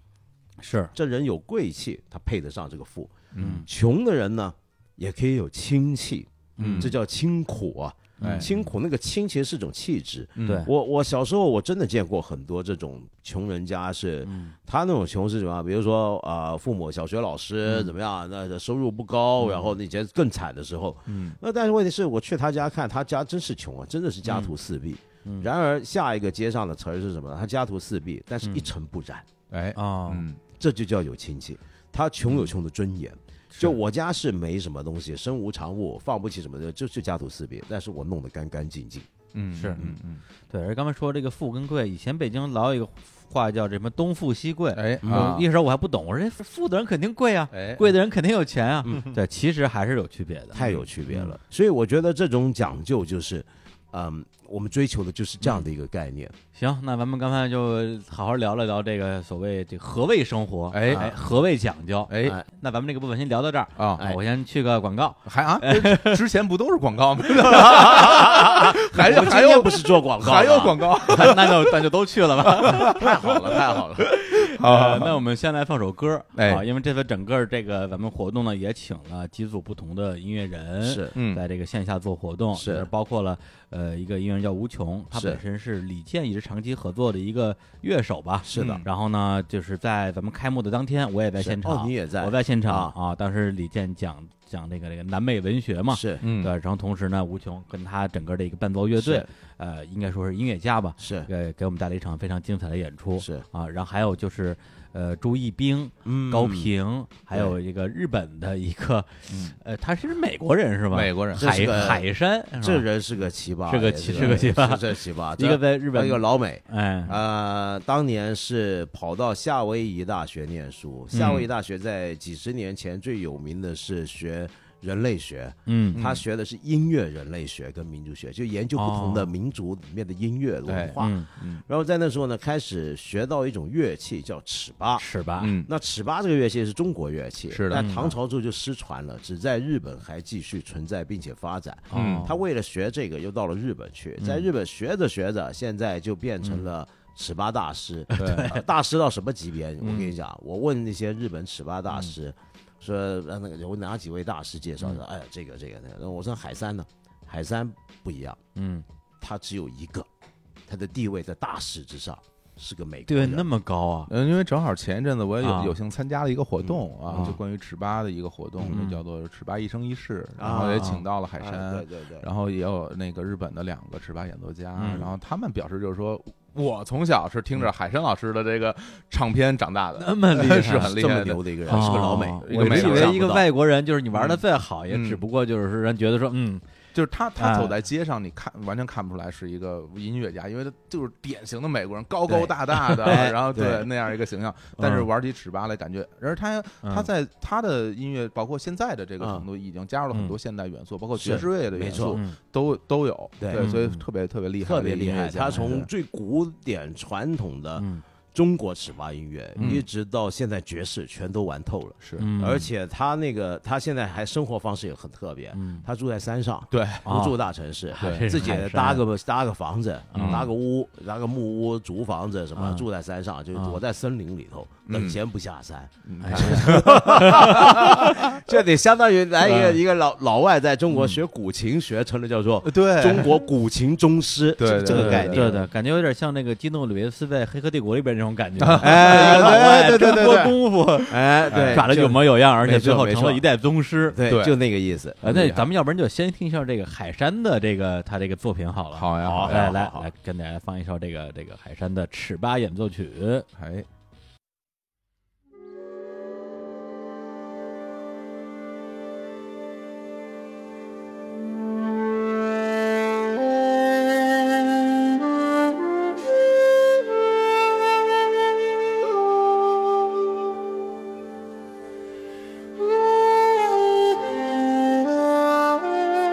[SPEAKER 1] 是，
[SPEAKER 3] 这人有贵气，他配得上这个富。
[SPEAKER 1] 嗯
[SPEAKER 3] 穷的人呢，也可以有清气，
[SPEAKER 1] 嗯
[SPEAKER 3] 这叫清苦啊。
[SPEAKER 2] 哎
[SPEAKER 3] 清苦那个清其实是一种气质。
[SPEAKER 2] 嗯
[SPEAKER 1] 对
[SPEAKER 3] (laughs) 我我小时候我真的见过很多这种穷人家是，
[SPEAKER 1] 嗯
[SPEAKER 3] 他那种穷是什么啊？比如说啊、呃父母小学老
[SPEAKER 1] 嗯
[SPEAKER 3] 师怎么样？那收入不高，然后以前更惨的时候，
[SPEAKER 2] 嗯
[SPEAKER 3] 那但是问题是我去他家看，他家真是穷啊，真的是家徒四壁。
[SPEAKER 1] 嗯
[SPEAKER 3] 然而下一个接上的词儿是什么呢？他家徒四壁，但是
[SPEAKER 1] 嗯
[SPEAKER 3] 一尘不染，
[SPEAKER 2] 哎
[SPEAKER 1] 哦，
[SPEAKER 2] 嗯
[SPEAKER 3] 这就叫有亲戚。他穷有穷的尊严。
[SPEAKER 1] 嗯是
[SPEAKER 3] 就我家是没什么东西，身无长物，放不起什么的，就就家徒四壁，但是我弄得干干净净。
[SPEAKER 2] 嗯
[SPEAKER 1] 是
[SPEAKER 2] 嗯嗯
[SPEAKER 1] 对，而刚才说这个富跟贵，以前北京老有一个话叫什么“东富西贵”，
[SPEAKER 2] 哎
[SPEAKER 3] 嗯
[SPEAKER 1] 我
[SPEAKER 2] 啊
[SPEAKER 1] 一时候我还不懂，我说这富的人肯定贵啊，
[SPEAKER 2] 哎
[SPEAKER 1] 贵的人肯定有钱啊，对，其实还是有区别的，嗯
[SPEAKER 3] 太有区别了。所以我觉得这种讲究就是，嗯，我们追求的就是这样的一个概念。
[SPEAKER 1] 行，那咱们刚才就好好聊了聊这个所谓这何谓生活，
[SPEAKER 2] 哎
[SPEAKER 1] 何谓讲究，
[SPEAKER 2] 哎
[SPEAKER 3] 哎
[SPEAKER 1] 那咱们这个部分先聊到这儿
[SPEAKER 2] 啊
[SPEAKER 1] 啊我先去个广告，
[SPEAKER 2] 还啊，之前不都是广告吗？ (laughs)
[SPEAKER 1] 嗯
[SPEAKER 2] 还有
[SPEAKER 3] 我们
[SPEAKER 2] 还
[SPEAKER 3] 今天
[SPEAKER 2] 有
[SPEAKER 3] 不是做
[SPEAKER 1] (laughs)
[SPEAKER 3] 广告，
[SPEAKER 2] 还有，广告，
[SPEAKER 1] 那那就那就都去了吧。
[SPEAKER 3] 太好了，太
[SPEAKER 2] (laughs)
[SPEAKER 3] 好了。哦
[SPEAKER 1] 呃， (laughs) 那我们先来放首歌
[SPEAKER 2] 哎
[SPEAKER 1] 啊，因为这次整个这个咱们活动呢，也请了几组不同的音乐人，
[SPEAKER 3] 是
[SPEAKER 2] 嗯
[SPEAKER 1] 在这个线下做活动，
[SPEAKER 3] 是
[SPEAKER 1] 就是包括了呃一个音乐人叫吴琼，他
[SPEAKER 3] 是
[SPEAKER 1] 本身是李健一直长期合作的一个乐手吧，
[SPEAKER 3] 是的
[SPEAKER 1] 嗯然后呢，就是在咱们开幕的当天，我也在
[SPEAKER 3] 是
[SPEAKER 1] 现
[SPEAKER 3] 哦
[SPEAKER 1] 场，
[SPEAKER 3] 你也在
[SPEAKER 1] 我在现场啊。当时李健讲讲这个这个南美文学嘛，
[SPEAKER 3] 是
[SPEAKER 2] 嗯
[SPEAKER 1] 对，然后同时呢，吴琼跟他整个的一个伴奏乐队
[SPEAKER 3] 是，
[SPEAKER 1] 呃，应该说是音乐家吧，
[SPEAKER 3] 是
[SPEAKER 1] 给给我们带来一场非常精彩的演出，
[SPEAKER 3] 是，
[SPEAKER 1] 啊，然后还有就是。呃，朱一冰、
[SPEAKER 3] 嗯
[SPEAKER 1] 高平，还有一个日本的一个，
[SPEAKER 3] 嗯
[SPEAKER 1] 呃，他是美国人是吧？
[SPEAKER 2] 美国人
[SPEAKER 3] 这
[SPEAKER 1] 海
[SPEAKER 3] 是个
[SPEAKER 1] 海山是吧
[SPEAKER 3] 这人是个奇葩，
[SPEAKER 1] 是个
[SPEAKER 3] 也
[SPEAKER 1] 奇
[SPEAKER 3] 是
[SPEAKER 1] 是个奇葩
[SPEAKER 3] 这奇葩，
[SPEAKER 1] 一个在日
[SPEAKER 3] 这
[SPEAKER 1] 本，
[SPEAKER 3] 一个老美。
[SPEAKER 1] 哎，
[SPEAKER 3] 呃，当年是跑到夏威夷大学念书。夏
[SPEAKER 1] 嗯
[SPEAKER 3] 威夷大学在几十年前最有名的是学人类学，
[SPEAKER 1] 嗯
[SPEAKER 3] 他学的是音乐人类学跟民族学，就研究不同的民族里面的音乐文化。
[SPEAKER 1] 嗯，
[SPEAKER 3] 然后在那时候呢，开始学到一种乐器叫尺八。
[SPEAKER 1] 尺八，
[SPEAKER 2] 嗯
[SPEAKER 3] 那尺八这个乐器是中国乐器，
[SPEAKER 2] 是的
[SPEAKER 3] 但唐朝之后就失传了，只在日本还继续存在并且发展。
[SPEAKER 1] 哦
[SPEAKER 3] 嗯他为了学这个，又到了日本去，在日本学着学着，现在就变成了尺八大师。
[SPEAKER 2] (laughs)
[SPEAKER 3] 呃大师到什么级别？我跟你讲，我问那些日本尺八大师，说呃那个我哪几位大师介绍的？哎，这个这个那个，那我说海山呢？海山不一样，
[SPEAKER 1] 嗯，
[SPEAKER 3] 他只有一个，他的地位在大师之上，是个美国
[SPEAKER 1] 对，
[SPEAKER 3] 人。
[SPEAKER 1] 那么高啊，
[SPEAKER 2] 嗯，因为正好前一阵子我也
[SPEAKER 1] 啊
[SPEAKER 2] 有有幸参加了一个活动啊
[SPEAKER 1] 啊，
[SPEAKER 2] 就关于尺八的一个活动，
[SPEAKER 1] 嗯
[SPEAKER 2] 就叫做“尺八一生一世”，
[SPEAKER 3] 啊
[SPEAKER 2] 然后也请到了海
[SPEAKER 3] 啊对
[SPEAKER 2] 山，
[SPEAKER 3] 对对，
[SPEAKER 2] 呃然后也有那个日本的两个尺八演奏家
[SPEAKER 1] 嗯，
[SPEAKER 2] 然后他们表示就是说，我从小是听着海山老师的这个唱片长大的，
[SPEAKER 1] 那么厉
[SPEAKER 3] (laughs)
[SPEAKER 1] 害
[SPEAKER 2] (laughs) 是很厉
[SPEAKER 3] 这么
[SPEAKER 2] 害的。
[SPEAKER 3] 牛的一个人，是个老美
[SPEAKER 1] 哦。
[SPEAKER 2] 一
[SPEAKER 1] 我
[SPEAKER 2] 个美
[SPEAKER 1] 以
[SPEAKER 2] 国
[SPEAKER 1] 为
[SPEAKER 2] 人
[SPEAKER 1] 一个外国人，就是你玩的再好，也
[SPEAKER 2] 嗯
[SPEAKER 1] 只不过就是人觉得说，嗯，
[SPEAKER 2] 就是他，他
[SPEAKER 1] 哎
[SPEAKER 2] 走在街上，你看完全看不出来是一个音乐家，因为他就是典型的美国人，高高大大的，啊
[SPEAKER 3] 对
[SPEAKER 2] 然后
[SPEAKER 3] 对嗯
[SPEAKER 2] 那样一个形象。但是玩起尺八来，感觉，而他
[SPEAKER 1] 嗯
[SPEAKER 2] 他在他的音乐，包括现在的这个
[SPEAKER 3] 嗯
[SPEAKER 2] 程度，已经加入了很多现代元素，包括
[SPEAKER 3] 是
[SPEAKER 2] 爵士乐的
[SPEAKER 3] 没
[SPEAKER 2] 元
[SPEAKER 3] 错
[SPEAKER 2] 素
[SPEAKER 1] 嗯
[SPEAKER 2] 都都有。
[SPEAKER 3] 对
[SPEAKER 2] 对，所以
[SPEAKER 1] 嗯
[SPEAKER 2] 特别特别厉害
[SPEAKER 3] 特
[SPEAKER 2] 的
[SPEAKER 3] 别
[SPEAKER 2] 一个
[SPEAKER 3] 厉
[SPEAKER 2] 音乐
[SPEAKER 3] 害，
[SPEAKER 2] 家，
[SPEAKER 3] 他从最古典传统的
[SPEAKER 1] 嗯
[SPEAKER 3] 中国尺八音乐，
[SPEAKER 1] 嗯
[SPEAKER 3] 一直到现在爵士全都玩透了。
[SPEAKER 2] 是
[SPEAKER 1] 嗯，
[SPEAKER 3] 而且他那个他现在还生活方式也很特别，
[SPEAKER 1] 嗯
[SPEAKER 3] 他住在山上，
[SPEAKER 2] 对
[SPEAKER 1] 啊
[SPEAKER 3] 不住大城
[SPEAKER 1] (laughs)
[SPEAKER 3] 市，
[SPEAKER 1] 还是
[SPEAKER 3] 自己
[SPEAKER 1] 海山
[SPEAKER 3] 搭个搭个房子，
[SPEAKER 1] 嗯
[SPEAKER 3] 搭个屋，搭个木屋、竹房子什么，
[SPEAKER 1] 嗯
[SPEAKER 3] 住在山上，就是
[SPEAKER 1] 嗯
[SPEAKER 3] 躲在森林里头，
[SPEAKER 2] 嗯
[SPEAKER 3] 冷钱不下山，
[SPEAKER 2] 嗯
[SPEAKER 1] 哎 (laughs)
[SPEAKER 3] 这得相当于来一个
[SPEAKER 1] 嗯
[SPEAKER 3] 一个老老外在中国学古琴学成了叫做
[SPEAKER 2] 对
[SPEAKER 3] 中国古琴宗师，
[SPEAKER 2] 对
[SPEAKER 3] 这这个
[SPEAKER 2] 对
[SPEAKER 3] 概
[SPEAKER 1] 对
[SPEAKER 3] 念。
[SPEAKER 1] 的，感觉有点像那个基努·里维斯在《黑客帝国》里边那种感觉，
[SPEAKER 3] (laughs)
[SPEAKER 1] (laughs)
[SPEAKER 3] 哎
[SPEAKER 1] 哎，
[SPEAKER 3] 对对
[SPEAKER 1] 中
[SPEAKER 3] 对对
[SPEAKER 1] 国
[SPEAKER 3] 对
[SPEAKER 1] 功夫
[SPEAKER 3] 哎，对，
[SPEAKER 1] (laughs) 耍的
[SPEAKER 3] 就
[SPEAKER 1] 有模有样，而且
[SPEAKER 3] 没错
[SPEAKER 1] 最后
[SPEAKER 3] 没
[SPEAKER 1] 成了
[SPEAKER 3] 错
[SPEAKER 1] 一代宗师。
[SPEAKER 3] 对，
[SPEAKER 2] 对
[SPEAKER 3] 就那个意思。
[SPEAKER 1] 呃，那
[SPEAKER 2] 厉害
[SPEAKER 1] 咱们要不然就先听一下这个海山的这个他这个作品好了。
[SPEAKER 2] 好呀好
[SPEAKER 1] 来
[SPEAKER 3] 呀
[SPEAKER 1] 来
[SPEAKER 3] 好好
[SPEAKER 1] 来，跟大家放一首这个这个海山的《尺八演奏曲》。
[SPEAKER 3] (laughs)
[SPEAKER 2] 哎，
[SPEAKER 4] Thank you.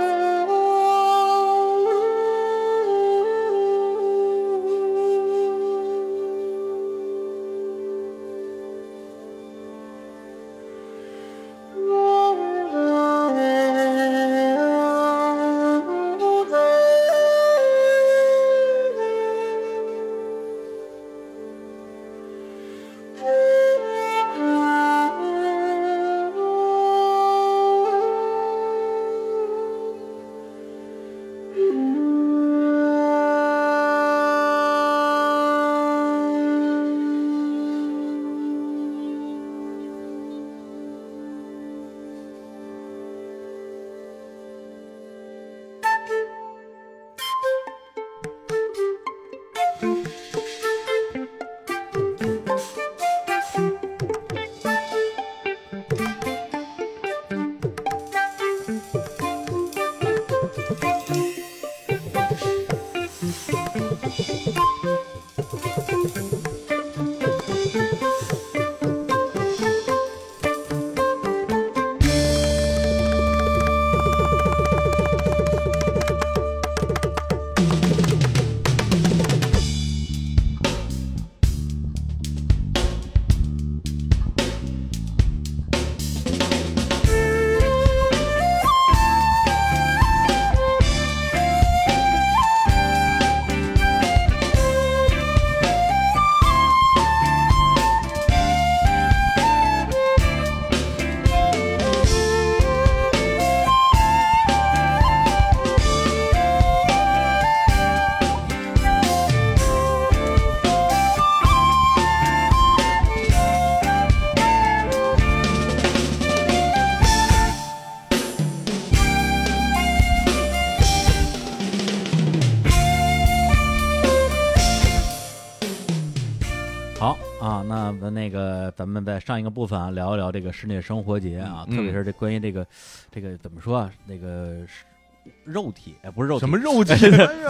[SPEAKER 1] 啊那个咱们在上一个部分啊，聊一聊这个室内生活节啊，
[SPEAKER 2] 嗯
[SPEAKER 1] 特别是这关于这个这个怎么说啊，那个是肉体，哎，不是肉体，
[SPEAKER 2] 什么肉体？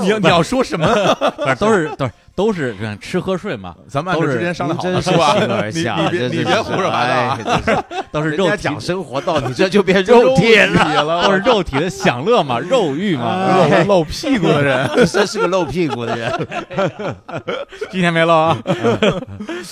[SPEAKER 2] 你要
[SPEAKER 1] 不是
[SPEAKER 2] 你要说什么？
[SPEAKER 1] (laughs) 反正都是都是都是这样吃喝睡
[SPEAKER 2] (laughs)
[SPEAKER 1] 嘛，
[SPEAKER 2] 咱们按照
[SPEAKER 1] 都是
[SPEAKER 2] 之前商量好的
[SPEAKER 3] 您真是
[SPEAKER 2] 吧？
[SPEAKER 3] 形而
[SPEAKER 2] 你
[SPEAKER 3] 下
[SPEAKER 2] (laughs) 你别
[SPEAKER 3] 啊真是哎
[SPEAKER 2] 你别胡说八 (laughs) 道啊！
[SPEAKER 1] 都是
[SPEAKER 3] 人
[SPEAKER 1] 肉
[SPEAKER 3] 家
[SPEAKER 1] 体
[SPEAKER 3] 讲生活道，你这就变
[SPEAKER 2] 肉
[SPEAKER 3] 肉体了，
[SPEAKER 1] (laughs) 都是肉体的享乐嘛，肉欲嘛。
[SPEAKER 2] (laughs) 露露屁股的人，
[SPEAKER 3] (laughs) 真是个露屁股的人。
[SPEAKER 1] 今天没漏
[SPEAKER 3] (laughs)
[SPEAKER 1] 啊。
[SPEAKER 2] 哎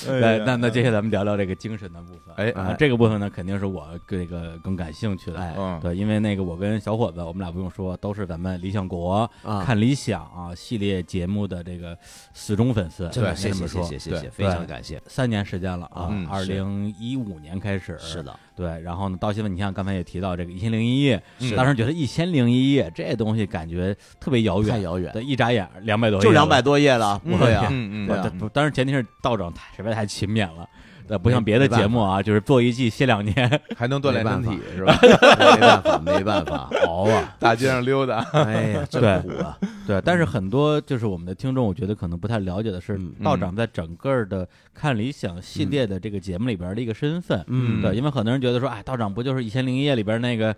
[SPEAKER 1] 对，
[SPEAKER 2] 呀
[SPEAKER 1] 那那接下来咱们聊聊这个精神的部分。
[SPEAKER 2] 哎
[SPEAKER 1] 啊，这个部分呢，肯定是我这个更感兴趣的。
[SPEAKER 3] 哎
[SPEAKER 2] 嗯
[SPEAKER 1] 对，因为那个我跟小伙子，我们俩不用说，都是咱们理想国
[SPEAKER 3] 啊
[SPEAKER 1] 看理想啊系列节目的这个死忠粉丝。
[SPEAKER 3] (laughs) 真的，
[SPEAKER 1] 可以
[SPEAKER 3] 谢
[SPEAKER 1] 这
[SPEAKER 3] 谢
[SPEAKER 1] 么
[SPEAKER 3] 谢
[SPEAKER 1] 说
[SPEAKER 3] 谢，谢
[SPEAKER 2] 对
[SPEAKER 3] 谢，非常感谢。
[SPEAKER 1] 三年时间了啊
[SPEAKER 2] 嗯，
[SPEAKER 1] 二
[SPEAKER 3] 是
[SPEAKER 1] 零一五年开始
[SPEAKER 3] 是的，
[SPEAKER 1] 对，然后呢，到现在你像刚才也提到这个《一千零一夜
[SPEAKER 3] 嗯
[SPEAKER 2] 是》，
[SPEAKER 1] 当时觉得《一千零一夜》这东西感觉特别遥
[SPEAKER 3] 太
[SPEAKER 1] 远，
[SPEAKER 3] 遥远，
[SPEAKER 1] 对，一眨眼两百多页了，
[SPEAKER 3] 就两百多页了，
[SPEAKER 2] 嗯
[SPEAKER 3] 对啊，
[SPEAKER 2] 嗯嗯，
[SPEAKER 1] 对
[SPEAKER 3] 啊
[SPEAKER 1] 但
[SPEAKER 2] 嗯
[SPEAKER 1] 不，当然前提是道长太实在太勤勉了，呃，不像
[SPEAKER 3] 没
[SPEAKER 1] 别的
[SPEAKER 3] 没办
[SPEAKER 1] 节目啊，就是做一季歇 (laughs) 两年，
[SPEAKER 2] 还能锻炼身体
[SPEAKER 3] 没
[SPEAKER 2] 是吧？
[SPEAKER 3] (laughs) 没办法，没办 (laughs) 法，熬啊，
[SPEAKER 2] 大街上溜达，
[SPEAKER 3] 哎呀，
[SPEAKER 1] 对嗯
[SPEAKER 3] 真苦
[SPEAKER 1] (laughs)
[SPEAKER 3] 啊，
[SPEAKER 1] 对，但是很多就是我们的听众，我觉得可能不太了解的是
[SPEAKER 3] 嗯，
[SPEAKER 1] 道
[SPEAKER 2] 嗯
[SPEAKER 1] 长在整个儿的看理想系列的这个节目里边儿的一个身份。
[SPEAKER 2] 嗯
[SPEAKER 1] 对，因为很多人觉得说，哎，道长不就是《一千零一夜》里边儿那个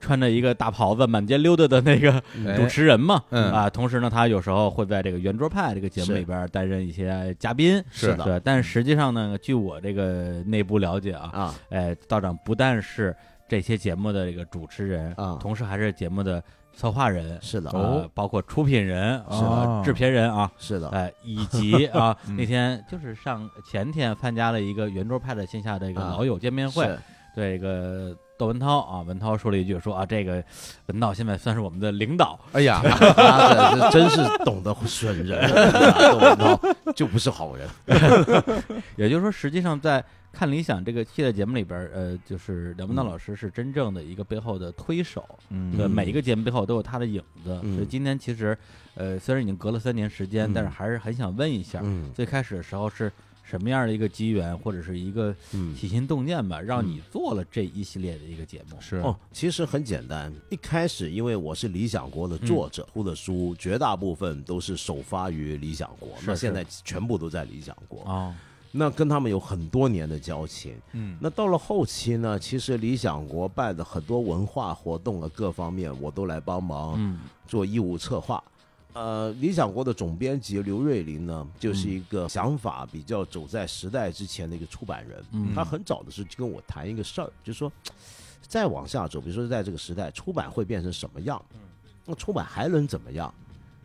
[SPEAKER 1] 穿着一个大袍子满街溜达的那个
[SPEAKER 2] 哎
[SPEAKER 1] 主持人嘛？
[SPEAKER 2] 嗯
[SPEAKER 1] 啊，同时呢，他有时候会在这个圆桌派这个节目
[SPEAKER 3] 是
[SPEAKER 1] 里边儿担任一些嘉宾。
[SPEAKER 2] 是的
[SPEAKER 1] 对，但实际上呢，据我这个内部了解啊，
[SPEAKER 3] 啊，
[SPEAKER 1] 哎，道长不但是这些节目的这个主持人
[SPEAKER 3] 啊
[SPEAKER 1] 同时还是节目的策划人。
[SPEAKER 3] 是的，
[SPEAKER 2] 哦
[SPEAKER 1] 呃包括出品人、
[SPEAKER 2] 是
[SPEAKER 1] 呃制片人啊，
[SPEAKER 3] 是的，
[SPEAKER 1] 哎，以及啊，
[SPEAKER 2] 嗯
[SPEAKER 1] 那天就是上前天参加了一个圆桌派的线下的一个
[SPEAKER 3] 啊
[SPEAKER 1] 老友见面会，
[SPEAKER 3] (laughs) 是
[SPEAKER 1] 对这个窦文涛啊，文涛说了一句说啊，这个文道现在算是我们的领导，
[SPEAKER 2] 哎呀，
[SPEAKER 3] 他的这啊真是 (laughs) 懂得损人， (laughs) 啊窦文涛就不是好人，
[SPEAKER 1] 也就是说，实际上在看理想这个系列节目里边儿，呃，就是梁文道老师是真正的一个背后的推手，对，
[SPEAKER 2] 嗯
[SPEAKER 1] 每一个节目背后都有他的影子。
[SPEAKER 3] 嗯
[SPEAKER 1] 所以今天其实，呃，虽然已经隔了三年时间，
[SPEAKER 3] 嗯
[SPEAKER 1] 但是还是很想问一下，
[SPEAKER 3] 嗯
[SPEAKER 1] 最开始的时候是什么样的一个机缘，或者是一个
[SPEAKER 3] 嗯。
[SPEAKER 1] 起心动念吧，让你做了这一系列的一个节目？
[SPEAKER 2] 是
[SPEAKER 3] 哦，其实很简单。一开始，因为我是理想国的作者，出的书绝大部分都是首发于理想国，
[SPEAKER 1] 是
[SPEAKER 3] 那
[SPEAKER 1] 是
[SPEAKER 3] 现在全部都在理想国。
[SPEAKER 1] 哦，
[SPEAKER 3] 那跟他们有很多年的交情。
[SPEAKER 2] 嗯
[SPEAKER 3] 那到了后期呢，其实理想国办的很多文化活动啊，各方面我都来帮忙
[SPEAKER 1] 嗯
[SPEAKER 3] 做义务策划。呃，理想国的总编辑刘瑞麟呢，
[SPEAKER 1] 嗯
[SPEAKER 3] 就是一个想法比较走在时代之前的一个出版人。
[SPEAKER 1] 嗯
[SPEAKER 3] 他很早的时候就跟我谈一个事儿，就是说，再往下走，比如说在这个时代，出版会变成什么样？
[SPEAKER 1] 嗯
[SPEAKER 3] 那出版还能怎么样？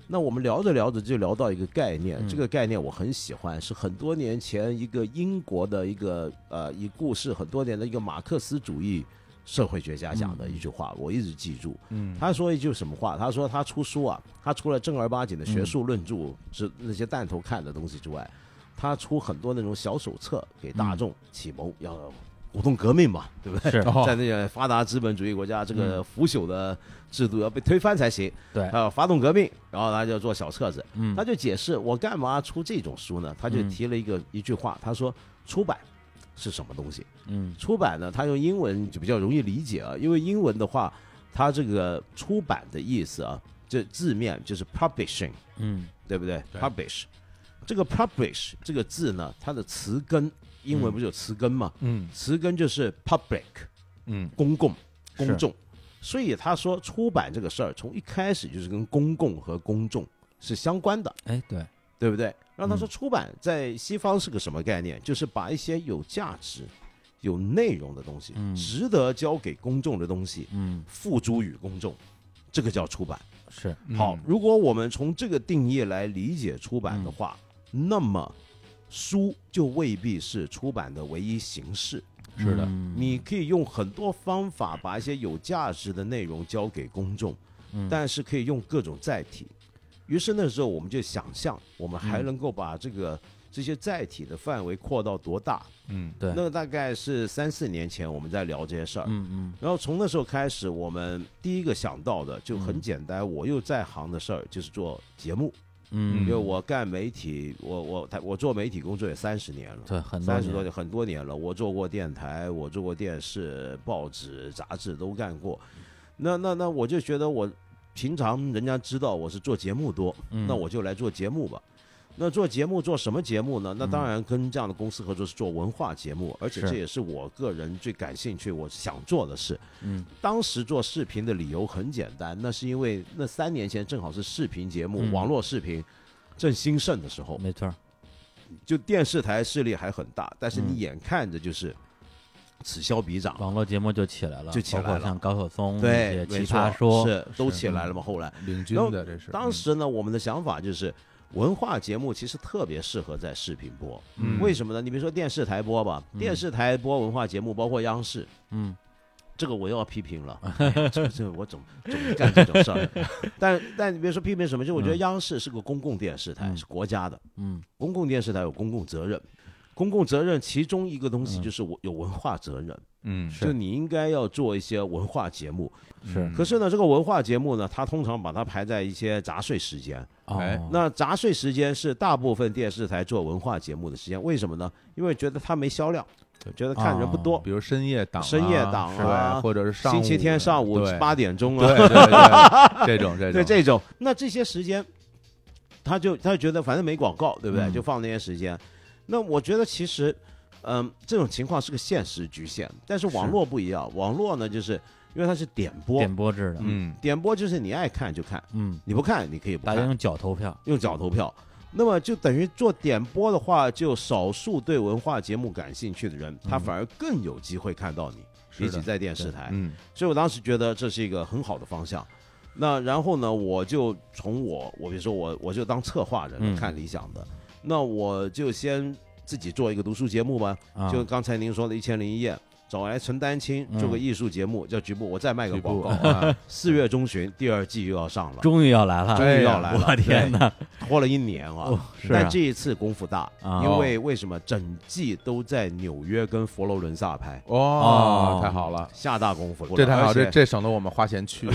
[SPEAKER 3] 那我们聊着聊着就聊到一个概念，
[SPEAKER 1] 嗯
[SPEAKER 3] 这个概念我很喜欢，是很多年前一个英国的一个呃一故事，很多年的一个马克思主义社会学家讲的
[SPEAKER 1] 嗯
[SPEAKER 3] 一句话，我一直记住。
[SPEAKER 2] 嗯
[SPEAKER 3] 他说一句什么话？他说他出书啊，他除了正儿八经的学术论著，是那些弹头看的东西之外，他出很多那种小手册给大
[SPEAKER 1] 嗯
[SPEAKER 3] 众启蒙，要鼓动革命嘛，对不对？
[SPEAKER 1] 是
[SPEAKER 2] 哦
[SPEAKER 3] 在那些发达资本主义国家，这个腐朽的制度要被推翻才行。
[SPEAKER 1] 对
[SPEAKER 3] 他要发动革命，然后他就做小册子，
[SPEAKER 1] 嗯
[SPEAKER 3] 他就解释我干嘛出这种书呢？他就
[SPEAKER 1] 嗯
[SPEAKER 3] 提了一个一句话，他说出版是什么东西？
[SPEAKER 1] 嗯
[SPEAKER 3] 出版呢，它用英文就比较容易理解啊，因为英文的话，它这个出版的意思啊，这字面就是 publishing，
[SPEAKER 1] 嗯
[SPEAKER 3] 对不对
[SPEAKER 2] 对
[SPEAKER 3] p u b l i s h 这个 publish 这个字呢，它的词根，英文不是有词根嘛？
[SPEAKER 2] 嗯
[SPEAKER 3] 词根就是 public，
[SPEAKER 2] 嗯
[SPEAKER 3] 公共、
[SPEAKER 1] 是
[SPEAKER 3] 公众。所以他说出版这个事儿，从一开始就是跟公共和公众是相关的。
[SPEAKER 1] 哎对
[SPEAKER 3] 对不对？然后他说，
[SPEAKER 1] 嗯
[SPEAKER 3] 出版在西方是个什么概念？就是把一些有价值、有内容的东西，
[SPEAKER 1] 嗯
[SPEAKER 3] 值得交给公众的东西，
[SPEAKER 1] 嗯
[SPEAKER 3] 付诸于公众，这个叫出版。
[SPEAKER 1] 是
[SPEAKER 2] 嗯
[SPEAKER 3] 好，如果我们从这个定义来理解出版的话，那么书就未必是出版的唯一形式。
[SPEAKER 2] 是的
[SPEAKER 1] 嗯
[SPEAKER 3] 你可以用很多方法把一些有价值的内容交给公众，
[SPEAKER 1] 嗯
[SPEAKER 3] 但是可以用各种载体。于是那时候我们就想象，我们
[SPEAKER 1] 嗯
[SPEAKER 3] 还能够把这个、这些载体的范围扩到多大？
[SPEAKER 2] 嗯
[SPEAKER 1] 对
[SPEAKER 3] 那大概是三四年前我们在聊这些事儿。
[SPEAKER 1] 嗯嗯
[SPEAKER 3] 然后从那时候开始，我们第一个想到的就
[SPEAKER 1] 嗯
[SPEAKER 3] 很简单，我又在行的事儿就是做节目，因
[SPEAKER 1] 嗯
[SPEAKER 3] 为我干媒体，我我我做媒体工作也三十年了，
[SPEAKER 1] 对很多
[SPEAKER 3] 三十多
[SPEAKER 1] 年
[SPEAKER 3] 年，很多年了。我做过电台，我做过电视、报纸、杂志都干过。那那那，我就觉得我平常人家知道我是做节目多，
[SPEAKER 1] 嗯
[SPEAKER 3] 那我就来做节目吧。那做节目做什么节目呢？那当然跟这样的公司合作是做文化节目，而
[SPEAKER 1] 嗯
[SPEAKER 3] 且
[SPEAKER 1] 是
[SPEAKER 3] 这也是我个人最感兴趣、我想做的事。
[SPEAKER 1] 嗯
[SPEAKER 3] 当时做视频的理由很简单，那是因为那三年前正好是视频节目、
[SPEAKER 1] 嗯
[SPEAKER 3] 网络视频正兴盛的时候，
[SPEAKER 1] 没错儿，
[SPEAKER 3] 就电视台势力还很大，但是
[SPEAKER 1] 嗯
[SPEAKER 3] 你眼看着就是此消彼长，
[SPEAKER 1] 网络节目就起来了，
[SPEAKER 3] 啊就起
[SPEAKER 1] 包括
[SPEAKER 3] 来了
[SPEAKER 1] 像高晓松那
[SPEAKER 3] 对
[SPEAKER 1] 些，奇
[SPEAKER 3] 没错
[SPEAKER 1] 葩说，嗯
[SPEAKER 3] 是都
[SPEAKER 2] 是
[SPEAKER 3] 起来了嘛。后来
[SPEAKER 2] 领军的这是
[SPEAKER 3] 当时呢，我们的想法就是。文化节目其实特别适合在视频播，
[SPEAKER 1] 嗯
[SPEAKER 3] 为什么呢？你比如说电视台播吧，
[SPEAKER 1] 嗯
[SPEAKER 3] 电视台播文化节目，包括央视，
[SPEAKER 1] 嗯
[SPEAKER 3] 这个我又要批评了。
[SPEAKER 1] (laughs)
[SPEAKER 3] 哎这个这个我总总干这种事儿，但但你别说批评什么，就我觉得
[SPEAKER 1] 嗯
[SPEAKER 3] 央视是个公共电视台，
[SPEAKER 1] 嗯
[SPEAKER 3] 是国家的，
[SPEAKER 1] 嗯
[SPEAKER 3] 公共电视台有公共责任。公共责任其中一个东西
[SPEAKER 1] 嗯
[SPEAKER 3] 就是我有文化责任，
[SPEAKER 2] 嗯
[SPEAKER 1] 是
[SPEAKER 3] 就你应该要做一些文化节目。
[SPEAKER 1] 是
[SPEAKER 2] 嗯
[SPEAKER 3] 可是呢，这个文化节目呢，它通常把它排在一些杂碎时间。
[SPEAKER 1] 哦
[SPEAKER 2] 哎
[SPEAKER 3] 那杂碎时间是大部分电视台做文化节目的时间，为什么呢？因为觉得它没销量
[SPEAKER 2] 对，
[SPEAKER 3] 觉得看人不多。
[SPEAKER 2] 比如深夜档啊、
[SPEAKER 3] 深夜档
[SPEAKER 2] 是
[SPEAKER 3] 啊
[SPEAKER 2] 吧或者是上午
[SPEAKER 3] 星期天上午
[SPEAKER 2] 对
[SPEAKER 3] 八点钟
[SPEAKER 2] 对对
[SPEAKER 3] 啊，(laughs)
[SPEAKER 2] 对，这种这种
[SPEAKER 3] 对这种，那这些时间，他就他就觉得反正没广告，对不对？
[SPEAKER 1] 嗯
[SPEAKER 3] 就放那些时间。那我觉得其实，嗯，这种情况是个现实局限，但是网
[SPEAKER 1] 是
[SPEAKER 3] 络不一样，网络呢就是因为它是点播，
[SPEAKER 1] 点播制的，
[SPEAKER 2] 嗯
[SPEAKER 3] 点播就是你爱看就看，
[SPEAKER 1] 嗯，
[SPEAKER 3] 你不看你可以不
[SPEAKER 1] 大家
[SPEAKER 3] 看，
[SPEAKER 1] 用脚投票，
[SPEAKER 3] 用脚投票。那么就等于做点播的话，就少数对文化节目感兴趣的人，他
[SPEAKER 1] 嗯
[SPEAKER 3] 反而更有机会看到你，
[SPEAKER 2] 是
[SPEAKER 3] 比
[SPEAKER 2] 的
[SPEAKER 3] 起在电视台。
[SPEAKER 2] 嗯
[SPEAKER 3] 所以我当时觉得这是一个很好的方向。那然后呢，我就从我我比如说我我就当策划人、
[SPEAKER 1] 嗯
[SPEAKER 3] 看理想的，那我就先自己做一个读书节目吧，
[SPEAKER 1] 啊
[SPEAKER 3] 就刚才您说的《一千零一夜》，找来陈丹青
[SPEAKER 1] 嗯
[SPEAKER 3] 做个艺术节目、叫《局部》，我再卖个
[SPEAKER 2] 局
[SPEAKER 3] 广
[SPEAKER 2] 部
[SPEAKER 3] 告， (laughs)
[SPEAKER 2] 啊，
[SPEAKER 3] 四月中旬第二季又要上了，
[SPEAKER 1] 终于要来了，哎
[SPEAKER 3] 终于要来了，
[SPEAKER 1] 我天
[SPEAKER 3] 对，
[SPEAKER 1] 哪，
[SPEAKER 3] 拖了一年啊。
[SPEAKER 1] 哦是
[SPEAKER 3] 但
[SPEAKER 1] 啊
[SPEAKER 3] 这一次功夫大，
[SPEAKER 1] 啊
[SPEAKER 3] 因为为什么整季都在纽约跟佛罗伦萨拍，
[SPEAKER 1] 哦
[SPEAKER 2] 哦，太好了，
[SPEAKER 3] 下大功夫了。
[SPEAKER 2] 这太好，
[SPEAKER 3] 而且
[SPEAKER 2] 这这省得我们花钱
[SPEAKER 3] (laughs)
[SPEAKER 2] 去，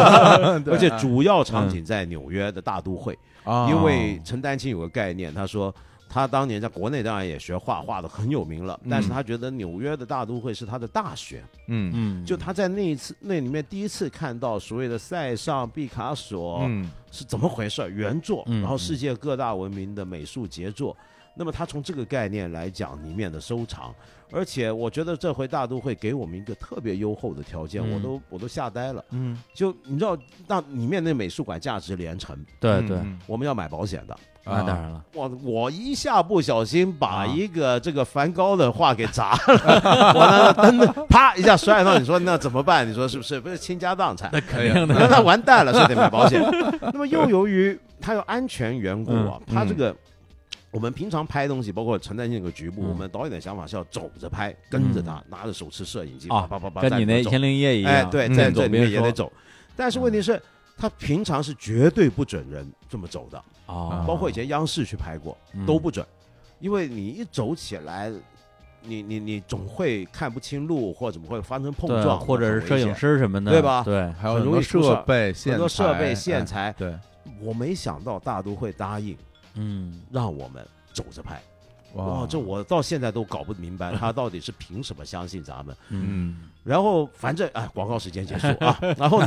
[SPEAKER 3] 而
[SPEAKER 1] 嗯
[SPEAKER 3] 且主要场景在纽约的大都会，
[SPEAKER 2] 啊
[SPEAKER 3] 因为陈丹青有个概念，他说他当年在国内当然也学画，画的很有名了，
[SPEAKER 2] 嗯
[SPEAKER 3] 但是他觉得纽约的大都会是他的大学，
[SPEAKER 2] 嗯
[SPEAKER 1] 嗯，
[SPEAKER 3] 就他在那一次那里面第一次看到所谓的塞尚、毕卡索
[SPEAKER 2] 嗯
[SPEAKER 3] 是怎么回事儿原作，
[SPEAKER 1] 嗯
[SPEAKER 3] 然后世界各大文明的美术杰作。那么他从这个概念来讲里面的收藏，而且我觉得这回大都会给我们一个特别优厚的条件，
[SPEAKER 1] 嗯
[SPEAKER 3] 我都我都吓呆了。
[SPEAKER 2] 嗯，
[SPEAKER 3] 就你知道，那里面那美术馆价值连城，
[SPEAKER 1] 对对，
[SPEAKER 2] 嗯啊
[SPEAKER 3] 我们要买保险的。
[SPEAKER 1] 那当然了，
[SPEAKER 3] 我我一下不小心
[SPEAKER 1] 啊
[SPEAKER 3] 把一个这个梵高的画给砸了，
[SPEAKER 1] (laughs)
[SPEAKER 3] 我那灯啪一下摔到，你说那怎么办？你说是不是？不是倾家荡产，
[SPEAKER 1] 那
[SPEAKER 2] 哎
[SPEAKER 1] 肯定
[SPEAKER 3] 嗯那
[SPEAKER 1] (laughs) 的，
[SPEAKER 3] 那完蛋了，是得买保险。那么又由于它有安全缘故啊，
[SPEAKER 2] 嗯
[SPEAKER 3] 它这个我们平常拍东西，包括承担那个局部，
[SPEAKER 1] 嗯
[SPEAKER 3] 我们导演的想法是要走着拍，跟着他，拿着手持摄影机，
[SPEAKER 1] 啊
[SPEAKER 3] 啪啪啪啪，
[SPEAKER 1] 跟你那
[SPEAKER 3] 在
[SPEAKER 1] 一
[SPEAKER 3] 走
[SPEAKER 1] 千零一夜一
[SPEAKER 3] 哎，
[SPEAKER 1] 样，
[SPEAKER 3] 对，
[SPEAKER 2] 嗯
[SPEAKER 3] 在
[SPEAKER 1] 走
[SPEAKER 3] 这里
[SPEAKER 1] 别
[SPEAKER 3] 面也
[SPEAKER 1] 说嗯
[SPEAKER 3] 得走。但是问题是，他平常是绝对不准人这么走的，
[SPEAKER 1] 哦，
[SPEAKER 3] 包括以前央视去拍过
[SPEAKER 1] 嗯
[SPEAKER 3] 都不准，因为你一走起来，你你你总会看不清路，或怎么会发生碰
[SPEAKER 1] 对
[SPEAKER 3] 撞，
[SPEAKER 1] 或者
[SPEAKER 3] 很
[SPEAKER 1] 是
[SPEAKER 3] 危
[SPEAKER 1] 摄影
[SPEAKER 3] 险。
[SPEAKER 1] 师什么的，
[SPEAKER 3] 对吧
[SPEAKER 1] 对，
[SPEAKER 2] 还有很
[SPEAKER 3] 很容
[SPEAKER 2] 多
[SPEAKER 3] 易出事
[SPEAKER 2] 设
[SPEAKER 3] 儿
[SPEAKER 2] 备、
[SPEAKER 3] 很多设备、线
[SPEAKER 2] 线材
[SPEAKER 3] 材
[SPEAKER 2] 哎，对，
[SPEAKER 3] 我没想到大都会答应
[SPEAKER 1] 嗯，
[SPEAKER 3] 让我们走着拍。
[SPEAKER 1] 哦
[SPEAKER 3] 哇，这我到现在都搞不明
[SPEAKER 1] (laughs)
[SPEAKER 3] 白，他到底是凭什么相信咱们？
[SPEAKER 2] 嗯，
[SPEAKER 3] 然后反正哎，广告时间结束
[SPEAKER 1] (laughs)
[SPEAKER 3] 啊，然后
[SPEAKER 1] 哎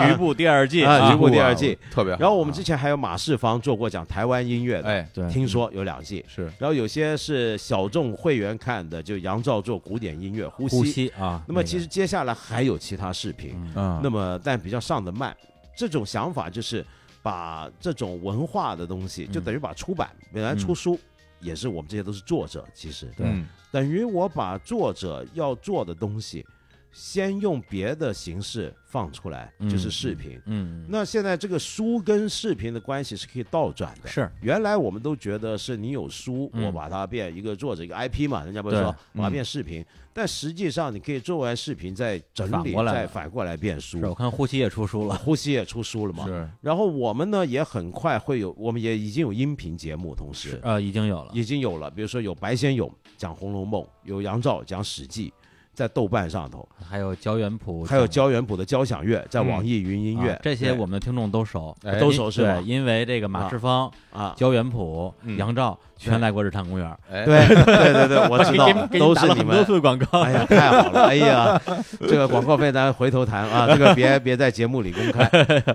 [SPEAKER 3] 呢， (laughs)
[SPEAKER 1] 局部第二季
[SPEAKER 3] 啊
[SPEAKER 1] 啊
[SPEAKER 3] 局部第二季
[SPEAKER 2] 特别好。
[SPEAKER 3] 然后我们之前还有马世芳做过讲台湾音乐的，
[SPEAKER 2] 哎
[SPEAKER 1] 对，
[SPEAKER 3] 听说有两季。
[SPEAKER 2] 是
[SPEAKER 3] 然后有些是小众会员看的，就杨照做古典音乐呼
[SPEAKER 1] 呼吸啊，
[SPEAKER 3] 那么其实接下来还有其他视频，
[SPEAKER 1] 嗯
[SPEAKER 2] 嗯，
[SPEAKER 3] 那么但比较上的慢。这种想法就是把这种文化的东西，
[SPEAKER 1] 嗯
[SPEAKER 3] 就等于把出版本来出书。也是我们这些都是作者，其实
[SPEAKER 1] 对
[SPEAKER 2] 嗯
[SPEAKER 3] 等于我把作者要做的东西，先用别的形式放出来，
[SPEAKER 1] 嗯
[SPEAKER 3] 就是视频。
[SPEAKER 1] 嗯，
[SPEAKER 3] 那现在这个书跟视频的关系是可以倒转的。
[SPEAKER 1] 是
[SPEAKER 3] 原来我们都觉得是你有书，
[SPEAKER 1] 嗯
[SPEAKER 3] 我把它变一个作者一个 IP 嘛，人家不是
[SPEAKER 1] 对
[SPEAKER 3] 说把它
[SPEAKER 2] 嗯
[SPEAKER 3] 变视频，但实际上你可以做完视频再整
[SPEAKER 1] 反
[SPEAKER 3] 理，
[SPEAKER 1] 过来
[SPEAKER 3] 再
[SPEAKER 1] 了
[SPEAKER 3] 反过来变书
[SPEAKER 1] 是，。我看呼吸也出书
[SPEAKER 3] (laughs)
[SPEAKER 1] 了，
[SPEAKER 3] 呼吸也出书了嘛，
[SPEAKER 2] 是
[SPEAKER 3] 然后我们呢也很快会有，我们也已经有音频节目，同时
[SPEAKER 1] 呃，已经有了，
[SPEAKER 3] 已经有了，比如说有白先勇讲《红楼梦》，有杨照讲《史记》，在豆瓣上头，
[SPEAKER 1] 还有胶原谱，
[SPEAKER 3] 还有交元谱的交响乐，在网易云音乐、
[SPEAKER 1] 啊这些我们的听众都熟，
[SPEAKER 3] 哎都熟
[SPEAKER 1] 因
[SPEAKER 3] 是吧
[SPEAKER 1] 对，因为这个马
[SPEAKER 3] 啊
[SPEAKER 1] 世芳、
[SPEAKER 3] 对啊，
[SPEAKER 1] 胶原谱、
[SPEAKER 2] 嗯
[SPEAKER 1] 杨照全
[SPEAKER 3] 对
[SPEAKER 1] 来过日坛公园，
[SPEAKER 2] 哎，
[SPEAKER 3] (laughs) 对对对对， (laughs) 我知
[SPEAKER 1] 给
[SPEAKER 3] 道，
[SPEAKER 1] 给
[SPEAKER 3] 都
[SPEAKER 1] 打
[SPEAKER 3] 是
[SPEAKER 1] 了
[SPEAKER 3] 你
[SPEAKER 1] 很多
[SPEAKER 3] 们。
[SPEAKER 1] 次广
[SPEAKER 2] (laughs)
[SPEAKER 1] 告。
[SPEAKER 3] 哎呀，太好了！哎呀，这个广告费咱回头谈啊，
[SPEAKER 2] (laughs)
[SPEAKER 3] 这个别别在节目里公开。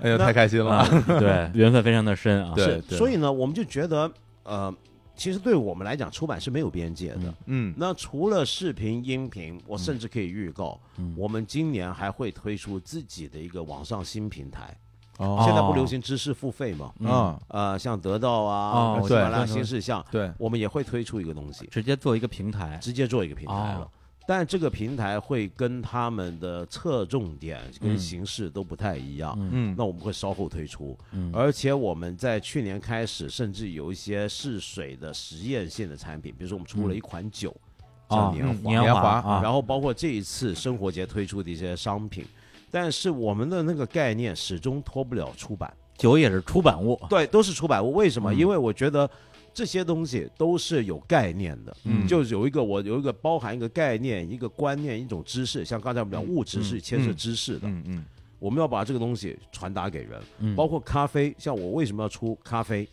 [SPEAKER 2] 哎呦，太开心
[SPEAKER 1] 啊
[SPEAKER 3] (laughs)
[SPEAKER 2] 了，，
[SPEAKER 1] (laughs) 对，缘分非常的深啊。
[SPEAKER 2] 对
[SPEAKER 3] 是，所以呢，我们就觉得，呃，其实对我们来讲，出版是没有边界的。
[SPEAKER 1] 嗯
[SPEAKER 2] 嗯，
[SPEAKER 3] 那除了视频、音频，我甚至可以预告，
[SPEAKER 1] 嗯
[SPEAKER 3] 我们今年还会推出自己的一个网上新平台。
[SPEAKER 2] 哦，
[SPEAKER 3] 现在不流行知识付费嘛？
[SPEAKER 1] 嗯
[SPEAKER 2] 啊，
[SPEAKER 3] 呃，像得到
[SPEAKER 1] 哦
[SPEAKER 3] 啊、
[SPEAKER 1] 我
[SPEAKER 3] 喜马
[SPEAKER 2] 知
[SPEAKER 3] 拉
[SPEAKER 1] 道
[SPEAKER 3] 雅新事项，
[SPEAKER 2] 对，
[SPEAKER 3] 我们也会推出一个东西，
[SPEAKER 1] 直接做一个平台，
[SPEAKER 3] 直接做一个平台
[SPEAKER 1] 哦
[SPEAKER 3] 了。但这个平台会跟他们的侧重点
[SPEAKER 1] 嗯
[SPEAKER 3] 跟形式都不太一样，
[SPEAKER 1] 嗯
[SPEAKER 2] 嗯
[SPEAKER 3] 那我们会稍后推出。
[SPEAKER 1] 嗯
[SPEAKER 3] 而且我们在去年开始，甚至有一些试水的实验性的产品，比如说我们出了一款酒，
[SPEAKER 1] 啊
[SPEAKER 3] 叫
[SPEAKER 2] 年
[SPEAKER 1] 年
[SPEAKER 2] 华
[SPEAKER 3] 年华，
[SPEAKER 2] 年华
[SPEAKER 1] 嗯啊，
[SPEAKER 3] 然后包括这一次生活节推出的一些商品，但是我们的那个概念始终脱不了出版，
[SPEAKER 1] 酒也是出版物，
[SPEAKER 3] 对，都是出版物。为什么？
[SPEAKER 1] 嗯
[SPEAKER 3] 因为我觉得这些东西都是有概念的，
[SPEAKER 1] 嗯
[SPEAKER 3] 就有一个我有一个包含一个概念、一个观念、一种知识，像刚才我们
[SPEAKER 1] 嗯
[SPEAKER 3] 讲物质是牵涉知识的，
[SPEAKER 2] 嗯嗯，
[SPEAKER 3] 我们要把这个东西传达给人。
[SPEAKER 1] 嗯
[SPEAKER 3] 包括咖啡，像我为什么要出咖啡？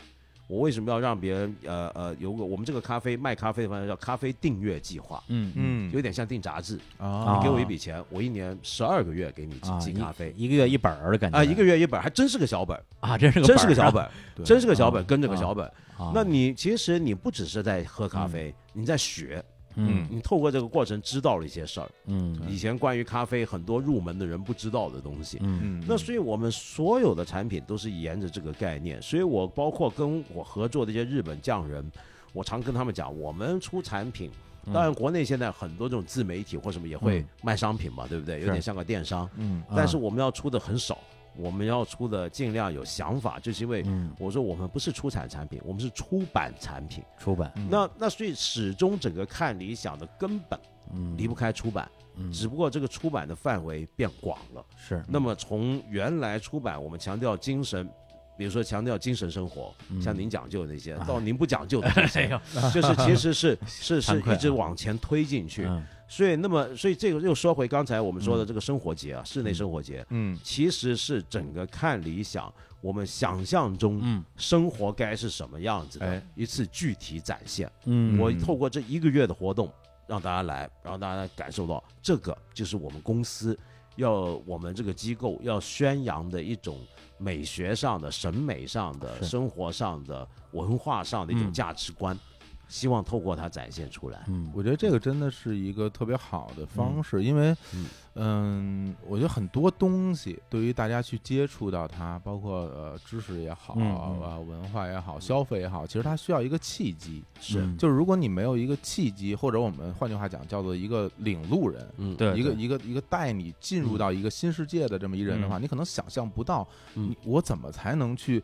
[SPEAKER 3] 我为什么要让别人呃呃有个我们这个咖啡卖咖啡的方式叫咖啡订阅计划，
[SPEAKER 1] 嗯
[SPEAKER 2] 嗯，
[SPEAKER 3] 有点像订杂志，
[SPEAKER 2] 啊，
[SPEAKER 3] 你给我一笔钱，我一年十二个月给你寄
[SPEAKER 1] 啊，
[SPEAKER 3] 寄
[SPEAKER 1] 一
[SPEAKER 3] 咖啡
[SPEAKER 1] 一个月一本儿的感觉
[SPEAKER 3] 啊，一个月一本，还真是个小本，
[SPEAKER 1] 啊，真是个
[SPEAKER 3] 真是个小
[SPEAKER 1] 儿
[SPEAKER 3] 本，
[SPEAKER 2] 对
[SPEAKER 3] 真是个小
[SPEAKER 1] 啊
[SPEAKER 3] 本，跟着个小本。
[SPEAKER 1] 啊。
[SPEAKER 3] 那你其实你不只是在喝咖啡，你在学，
[SPEAKER 1] 嗯
[SPEAKER 3] 你透过这个过程知道了一些事儿，
[SPEAKER 1] 嗯
[SPEAKER 3] 以前关于咖啡很多入门的人不知道的东西。
[SPEAKER 1] 嗯
[SPEAKER 2] 嗯，
[SPEAKER 3] 那所以我们所有的产品都是沿着这个概念，所以我包括跟我合作的一些日本匠人，我常跟他们讲，我们出产品。当然，国内现在很多这种自媒体或什么也会
[SPEAKER 1] 嗯
[SPEAKER 3] 卖商品嘛，对不对？有
[SPEAKER 1] 是
[SPEAKER 3] 点像个电商，
[SPEAKER 2] 嗯
[SPEAKER 1] 啊
[SPEAKER 3] 但是我们要出的很少，我们要出的尽量有想法，就是因为
[SPEAKER 1] 嗯，
[SPEAKER 3] 我说我们不是出产产品，我们是出版产品。
[SPEAKER 1] 出版
[SPEAKER 2] 嗯
[SPEAKER 3] 那那所以始终整个看理想的根本
[SPEAKER 1] 嗯
[SPEAKER 3] 离不开出版，
[SPEAKER 1] 嗯
[SPEAKER 3] 只不过这个出版的范围变广了。
[SPEAKER 1] 是
[SPEAKER 3] 那么从原来出版，我们强调精神，比如说强调精神生活，
[SPEAKER 1] 嗯
[SPEAKER 3] 像您讲究的那些，
[SPEAKER 1] 哎
[SPEAKER 3] 到您不讲究的这些，就是其
[SPEAKER 1] (laughs)
[SPEAKER 3] 实是是是
[SPEAKER 1] 惭愧啊
[SPEAKER 3] 一直往前推进去。
[SPEAKER 1] 嗯
[SPEAKER 3] 所以那么所以这个又说回刚才我们说的这个生活节啊，室内生活节，
[SPEAKER 2] 嗯
[SPEAKER 3] 其实是整个看理想，我们想象中
[SPEAKER 1] 嗯
[SPEAKER 3] 生活该是什么样子的
[SPEAKER 2] 哎
[SPEAKER 3] 一次具体展现。
[SPEAKER 1] 嗯
[SPEAKER 3] 我透过这一个月的活动，让大家来，让大家感受到这个就是我们公司要我们这个机构要宣扬的一种美学上的、审美上的、
[SPEAKER 1] 是
[SPEAKER 3] 生活上的、文化上的一
[SPEAKER 1] 嗯
[SPEAKER 3] 种价值观，希望透过它展现出来。
[SPEAKER 1] 嗯
[SPEAKER 2] 我觉得这个真的是一个特别好的方式，因为，
[SPEAKER 3] 嗯
[SPEAKER 2] 嗯，我觉得很多东西对于大家去接触到它，包括呃知识也好
[SPEAKER 1] 嗯
[SPEAKER 2] 啊
[SPEAKER 1] 嗯、
[SPEAKER 2] 文化也好、消费也好，其实它需要一个契机。
[SPEAKER 3] 是，
[SPEAKER 1] 嗯
[SPEAKER 2] 就是如果你没有一个契机，或者我们换句话讲叫做一个领路人，
[SPEAKER 3] 嗯，
[SPEAKER 1] 对
[SPEAKER 2] 一个一个一个带你进入到一个新世界的这么一人的话，你可能想象不到，
[SPEAKER 3] 嗯
[SPEAKER 2] 你我怎么才能去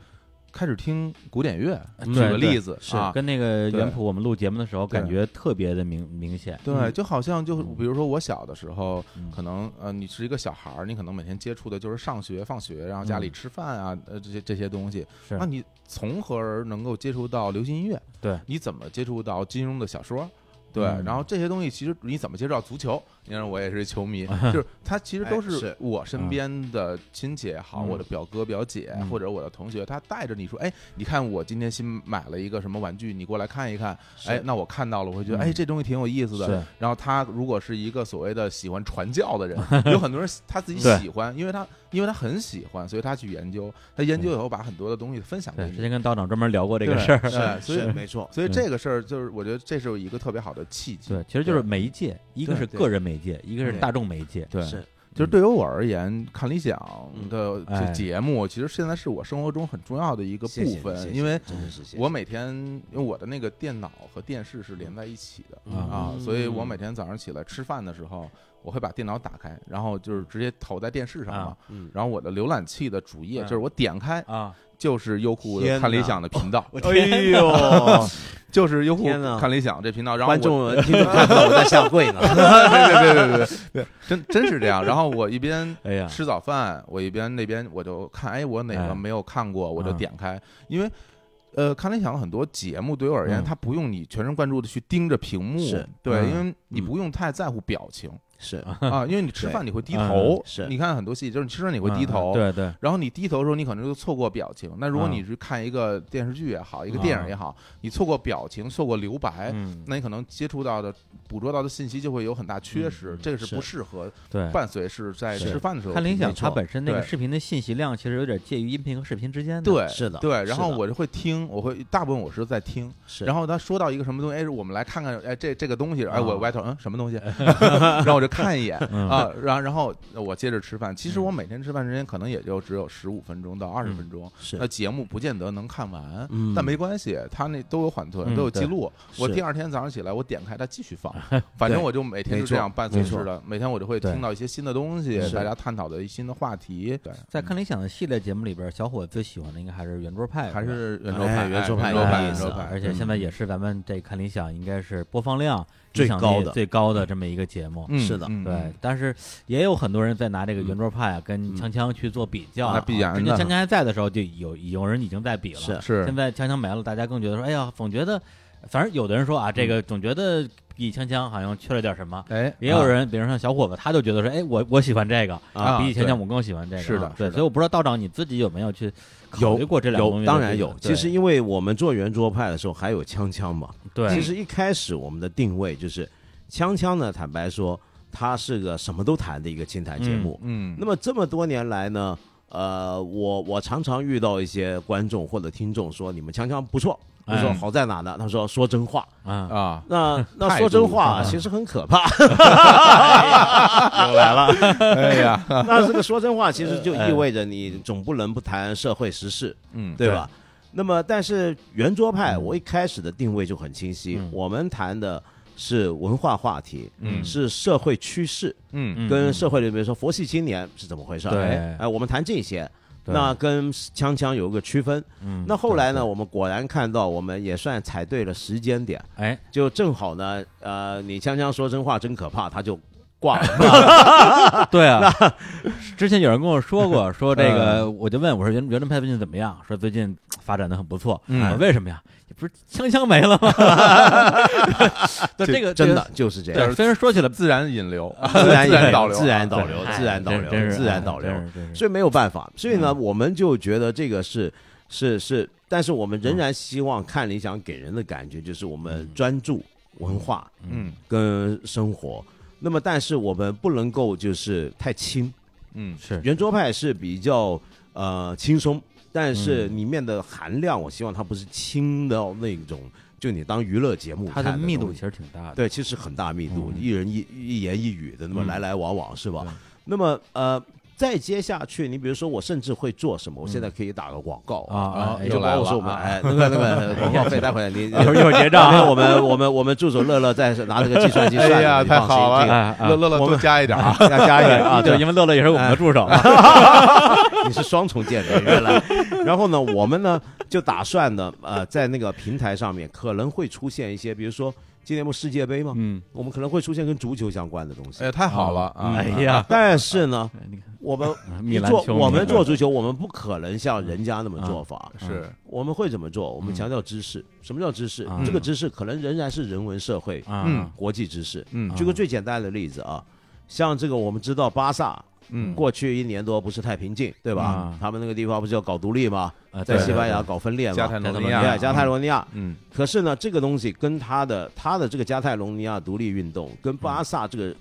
[SPEAKER 2] 开始听古典乐？
[SPEAKER 1] 嗯
[SPEAKER 2] 哎举个
[SPEAKER 1] 对对
[SPEAKER 2] 例子
[SPEAKER 1] 是
[SPEAKER 2] 啊，
[SPEAKER 1] 跟那个
[SPEAKER 2] 对
[SPEAKER 1] 原谱我们录节目的时候
[SPEAKER 2] 对
[SPEAKER 1] 感觉特别的明明显，
[SPEAKER 2] 对，
[SPEAKER 1] 嗯
[SPEAKER 2] 就好像就是
[SPEAKER 1] 嗯
[SPEAKER 2] 比如说我小的时候，
[SPEAKER 1] 嗯
[SPEAKER 2] 可能呃你是一个小孩儿，你可能每天接触的就是上学、放学，然后家里
[SPEAKER 1] 嗯
[SPEAKER 2] 吃饭啊，呃这些这些东西，
[SPEAKER 1] 是
[SPEAKER 2] 那你从何而能够接触到流行音乐？
[SPEAKER 1] 对，
[SPEAKER 2] 你怎么接触到金庸的小说？对，
[SPEAKER 1] 嗯
[SPEAKER 2] 然后这些东西其实你怎么接触到足球？你看我也是
[SPEAKER 1] (laughs)
[SPEAKER 2] 球迷，就是他其实都
[SPEAKER 3] 哎
[SPEAKER 2] 是
[SPEAKER 3] 是
[SPEAKER 2] 我身边的亲戚也好，
[SPEAKER 1] 嗯
[SPEAKER 2] 我的表哥表姐
[SPEAKER 1] 嗯
[SPEAKER 2] 或者我的同学，他带着你说，哎，你看我今天新买了一个什么玩具，你过来看一看。
[SPEAKER 3] 是
[SPEAKER 2] 哎，那我看到了，我会觉得，
[SPEAKER 1] 嗯
[SPEAKER 2] 哎，这东西挺有意思的
[SPEAKER 1] 是。
[SPEAKER 2] 然后他如果是一个所谓的喜欢传教的人，有很多人他自己
[SPEAKER 1] 对
[SPEAKER 2] 喜欢，因为他因为他很喜欢，所以他去研究，他研究以后把很多的东西分享给
[SPEAKER 1] 对，
[SPEAKER 2] 你
[SPEAKER 1] 之。前跟道长专门聊过这个
[SPEAKER 2] 对 (laughs)
[SPEAKER 1] 事儿，
[SPEAKER 2] 哎
[SPEAKER 3] 是，
[SPEAKER 2] 所以
[SPEAKER 3] 是没错，
[SPEAKER 2] 所以这个事儿就是，我觉得这是一个特别好的契机。
[SPEAKER 1] 对，其实就是媒介，一个
[SPEAKER 2] 对
[SPEAKER 1] 是
[SPEAKER 2] 对
[SPEAKER 1] 个人媒介，一个是大众媒介，
[SPEAKER 2] (laughs) 对，
[SPEAKER 3] 是
[SPEAKER 2] 就是对于我而言，看理想的
[SPEAKER 1] 嗯哎
[SPEAKER 2] 这节目，其实现在是我生活中很重要的一个
[SPEAKER 3] 谢
[SPEAKER 2] 部
[SPEAKER 3] 谢
[SPEAKER 2] 分，
[SPEAKER 3] 你谢谢
[SPEAKER 2] 因为
[SPEAKER 3] 真的是谢谢
[SPEAKER 2] 我每天因为我的那个电脑和电视是连在一起的、
[SPEAKER 3] 嗯
[SPEAKER 2] 啊，所以我每
[SPEAKER 3] 嗯
[SPEAKER 2] 天早上起来吃饭的时候，我会把电脑打开，然后就是直接投在电视上嘛
[SPEAKER 1] 啊。
[SPEAKER 2] (laughs)
[SPEAKER 3] 嗯，
[SPEAKER 2] 然后我的浏览器的主页
[SPEAKER 1] 嗯
[SPEAKER 2] 就是我点开
[SPEAKER 1] 啊，
[SPEAKER 2] 就是优酷
[SPEAKER 3] 天
[SPEAKER 2] 的
[SPEAKER 3] 哪
[SPEAKER 2] 看理想的频道，
[SPEAKER 3] 哎呦，
[SPEAKER 2] 就是优酷
[SPEAKER 3] 天哪
[SPEAKER 2] 看理想这频道。然后我
[SPEAKER 3] 观众
[SPEAKER 2] (laughs)
[SPEAKER 3] 们听众看不到我在下跪 (laughs) 呢，
[SPEAKER 2] 对对对对对对，真真是这样。然后我一
[SPEAKER 3] (laughs) 嗯
[SPEAKER 2] 边
[SPEAKER 1] 哎呀，
[SPEAKER 2] 吃早饭，我一边那边我就看，哎，我哪
[SPEAKER 1] 哎
[SPEAKER 2] 个没有看过，我就
[SPEAKER 1] 嗯
[SPEAKER 2] 点开，因为。呃，看理想的很多节目对我而言，
[SPEAKER 1] 嗯
[SPEAKER 2] 它不用你全神贯注的去盯着屏幕
[SPEAKER 3] 是，
[SPEAKER 2] 对，
[SPEAKER 1] 嗯
[SPEAKER 2] 因为你
[SPEAKER 3] 嗯
[SPEAKER 2] 不用太在乎表情，
[SPEAKER 3] 是
[SPEAKER 1] (laughs)
[SPEAKER 2] 啊，因为你吃
[SPEAKER 3] 对
[SPEAKER 2] 饭你会低
[SPEAKER 1] 嗯
[SPEAKER 2] 头，
[SPEAKER 3] 是
[SPEAKER 2] 你看很多戏就是你吃饭你会低
[SPEAKER 1] 嗯
[SPEAKER 2] 头，
[SPEAKER 1] 对对，
[SPEAKER 2] 然后你低头的时候，你可能就错过表情。那如果
[SPEAKER 1] 嗯
[SPEAKER 2] 你去看一个电视剧也好，一个电影也好，你错过表情，错过留白，
[SPEAKER 1] 嗯，
[SPEAKER 2] 哎那你可能接触到的、捕捉到的信息就会有很大缺失，
[SPEAKER 1] 嗯嗯
[SPEAKER 2] 这个是
[SPEAKER 3] 是
[SPEAKER 2] 不适合
[SPEAKER 1] 对。
[SPEAKER 2] 伴随是在
[SPEAKER 3] 是
[SPEAKER 2] 吃饭的时候。
[SPEAKER 1] 看联想，
[SPEAKER 3] 没
[SPEAKER 1] 它
[SPEAKER 3] 错
[SPEAKER 1] 本身那个
[SPEAKER 2] 对
[SPEAKER 1] 视频的信息量其实有点介于音频和视频之间的。
[SPEAKER 2] 对，
[SPEAKER 3] 是的
[SPEAKER 2] 对。然后
[SPEAKER 3] 是的
[SPEAKER 2] 我就会听，我会大部分我是在听。
[SPEAKER 3] 是，
[SPEAKER 2] 然
[SPEAKER 3] 后
[SPEAKER 2] 后他说到一个什么东西，哎，我们来看看，哎，这这个东西，哎，
[SPEAKER 1] 啊
[SPEAKER 2] 我歪头，嗯，什么东西？ (laughs) 然后我就看一眼
[SPEAKER 1] 嗯
[SPEAKER 2] 啊，然后然后我接着吃饭。其实我每天吃饭时间可能也就只有十五分钟到二十分钟，
[SPEAKER 3] 是
[SPEAKER 2] 那节目不见得能看完，
[SPEAKER 3] 嗯
[SPEAKER 2] 但没关系，他那都有缓存，
[SPEAKER 1] 嗯
[SPEAKER 2] 都有记录。
[SPEAKER 3] 对
[SPEAKER 2] 我
[SPEAKER 3] 是
[SPEAKER 2] 第二天早上起来，我点开它继续放，反正我就每天就这样伴随式的，每天我就会
[SPEAKER 1] 对
[SPEAKER 2] 听到一些新的东西，
[SPEAKER 3] 是
[SPEAKER 2] 大家探讨的一新的话题。对，
[SPEAKER 1] 在看理想的系列节目里边，小伙子最喜欢的应该还是圆桌派，
[SPEAKER 2] 还
[SPEAKER 1] 吧
[SPEAKER 2] 是圆桌
[SPEAKER 3] 哎
[SPEAKER 2] 派，
[SPEAKER 3] 圆
[SPEAKER 2] 哎
[SPEAKER 3] 桌派
[SPEAKER 2] 圆桌派，
[SPEAKER 1] 有
[SPEAKER 2] 圆
[SPEAKER 1] 意思
[SPEAKER 2] 桌
[SPEAKER 1] 啊
[SPEAKER 2] 派。
[SPEAKER 1] 而且
[SPEAKER 2] 嗯
[SPEAKER 1] 现在也是咱们这看理想应该是播放量
[SPEAKER 3] 最
[SPEAKER 1] 影响力
[SPEAKER 3] 高的
[SPEAKER 1] 最高的这么一个节目。
[SPEAKER 2] 嗯
[SPEAKER 3] 是的
[SPEAKER 2] 嗯
[SPEAKER 1] 对
[SPEAKER 2] 嗯，
[SPEAKER 1] 但是也有很多人在拿这个圆桌派啊跟
[SPEAKER 3] 嗯
[SPEAKER 1] 锵锵去做比较啊，
[SPEAKER 2] 那必然
[SPEAKER 1] 人家
[SPEAKER 2] 的
[SPEAKER 1] 锵锵还在的时候就有有人已经在比了，
[SPEAKER 3] 是
[SPEAKER 2] 是
[SPEAKER 1] 现在锵锵没了，大家更觉得说，哎呀，总觉得，反正有的人说啊，这个总觉得比锵锵好像缺了点什么。
[SPEAKER 2] 哎
[SPEAKER 1] 也有人，比如像小伙子，他就觉得说，哎，我我喜欢这个，
[SPEAKER 2] 啊
[SPEAKER 1] 比起锵锵
[SPEAKER 2] 对
[SPEAKER 1] 我更喜欢这个。
[SPEAKER 2] 是的
[SPEAKER 1] 啊对，
[SPEAKER 2] 是的
[SPEAKER 1] 所以我不知道道长你自己有没有去考虑过这两个东西
[SPEAKER 3] 有
[SPEAKER 1] 的
[SPEAKER 3] 当
[SPEAKER 1] 这
[SPEAKER 3] 然
[SPEAKER 1] 个
[SPEAKER 3] 有，其实因为我们做圆桌派的时候还有锵锵嘛，
[SPEAKER 1] 对，
[SPEAKER 3] 其实一开始我们的定位就是锵锵呢，坦白说它是个什么都谈的一个清谈节目。
[SPEAKER 2] 嗯
[SPEAKER 3] 那么这么多年来呢，呃，我我常常遇到一些观众或者听众说你们锵锵不错，我说
[SPEAKER 1] 哎
[SPEAKER 3] 好呃在哪呢？他说说真话，
[SPEAKER 1] 啊，
[SPEAKER 2] 啊，
[SPEAKER 3] 那那
[SPEAKER 2] 态
[SPEAKER 3] 说
[SPEAKER 2] 度
[SPEAKER 3] 真话
[SPEAKER 2] 啊
[SPEAKER 3] 其实很可怕，
[SPEAKER 1] 又
[SPEAKER 3] (laughs)
[SPEAKER 1] 来了，
[SPEAKER 2] 哎呀，
[SPEAKER 3] 那这个说真话其实就意味着你总不能不谈社会时事，
[SPEAKER 2] 嗯，
[SPEAKER 3] 对吧？那么，但是圆桌派，我一开始的定位就很清晰，
[SPEAKER 1] 嗯
[SPEAKER 3] 我们谈的是文化话题，
[SPEAKER 2] 嗯
[SPEAKER 3] 是社会趋势，
[SPEAKER 2] 嗯
[SPEAKER 1] 嗯
[SPEAKER 3] 跟社会里面说佛系青年是怎么回事？
[SPEAKER 1] 对
[SPEAKER 3] 哎，哎我们谈这些。
[SPEAKER 1] 对
[SPEAKER 3] 那跟锵锵有一个区分。
[SPEAKER 1] 嗯
[SPEAKER 3] 那后来呢？我们果然看到，我们也算踩对了时间点，
[SPEAKER 1] 哎，
[SPEAKER 3] 就正好呢。呃，你锵锵说真话真可怕，他就
[SPEAKER 1] (laughs)
[SPEAKER 3] 挂了。
[SPEAKER 1] 对
[SPEAKER 3] (laughs)
[SPEAKER 1] 啊，之前有人跟我说过，说这
[SPEAKER 3] 嗯
[SPEAKER 1] 个，我就问我说袁袁振派最近怎么样？说最近发展的很不错。
[SPEAKER 2] 嗯
[SPEAKER 1] 我说为什么呀？你不是锵锵没
[SPEAKER 3] (laughs)
[SPEAKER 1] 了吗？对这个
[SPEAKER 3] 真的就是这
[SPEAKER 1] 这
[SPEAKER 3] 样
[SPEAKER 1] 个，对，虽然说起来
[SPEAKER 2] 自然引流，
[SPEAKER 3] 自然引流
[SPEAKER 2] 导流，
[SPEAKER 3] 自然导流
[SPEAKER 1] 哎
[SPEAKER 3] 自然导流
[SPEAKER 1] 真是
[SPEAKER 3] 自然导流，
[SPEAKER 1] 哎真是嗯真是
[SPEAKER 3] 所以没有办法。所以呢，我们就觉得这个是是是，但是我们仍然希望看理想给人的感觉就是我
[SPEAKER 1] 嗯
[SPEAKER 3] 们专注文化
[SPEAKER 2] 嗯
[SPEAKER 3] 跟生活。那么，但是我们不能够就是太轻，
[SPEAKER 2] 嗯
[SPEAKER 1] 是
[SPEAKER 3] 圆桌派是比较呃轻松，但是
[SPEAKER 1] 嗯
[SPEAKER 3] 里面的含量，我希望它不是轻到那种，就你当娱乐节目
[SPEAKER 1] 它的
[SPEAKER 3] 看
[SPEAKER 1] 密
[SPEAKER 3] 东
[SPEAKER 1] 度
[SPEAKER 3] 西
[SPEAKER 1] 其实挺大的。
[SPEAKER 3] 对，其实很大密度，
[SPEAKER 1] 嗯
[SPEAKER 3] 一人一一言一语的，那么
[SPEAKER 1] 嗯
[SPEAKER 3] 来来往往、是吧
[SPEAKER 1] 对？
[SPEAKER 3] 那么呃，再接下去，你比如说我甚至会做什么，我现在可以打个广告
[SPEAKER 1] 嗯啊啊
[SPEAKER 3] 就
[SPEAKER 2] 又来
[SPEAKER 3] 包括
[SPEAKER 2] 了
[SPEAKER 3] 说我们
[SPEAKER 2] 啊
[SPEAKER 3] 哎，那个那
[SPEAKER 1] (laughs)
[SPEAKER 3] 个广告费待会儿你。
[SPEAKER 1] 一会儿一会儿结
[SPEAKER 3] (laughs)
[SPEAKER 1] 账
[SPEAKER 3] 然
[SPEAKER 1] 啊
[SPEAKER 3] 后我们我们我们助手乐乐在拿这个计算机算，
[SPEAKER 2] 哎呀，
[SPEAKER 3] 你
[SPEAKER 2] 太
[SPEAKER 3] 放心
[SPEAKER 2] 好
[SPEAKER 3] 这个
[SPEAKER 2] 了，
[SPEAKER 1] 哎
[SPEAKER 2] 乐乐乐，多加一点啊，
[SPEAKER 3] 要加一点啊，
[SPEAKER 1] 对，
[SPEAKER 3] 对，
[SPEAKER 1] 因为乐乐也是我们的助手
[SPEAKER 3] (laughs)
[SPEAKER 1] 啊。
[SPEAKER 3] 你是双重见人原来。然后呢，我们呢就打算呢，呃，在那个平台上面可能会出现一些，比如说今年不世界杯吗？
[SPEAKER 1] 嗯，
[SPEAKER 3] 我们可能会出现跟足球相关的东西。
[SPEAKER 2] 哎，太好了啊，
[SPEAKER 1] 哎呀，
[SPEAKER 3] 但是呢，
[SPEAKER 1] 哎你看啊
[SPEAKER 3] 我们
[SPEAKER 1] (laughs) 米兰
[SPEAKER 3] 做
[SPEAKER 1] 球迷啊
[SPEAKER 3] 我们做足球，我们不可能像人家那么做法。
[SPEAKER 2] 是，
[SPEAKER 3] 我们会怎么做？我们强调知识。什么叫知识
[SPEAKER 1] 嗯？
[SPEAKER 3] 这个知识可能仍然是人文社会、
[SPEAKER 1] 啊，
[SPEAKER 3] 国际知识。
[SPEAKER 2] 嗯
[SPEAKER 3] 举个最简单的例子啊，像这个我们知道巴萨
[SPEAKER 2] 嗯啊
[SPEAKER 3] 过去一年多不是太平静，对吧
[SPEAKER 1] 嗯？
[SPEAKER 3] 他们那个地方不是要搞独立吗？
[SPEAKER 1] 啊
[SPEAKER 3] 在
[SPEAKER 1] 对
[SPEAKER 3] 西班牙搞分裂
[SPEAKER 2] 加
[SPEAKER 3] 嘛
[SPEAKER 2] 泰？罗
[SPEAKER 1] 尼
[SPEAKER 2] 尼
[SPEAKER 1] 亚
[SPEAKER 3] 对，
[SPEAKER 2] 亚，
[SPEAKER 3] 加泰罗尼亚。
[SPEAKER 2] 嗯，
[SPEAKER 3] 可是呢，这个东西跟他的他的这个加泰罗尼亚独立运动跟巴萨这个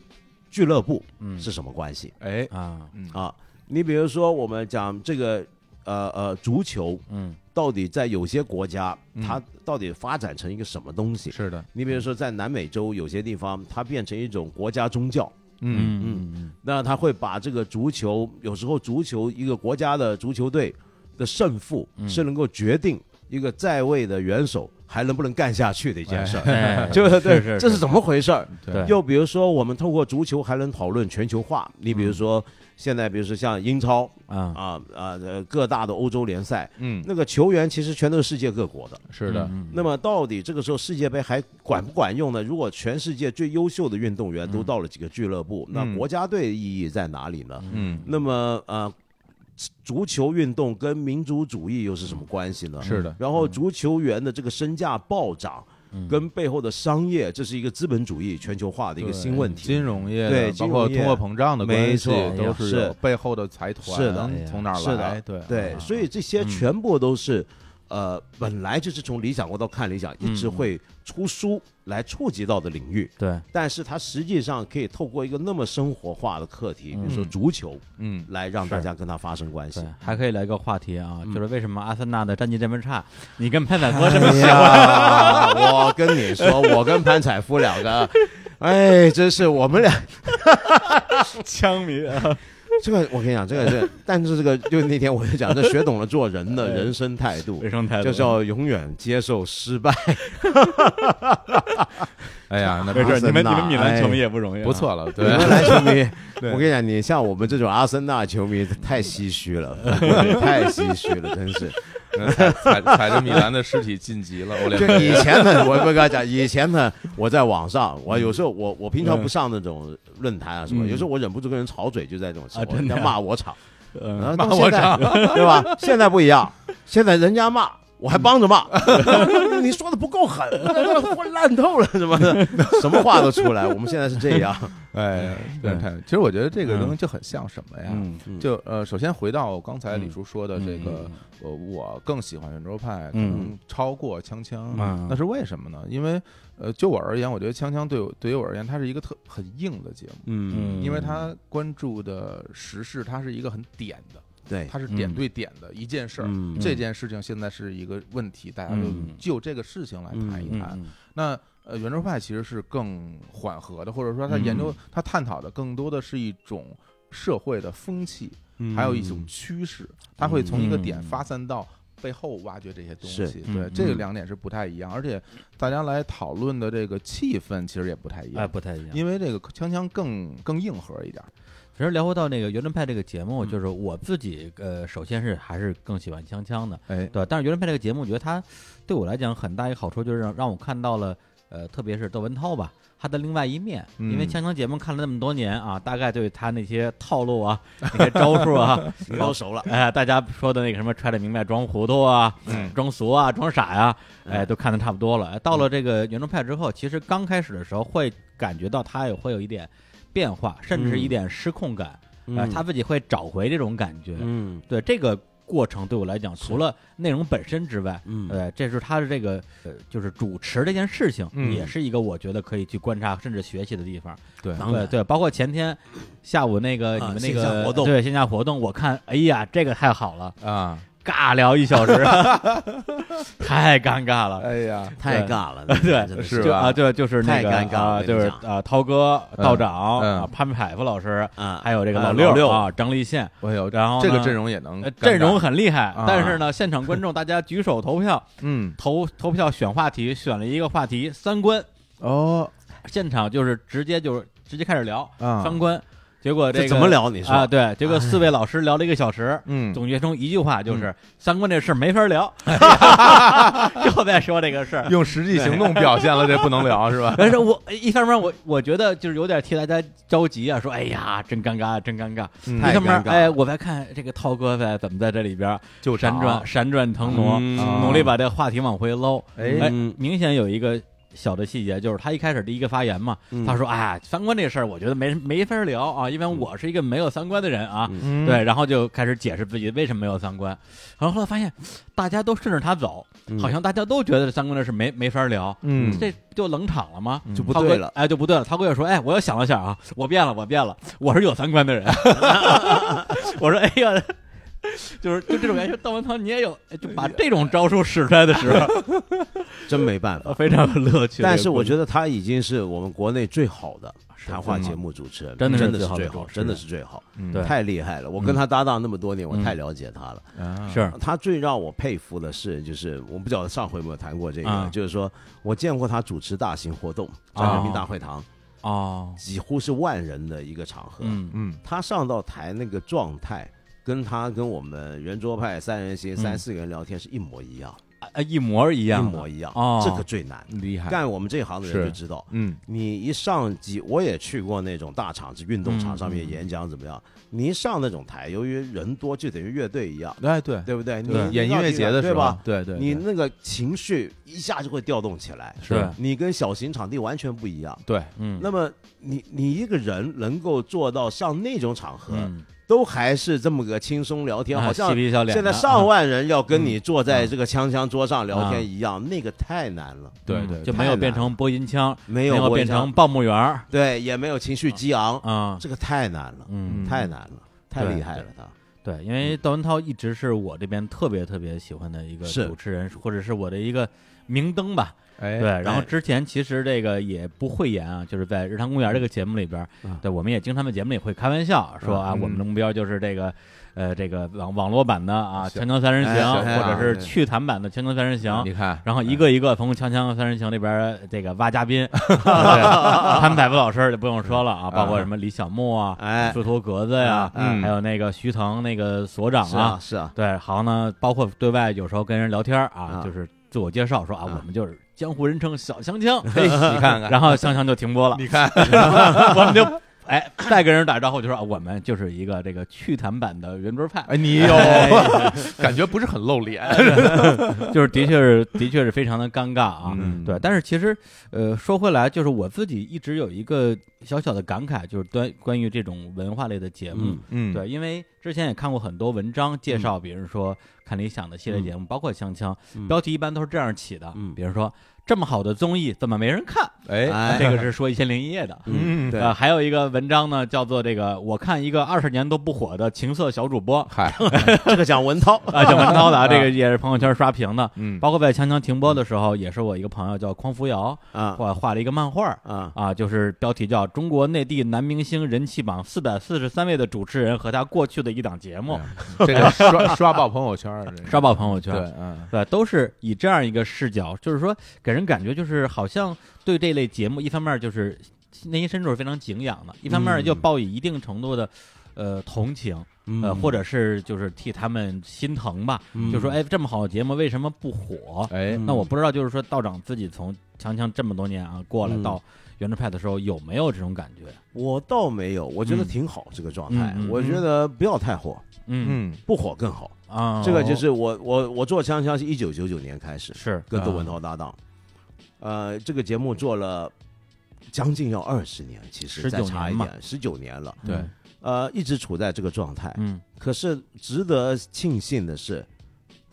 [SPEAKER 3] 俱乐部
[SPEAKER 1] 嗯
[SPEAKER 3] 是什么关系？
[SPEAKER 2] 哎，
[SPEAKER 1] 啊，
[SPEAKER 2] 嗯
[SPEAKER 3] 啊，你比如说我们讲这个呃呃足球
[SPEAKER 1] 嗯
[SPEAKER 3] 到底在有些国家
[SPEAKER 2] 嗯
[SPEAKER 3] 它到底发展成一个什么东西？
[SPEAKER 2] 是的，
[SPEAKER 3] 你比如说在南美洲有些地方，它变成一种国家宗教。
[SPEAKER 1] 嗯
[SPEAKER 3] 嗯
[SPEAKER 1] 嗯
[SPEAKER 3] 那他会把这个足球，有时候足球一个国家的足球队的胜负
[SPEAKER 1] 嗯
[SPEAKER 3] 是能够决定一个在位的元首还能不能干下去的一件 (laughs) 事儿，
[SPEAKER 1] (laughs) 哎
[SPEAKER 3] 就是对，
[SPEAKER 1] 是
[SPEAKER 3] 这是怎么回事儿？
[SPEAKER 1] 对
[SPEAKER 3] 又比如说，我们透过足球还能讨论全球化。你
[SPEAKER 1] 嗯
[SPEAKER 3] 比如说，现在比如说像英超
[SPEAKER 1] 啊
[SPEAKER 3] 啊啊，呃各大的欧洲联赛，
[SPEAKER 2] 嗯，
[SPEAKER 3] 那个球员其实全都是世界各国的。
[SPEAKER 2] 是的，
[SPEAKER 1] 嗯
[SPEAKER 3] 那么到底这个时候世界杯还管不管用呢？如果全世界最优秀的运动员都到了几个俱乐部，那国家队意义在哪里呢？
[SPEAKER 2] 嗯，
[SPEAKER 3] 那么呃，足球运动跟民族主义又是什么关系呢？
[SPEAKER 2] 是的，
[SPEAKER 3] 然后足球员的这个身价暴涨，
[SPEAKER 1] 嗯
[SPEAKER 3] 跟背后的商业，这是一个资本主义全球化的一个
[SPEAKER 2] 对
[SPEAKER 3] 新问题。
[SPEAKER 2] 金融业的
[SPEAKER 3] 对
[SPEAKER 2] 包
[SPEAKER 3] 金
[SPEAKER 2] 括
[SPEAKER 3] 融
[SPEAKER 2] 通
[SPEAKER 3] 业
[SPEAKER 2] 货膨胀的
[SPEAKER 3] 没
[SPEAKER 2] 关系
[SPEAKER 3] 错哎，
[SPEAKER 2] 都
[SPEAKER 3] 呀
[SPEAKER 2] 是
[SPEAKER 3] 是
[SPEAKER 2] 有背后的财团
[SPEAKER 3] 是的
[SPEAKER 2] 从哪儿
[SPEAKER 3] 是的
[SPEAKER 2] 来？对
[SPEAKER 3] 对，
[SPEAKER 2] 啊
[SPEAKER 3] 所以这些
[SPEAKER 1] 嗯
[SPEAKER 3] 全部都是，呃，本来就是从理想国到看理想，一直会出书来触及到的领域，
[SPEAKER 1] 对，
[SPEAKER 3] 但是它实际上可以透过一个那么生活化的课题，比如说
[SPEAKER 2] 嗯
[SPEAKER 3] 足球，
[SPEAKER 2] 嗯，
[SPEAKER 3] 来让大
[SPEAKER 1] 是
[SPEAKER 3] 家跟它发生关系
[SPEAKER 1] 对。，还可以来个话题啊，
[SPEAKER 3] 嗯
[SPEAKER 1] 就是为什么阿森纳的战绩这么差？你跟潘采柏
[SPEAKER 3] (laughs)
[SPEAKER 1] 这么
[SPEAKER 3] 哎呀，我跟你说，我跟潘采夫两个，哎，真是我们俩
[SPEAKER 1] 枪迷啊？
[SPEAKER 3] 这个，我跟你讲，这个是，但是这个就那天我就讲，这学懂了做人的人生态度
[SPEAKER 1] 卫，生态度
[SPEAKER 3] 就是要永远接受失败。
[SPEAKER 2] 哎呀，
[SPEAKER 1] (laughs)
[SPEAKER 2] 那
[SPEAKER 1] 没
[SPEAKER 3] 阿
[SPEAKER 1] 事，
[SPEAKER 3] 森
[SPEAKER 1] 你们你
[SPEAKER 3] 纳
[SPEAKER 1] 们米兰球迷
[SPEAKER 3] 哎
[SPEAKER 1] 也不容易、啊
[SPEAKER 2] 不，错了，
[SPEAKER 3] 你 (laughs)
[SPEAKER 2] 对，
[SPEAKER 3] 们来球迷，
[SPEAKER 2] 对
[SPEAKER 3] 我跟你讲，你像我们这种阿森纳球迷太唏嘘了，太唏嘘了，真是。
[SPEAKER 2] 踩踩踩着米兰的尸体晋级了，欧
[SPEAKER 3] (laughs)
[SPEAKER 2] 联
[SPEAKER 3] 就
[SPEAKER 2] 杯
[SPEAKER 3] 以前呢，我不跟他讲，以前呢，我在网上，我有时候我我平常不上那种论坛啊什么，
[SPEAKER 1] 嗯
[SPEAKER 3] 有时候我忍不住跟人吵嘴，就在这种时
[SPEAKER 1] 啊
[SPEAKER 3] 候，
[SPEAKER 1] 真
[SPEAKER 3] 人
[SPEAKER 1] 的
[SPEAKER 3] 家
[SPEAKER 1] 啊
[SPEAKER 3] 骂我吵，
[SPEAKER 1] 嗯、
[SPEAKER 3] 然后
[SPEAKER 2] 骂
[SPEAKER 3] 啊到
[SPEAKER 2] 我
[SPEAKER 3] 现在对吧？现在不一样，现在人家骂。我还帮
[SPEAKER 1] (laughs)
[SPEAKER 3] 着骂， (laughs) 你说的不够狠， (laughs) 混烂透了什么的，什么话都出来。我们现在是这
[SPEAKER 1] (laughs)
[SPEAKER 3] 样，
[SPEAKER 2] 哎，对
[SPEAKER 1] 对，
[SPEAKER 2] 看其实我觉得这个东西就很像什么呀？
[SPEAKER 1] 嗯，
[SPEAKER 2] 就呃，首先回到刚才李叔说的这个
[SPEAKER 1] 嗯，
[SPEAKER 2] 我呃我更喜欢圆桌派，可
[SPEAKER 1] 嗯
[SPEAKER 2] 能超过锵锵
[SPEAKER 1] 嗯，
[SPEAKER 2] 那是为什么呢？因为呃，就我而言，我觉得锵锵对我对于我而言，它是一个特很硬的节目，
[SPEAKER 1] 嗯
[SPEAKER 2] 因为它关注的时事，它是一个很点的，
[SPEAKER 3] 对，
[SPEAKER 2] 它是点
[SPEAKER 1] 嗯
[SPEAKER 2] 对点的一件事儿。
[SPEAKER 3] 嗯
[SPEAKER 2] 这件事情现在是一个问题，大家就
[SPEAKER 1] 嗯
[SPEAKER 2] 就这个事情来谈一
[SPEAKER 1] 嗯
[SPEAKER 2] 谈。
[SPEAKER 1] 嗯
[SPEAKER 2] 那呃，圆桌派其实是更缓和的，或者说他研
[SPEAKER 1] 嗯
[SPEAKER 2] 究、他探讨的更多的是一种社会的风气，还有一种
[SPEAKER 3] 嗯
[SPEAKER 2] 趋势，他会从一个点
[SPEAKER 1] 嗯
[SPEAKER 2] 发散到。背后挖掘这些东
[SPEAKER 3] 是
[SPEAKER 2] 西，
[SPEAKER 1] 嗯
[SPEAKER 2] 对、
[SPEAKER 1] 嗯
[SPEAKER 2] 这个两点是不太一样，而且大家来讨论的这个气氛其实也不太一样，
[SPEAKER 1] 哎，不太一样。
[SPEAKER 2] 因为这个锵锵更更硬核一点，
[SPEAKER 1] 其实聊回到那个《圆轮派》这个节目，
[SPEAKER 3] 嗯
[SPEAKER 1] 就是我自己呃，首先是还是更喜欢锵锵的，
[SPEAKER 2] 哎，
[SPEAKER 1] 对吧。但是《圆轮派》这个节目，我觉得它对我来讲很大一个好处就是让让我看到了呃，特别是窦文涛吧，他的另外一面。
[SPEAKER 2] 嗯
[SPEAKER 1] 因为锵锵节目看了那么多年啊，大概对他那些套路啊、那些招数啊， (laughs)
[SPEAKER 3] 都熟了。
[SPEAKER 1] 哎，大家说的那个什么揣着明白装糊涂啊，
[SPEAKER 2] 嗯
[SPEAKER 1] 装俗啊，装傻呀、哎，
[SPEAKER 3] 嗯
[SPEAKER 1] 都看的差不多了。哎到了这个圆桌派之后，其实刚开始的时候会感觉到他也会有一点变化，甚至是
[SPEAKER 2] 嗯
[SPEAKER 1] 一点失控感，哎，他自己会找回这种感觉。
[SPEAKER 3] 嗯
[SPEAKER 1] 对这个过程对我来讲，除了内容本身之外，
[SPEAKER 3] 嗯
[SPEAKER 1] 呃，这是他的这个呃，就是主持这件事情，
[SPEAKER 2] 嗯
[SPEAKER 1] 也是一个我觉得可以去观察甚至学习的地方。
[SPEAKER 2] 对，
[SPEAKER 3] 当
[SPEAKER 1] 对
[SPEAKER 3] 然
[SPEAKER 1] 对，包括前天下午那个、你
[SPEAKER 3] 啊
[SPEAKER 1] 们那
[SPEAKER 3] 线
[SPEAKER 1] 个
[SPEAKER 3] 下活动
[SPEAKER 1] 对线下活动，我看，哎呀，这个太好了，
[SPEAKER 2] 啊，
[SPEAKER 1] 尬聊一小
[SPEAKER 3] (laughs)
[SPEAKER 1] 时，太尴尬了。
[SPEAKER 2] 哎呀，
[SPEAKER 3] 太尬了，
[SPEAKER 1] (laughs) 对
[SPEAKER 3] 真的
[SPEAKER 2] 是
[SPEAKER 1] 就
[SPEAKER 2] 吧
[SPEAKER 1] 啊，对，就是那个
[SPEAKER 3] 太尴尬了
[SPEAKER 1] 啊
[SPEAKER 3] 我跟你
[SPEAKER 1] 就是
[SPEAKER 3] 讲
[SPEAKER 1] 啊，涛哥、道长、
[SPEAKER 2] 嗯
[SPEAKER 1] 啊、潘海夫老师，
[SPEAKER 3] 啊，
[SPEAKER 1] 还有这个
[SPEAKER 3] 啊
[SPEAKER 1] 老
[SPEAKER 3] 老
[SPEAKER 1] 六
[SPEAKER 3] 六哎
[SPEAKER 1] 啊，张立宪，
[SPEAKER 2] 我有
[SPEAKER 1] 然后呢
[SPEAKER 2] 这个阵容也
[SPEAKER 3] 嗯
[SPEAKER 2] 能
[SPEAKER 1] 呃
[SPEAKER 2] 尴尬
[SPEAKER 1] 阵容，很厉害
[SPEAKER 2] 啊，
[SPEAKER 1] 但是呢，现场观众大家举手投票， (laughs)
[SPEAKER 2] 嗯，
[SPEAKER 1] 投投票选话题，选了一个话题三观，
[SPEAKER 2] 哦，
[SPEAKER 1] 现场就是直接就是直接开始聊
[SPEAKER 2] 啊
[SPEAKER 1] 三观，结果
[SPEAKER 3] 这
[SPEAKER 1] 个
[SPEAKER 3] 怎么聊？你说哎
[SPEAKER 1] 啊？对，结果四位老师聊了一个小时，
[SPEAKER 2] 嗯，
[SPEAKER 1] 总结成一句话就是
[SPEAKER 3] 嗯
[SPEAKER 1] 三观这事儿没法
[SPEAKER 3] (laughs)
[SPEAKER 1] 聊， (laughs) 又在说这个事儿。
[SPEAKER 2] 用实际行动表现了这不能聊
[SPEAKER 1] (laughs)
[SPEAKER 2] 是吧？
[SPEAKER 1] 但是我一方面我我觉得就是有点替大家着急啊，说哎呀真尴尬真尴尬。
[SPEAKER 2] 嗯
[SPEAKER 1] 一
[SPEAKER 3] 太
[SPEAKER 1] 方面
[SPEAKER 3] 尴尬
[SPEAKER 1] 哎
[SPEAKER 3] 了
[SPEAKER 1] 我在看这个涛哥在怎么在这里边
[SPEAKER 2] 就
[SPEAKER 1] 闪
[SPEAKER 2] 长
[SPEAKER 1] 转闪转腾挪，
[SPEAKER 3] 嗯
[SPEAKER 2] 啊
[SPEAKER 1] 努力把这个话题往回捞。
[SPEAKER 2] 哎
[SPEAKER 1] 哎
[SPEAKER 3] 嗯，
[SPEAKER 1] 明显有一个小的细节，就是他一开始第一个发言嘛，
[SPEAKER 3] 嗯
[SPEAKER 1] 他说哎三观这事儿我觉得没没法聊啊，因为我是一个没有三观的人啊。
[SPEAKER 3] 嗯
[SPEAKER 2] 嗯
[SPEAKER 1] 对，然后就开始解释自己为什么没有三观，然后后来发现大家都顺着他走，好像大家都觉得三观这事没没法聊，
[SPEAKER 2] 嗯
[SPEAKER 1] 这不就冷场了吗？
[SPEAKER 2] 嗯
[SPEAKER 3] 就不
[SPEAKER 1] 涛
[SPEAKER 3] 对
[SPEAKER 1] 哥
[SPEAKER 3] 了，
[SPEAKER 1] 哎，就不对了。涛哥又说，哎，我又想了想啊，我变了，我变了，我是有三观的人。我说，哎呀，就是就这种感觉，窦文涛你也有，就把这种招数使出来的时候，
[SPEAKER 3] 真没办法。
[SPEAKER 1] 非常有乐趣。
[SPEAKER 3] 但是我
[SPEAKER 1] 得
[SPEAKER 3] 觉得他已经是我们国内最好的谈话
[SPEAKER 1] 是吗
[SPEAKER 3] 节目主持人，
[SPEAKER 1] 真的
[SPEAKER 3] 的
[SPEAKER 1] 是
[SPEAKER 3] 是
[SPEAKER 1] 最
[SPEAKER 3] 最
[SPEAKER 1] 好的
[SPEAKER 3] 好，
[SPEAKER 1] 主持人
[SPEAKER 3] 真的是最好，
[SPEAKER 2] 嗯
[SPEAKER 1] 对
[SPEAKER 3] 太厉害了！我跟他搭档那么多年，我
[SPEAKER 1] 嗯
[SPEAKER 3] 太了解他了。
[SPEAKER 2] 啊
[SPEAKER 1] 是
[SPEAKER 3] 他最让我佩服的是，就是我不晓得上回有没有谈过这
[SPEAKER 1] 啊
[SPEAKER 3] 个，就是说我见过他主持大型活动，在
[SPEAKER 1] 啊
[SPEAKER 3] 人民大会堂，
[SPEAKER 1] 哦，
[SPEAKER 3] 几乎是万人的一个场合，
[SPEAKER 1] 嗯
[SPEAKER 2] 嗯
[SPEAKER 3] 他上到台那个状态。跟他跟我们圆桌派三人行
[SPEAKER 1] 嗯
[SPEAKER 3] 三四个人聊天是一模一样，
[SPEAKER 1] 呃一模一
[SPEAKER 3] 一
[SPEAKER 1] 样，
[SPEAKER 3] 模一样
[SPEAKER 1] 哦，
[SPEAKER 3] 这个最难。
[SPEAKER 1] 厉害，
[SPEAKER 3] 干我们这行的人
[SPEAKER 2] 是
[SPEAKER 3] 就知道，
[SPEAKER 2] 嗯，
[SPEAKER 3] 你一上机，我也去过那种大场子、运动场上面
[SPEAKER 1] 嗯嗯
[SPEAKER 3] 演讲怎么样？你一上那种台，由于人多，就等于乐队一样，
[SPEAKER 2] 哎对，
[SPEAKER 3] 对不对？你
[SPEAKER 2] 对，演音乐节的时
[SPEAKER 3] 对
[SPEAKER 2] 候，
[SPEAKER 3] 吧？
[SPEAKER 2] 对对，
[SPEAKER 3] 你
[SPEAKER 2] 对
[SPEAKER 3] 那个情绪一下就会调动起来，
[SPEAKER 1] 是对
[SPEAKER 3] 你跟小型场地完全不一样。
[SPEAKER 2] 对，
[SPEAKER 1] 嗯，
[SPEAKER 3] 那么你你一个人能够做到像那种场合，
[SPEAKER 1] 嗯
[SPEAKER 3] 都还是这么个轻松聊天，
[SPEAKER 1] 啊
[SPEAKER 3] 好
[SPEAKER 1] 嬉
[SPEAKER 3] 像
[SPEAKER 1] 皮笑脸的，啊
[SPEAKER 3] 现在上万人要跟你坐在这个锵锵桌上聊天一样，那个太难了，
[SPEAKER 1] 嗯
[SPEAKER 2] 对对
[SPEAKER 1] 就
[SPEAKER 3] 太
[SPEAKER 1] 没有
[SPEAKER 3] 难
[SPEAKER 1] 变成播音腔，
[SPEAKER 3] 没
[SPEAKER 1] 没
[SPEAKER 3] 有
[SPEAKER 1] 变成报幕员儿
[SPEAKER 3] 对，也没有情绪激昂，
[SPEAKER 1] 啊，
[SPEAKER 3] 这个太难了，
[SPEAKER 1] 嗯
[SPEAKER 2] 嗯
[SPEAKER 3] 太难了，太厉害了，他
[SPEAKER 1] 对，因为窦文涛一直是我这边特别特别喜欢的一个
[SPEAKER 3] 是
[SPEAKER 1] 主持人，或者是我的一个明灯吧。
[SPEAKER 2] 哎
[SPEAKER 1] 对，然后之前其实这个也不讳言啊，就是在《日常公园》这个节目里边儿，
[SPEAKER 3] 嗯
[SPEAKER 1] 对，我们也经常在节目里会开玩笑说啊，
[SPEAKER 2] 嗯
[SPEAKER 1] 我们的目标就是这个，呃，这个网网络版的啊《
[SPEAKER 2] 是
[SPEAKER 1] 锵锵三人行
[SPEAKER 3] 哎》，
[SPEAKER 2] 是
[SPEAKER 1] 或者
[SPEAKER 3] 哎
[SPEAKER 1] 是趣谈版的《锵锵三人行》
[SPEAKER 2] 你看，
[SPEAKER 1] 然后一个一个从《锵锵三人行》里边儿这个挖嘉宾，对 (laughs) 潘百夫老师就不用说了啊，包括什么李小牧啊、
[SPEAKER 3] 哎，
[SPEAKER 1] 斯托格子呀，
[SPEAKER 2] 嗯
[SPEAKER 1] 还有那个徐腾那个所长
[SPEAKER 3] 是啊
[SPEAKER 1] 啊，
[SPEAKER 3] 是啊，
[SPEAKER 1] 对，好呢，包括对外有时候跟人聊天儿啊
[SPEAKER 3] 啊，
[SPEAKER 1] 就是自我介绍说啊，
[SPEAKER 3] 啊
[SPEAKER 1] 我们就是江湖人称小锵锵，
[SPEAKER 2] 嘿，你看
[SPEAKER 1] (laughs)
[SPEAKER 2] 看，
[SPEAKER 1] 然后锵锵就停播了，
[SPEAKER 2] (laughs) 你看，
[SPEAKER 1] 我们就哎再跟人打招呼就说啊，我们就是一个这个趣谈版的圆桌派，
[SPEAKER 2] 哎，你有
[SPEAKER 1] 哎
[SPEAKER 2] 感觉不是很露 (laughs) 脸，
[SPEAKER 1] 就是的确是的确是非常的尴尬啊。
[SPEAKER 2] 嗯
[SPEAKER 1] 对，但是其实，呃，说回来，就是我自己一直有一个小小的感慨，就是关关于这种文化类的节目，
[SPEAKER 3] 嗯，
[SPEAKER 2] 嗯，
[SPEAKER 1] 对，因为之前也看过很多文章介绍，比如说看理想的系列节目，包括锵锵，
[SPEAKER 3] 嗯
[SPEAKER 1] 标题一般都是这样起的，
[SPEAKER 3] 嗯
[SPEAKER 1] 比如说这么好的综艺怎么没人看？
[SPEAKER 2] (laughs) 哎，
[SPEAKER 3] 哎
[SPEAKER 1] (laughs) 这个是说《一千零一夜》的。
[SPEAKER 2] 嗯
[SPEAKER 3] 对
[SPEAKER 1] 呃，还有一个文章呢，叫做这个我看一个二十年都不火的情色小主播
[SPEAKER 2] 嗨，
[SPEAKER 3] 这个讲
[SPEAKER 1] (laughs)
[SPEAKER 3] 文涛，
[SPEAKER 1] 啊，蒋文涛的啊，这
[SPEAKER 2] (laughs)
[SPEAKER 1] 个也是朋友圈刷屏的。
[SPEAKER 2] 嗯，
[SPEAKER 1] 包括在锵锵停播的时候，也是我一个朋友叫匡扶摇
[SPEAKER 3] 啊
[SPEAKER 1] 画画了一个漫画
[SPEAKER 3] 啊，
[SPEAKER 1] 啊，就是标题叫《中国内地男明星人气榜四百四十三位的主持人和他过去的一档节目》
[SPEAKER 2] 哎这个刷 (laughs) 刷爆朋友圈儿，这个
[SPEAKER 1] 刷爆朋友圈。
[SPEAKER 2] 对，嗯，
[SPEAKER 1] 对，都是以这样一个视角，就是说给人感觉就是好像对这类节目，一方面就是内心深处是非常敬仰
[SPEAKER 2] 嗯
[SPEAKER 1] 的，一方面又抱以一定程度的。呃，同情，呃，
[SPEAKER 2] 嗯
[SPEAKER 1] 或者是就是替他们心疼吧，
[SPEAKER 3] 嗯
[SPEAKER 1] 就说，哎，这么好的节目为什么不火？
[SPEAKER 2] 哎，
[SPEAKER 1] 那我不知道，就是说道长自己从强强这么多年啊过来
[SPEAKER 3] 嗯
[SPEAKER 1] 到原制派的时候，有没有这种感觉？
[SPEAKER 3] 我倒没有，我觉得
[SPEAKER 1] 嗯
[SPEAKER 3] 挺好这个状态
[SPEAKER 1] 嗯嗯，
[SPEAKER 3] 我觉得不要太火，
[SPEAKER 1] 嗯
[SPEAKER 2] 嗯，
[SPEAKER 3] 不火更好。
[SPEAKER 1] 啊，
[SPEAKER 3] 这个就是我我我做锵锵是一九九九年开始
[SPEAKER 1] 是
[SPEAKER 3] 跟窦
[SPEAKER 2] 啊
[SPEAKER 3] 文涛搭档，呃，这个节目做了将近要二十年，其实
[SPEAKER 1] 19
[SPEAKER 3] 再查一
[SPEAKER 1] 年嘛
[SPEAKER 3] 点，十九年了，
[SPEAKER 2] 对，
[SPEAKER 3] 呃，一直处在这个状态。
[SPEAKER 1] 嗯
[SPEAKER 3] 可是值得庆幸的是，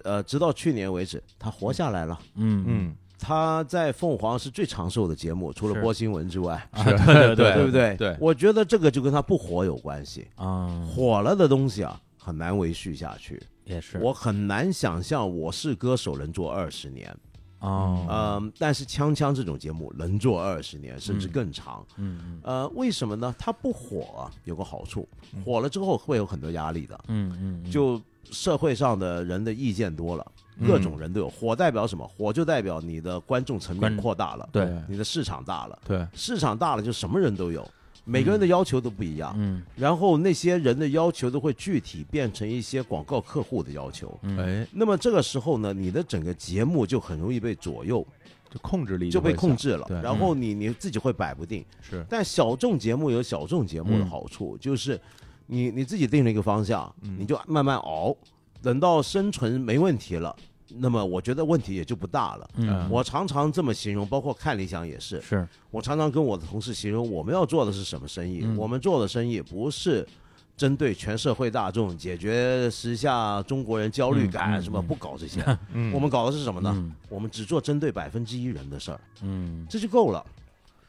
[SPEAKER 3] 呃，直到去年为止，他活下来了。
[SPEAKER 1] 嗯
[SPEAKER 2] 嗯，
[SPEAKER 3] 他在凤凰是最长寿的节目，除了
[SPEAKER 1] 是
[SPEAKER 3] 播新闻之外，
[SPEAKER 1] 啊，对对
[SPEAKER 2] 对
[SPEAKER 3] 对不对？
[SPEAKER 2] 对
[SPEAKER 3] 我觉得这个就跟他不火有关系。
[SPEAKER 1] 啊，
[SPEAKER 3] 火了的东西啊，很难维续下去。
[SPEAKER 1] 也是
[SPEAKER 3] 我很难想象《我是歌手》能做二十年，
[SPEAKER 1] 哦，
[SPEAKER 3] 嗯，但是《锵锵》这种节目能做二十年，甚至
[SPEAKER 1] 嗯
[SPEAKER 3] 更长。
[SPEAKER 1] 嗯嗯
[SPEAKER 3] 呃，为什么呢？它不火、啊、有个好处，火了之后会有很多压力的，
[SPEAKER 1] 嗯嗯，
[SPEAKER 3] 就社会上的人的意见多了，
[SPEAKER 2] 嗯
[SPEAKER 3] 各种人都有。火代表什么？火就代表你的观众层
[SPEAKER 1] 观
[SPEAKER 3] 面扩大了，
[SPEAKER 1] 对
[SPEAKER 3] 你的市场大了，
[SPEAKER 2] 对，
[SPEAKER 3] 市场大了就什么人都有，每个人的要求都不一样，
[SPEAKER 1] 嗯
[SPEAKER 3] 然后那些人的要求都会具体变成一些广告客户的要求。
[SPEAKER 1] 嗯
[SPEAKER 2] 哎，
[SPEAKER 3] 那么这个时候呢，你的整个节目就很容易被左右，
[SPEAKER 2] 就控制力
[SPEAKER 3] 就被
[SPEAKER 2] 会
[SPEAKER 3] 控
[SPEAKER 2] 小
[SPEAKER 3] 制了
[SPEAKER 2] 对。
[SPEAKER 3] 然后你你自己会摆不定。
[SPEAKER 2] 是，
[SPEAKER 3] 但小众节目有小众节目的
[SPEAKER 1] 嗯
[SPEAKER 3] 好处，就是你你自己定了一个方向，
[SPEAKER 2] 嗯
[SPEAKER 3] 你就慢慢熬，等到生存没问题了，那么我觉得问题也就不大了。
[SPEAKER 1] 嗯，
[SPEAKER 3] 我常常这么形容，包括看理想也是，
[SPEAKER 1] 是
[SPEAKER 3] 我常常跟我的同事形容，我们要做的是什么生意？
[SPEAKER 1] 嗯
[SPEAKER 3] 我们做的生意不是针对全社会大众，解决时下中国人焦虑感，
[SPEAKER 1] 嗯嗯
[SPEAKER 3] 什么
[SPEAKER 1] 嗯
[SPEAKER 3] 不搞这些。
[SPEAKER 1] (laughs)
[SPEAKER 2] 嗯
[SPEAKER 3] 我们搞的是什么呢？
[SPEAKER 1] 嗯
[SPEAKER 3] 我们只做针对百分之一人的事儿，
[SPEAKER 1] 嗯
[SPEAKER 3] 这就够了。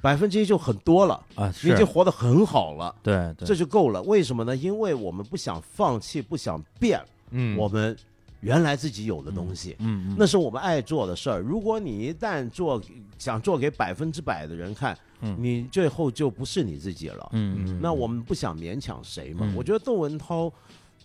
[SPEAKER 3] 百分之一就很多了，
[SPEAKER 1] 啊，
[SPEAKER 3] 你已经活得很好了，
[SPEAKER 1] 对对，
[SPEAKER 3] 这就够了。为什么呢？因为我们不想放弃，不想变
[SPEAKER 2] 嗯，
[SPEAKER 3] 我们原来自己有的东西。
[SPEAKER 1] 嗯
[SPEAKER 3] 那是我们爱做的事儿。如果你一旦做想做给百分之百的人看，
[SPEAKER 1] 嗯
[SPEAKER 3] 你最后就不是你自己了。
[SPEAKER 1] 嗯，
[SPEAKER 3] 那我们不想勉强谁嘛。
[SPEAKER 1] 嗯
[SPEAKER 3] 我觉得窦文涛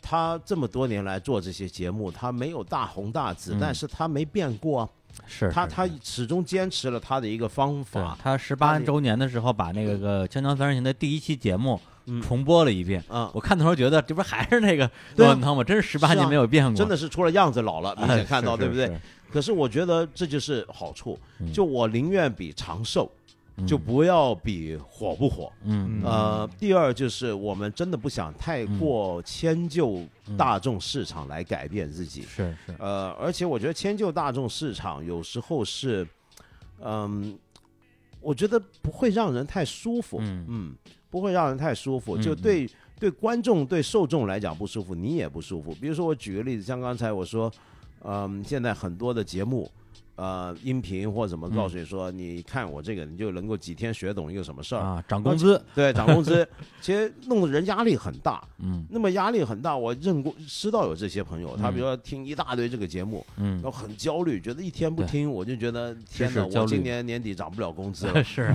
[SPEAKER 3] 他这么多年来做这些节目，他没有大红大紫，
[SPEAKER 1] 嗯
[SPEAKER 3] 但是他没变过啊。
[SPEAKER 1] 是
[SPEAKER 3] 他他始终坚持了他的一个方
[SPEAKER 1] 对
[SPEAKER 3] 法，
[SPEAKER 1] 他十八周年的时候把那个个《锵锵三人行》的第一期节目
[SPEAKER 3] 嗯
[SPEAKER 1] 重播了一遍。
[SPEAKER 3] 啊，
[SPEAKER 1] 我看的时候觉得这不是还是那个
[SPEAKER 3] 对啊
[SPEAKER 1] 老汤吗？真是十八
[SPEAKER 3] 是啊
[SPEAKER 1] 年没有变过，
[SPEAKER 3] 真的是除了样子老了，明显看到，
[SPEAKER 1] 哎
[SPEAKER 3] 对
[SPEAKER 1] (laughs)
[SPEAKER 3] 不？
[SPEAKER 1] 是
[SPEAKER 3] 对
[SPEAKER 1] 是？是
[SPEAKER 3] 可是我觉得这就是好处
[SPEAKER 1] 嗯，
[SPEAKER 3] 就我宁愿比长寿，
[SPEAKER 1] 嗯
[SPEAKER 3] 就不要比火不火。
[SPEAKER 1] 嗯
[SPEAKER 2] 嗯
[SPEAKER 3] 呃，第二就是我们真的不想太过迁就大众市场来改变自己。
[SPEAKER 1] 是是
[SPEAKER 3] 呃，而且我觉得迁就大众市场有时候是，嗯、我觉得不会让人太舒服，
[SPEAKER 1] 嗯
[SPEAKER 3] 不会让人太舒服，
[SPEAKER 1] 嗯
[SPEAKER 3] 就
[SPEAKER 1] 嗯
[SPEAKER 3] 对对观众对受众来讲不舒服，你也不舒服。比如说我举个例子，像刚才我说，嗯、现在很多的节目。呃，音频或怎么告诉
[SPEAKER 1] 嗯
[SPEAKER 3] 你说，你看我这个，你就能够几天学懂一个什么事儿。
[SPEAKER 1] 啊，涨工资，
[SPEAKER 3] 对，涨
[SPEAKER 1] (laughs)
[SPEAKER 3] 工资，其实弄得人压力很大。
[SPEAKER 1] 嗯
[SPEAKER 3] 那么压力很大，我认过知道有这些朋友，他
[SPEAKER 1] 嗯
[SPEAKER 3] 比如说听一大堆这个节目，
[SPEAKER 1] 嗯
[SPEAKER 3] 然后很焦虑，觉得一天不
[SPEAKER 1] 对
[SPEAKER 3] 听，我就觉得天
[SPEAKER 1] 是
[SPEAKER 3] 哪，
[SPEAKER 1] 焦
[SPEAKER 3] 我
[SPEAKER 1] 虑，
[SPEAKER 3] 今年年底涨不了工资了
[SPEAKER 1] 是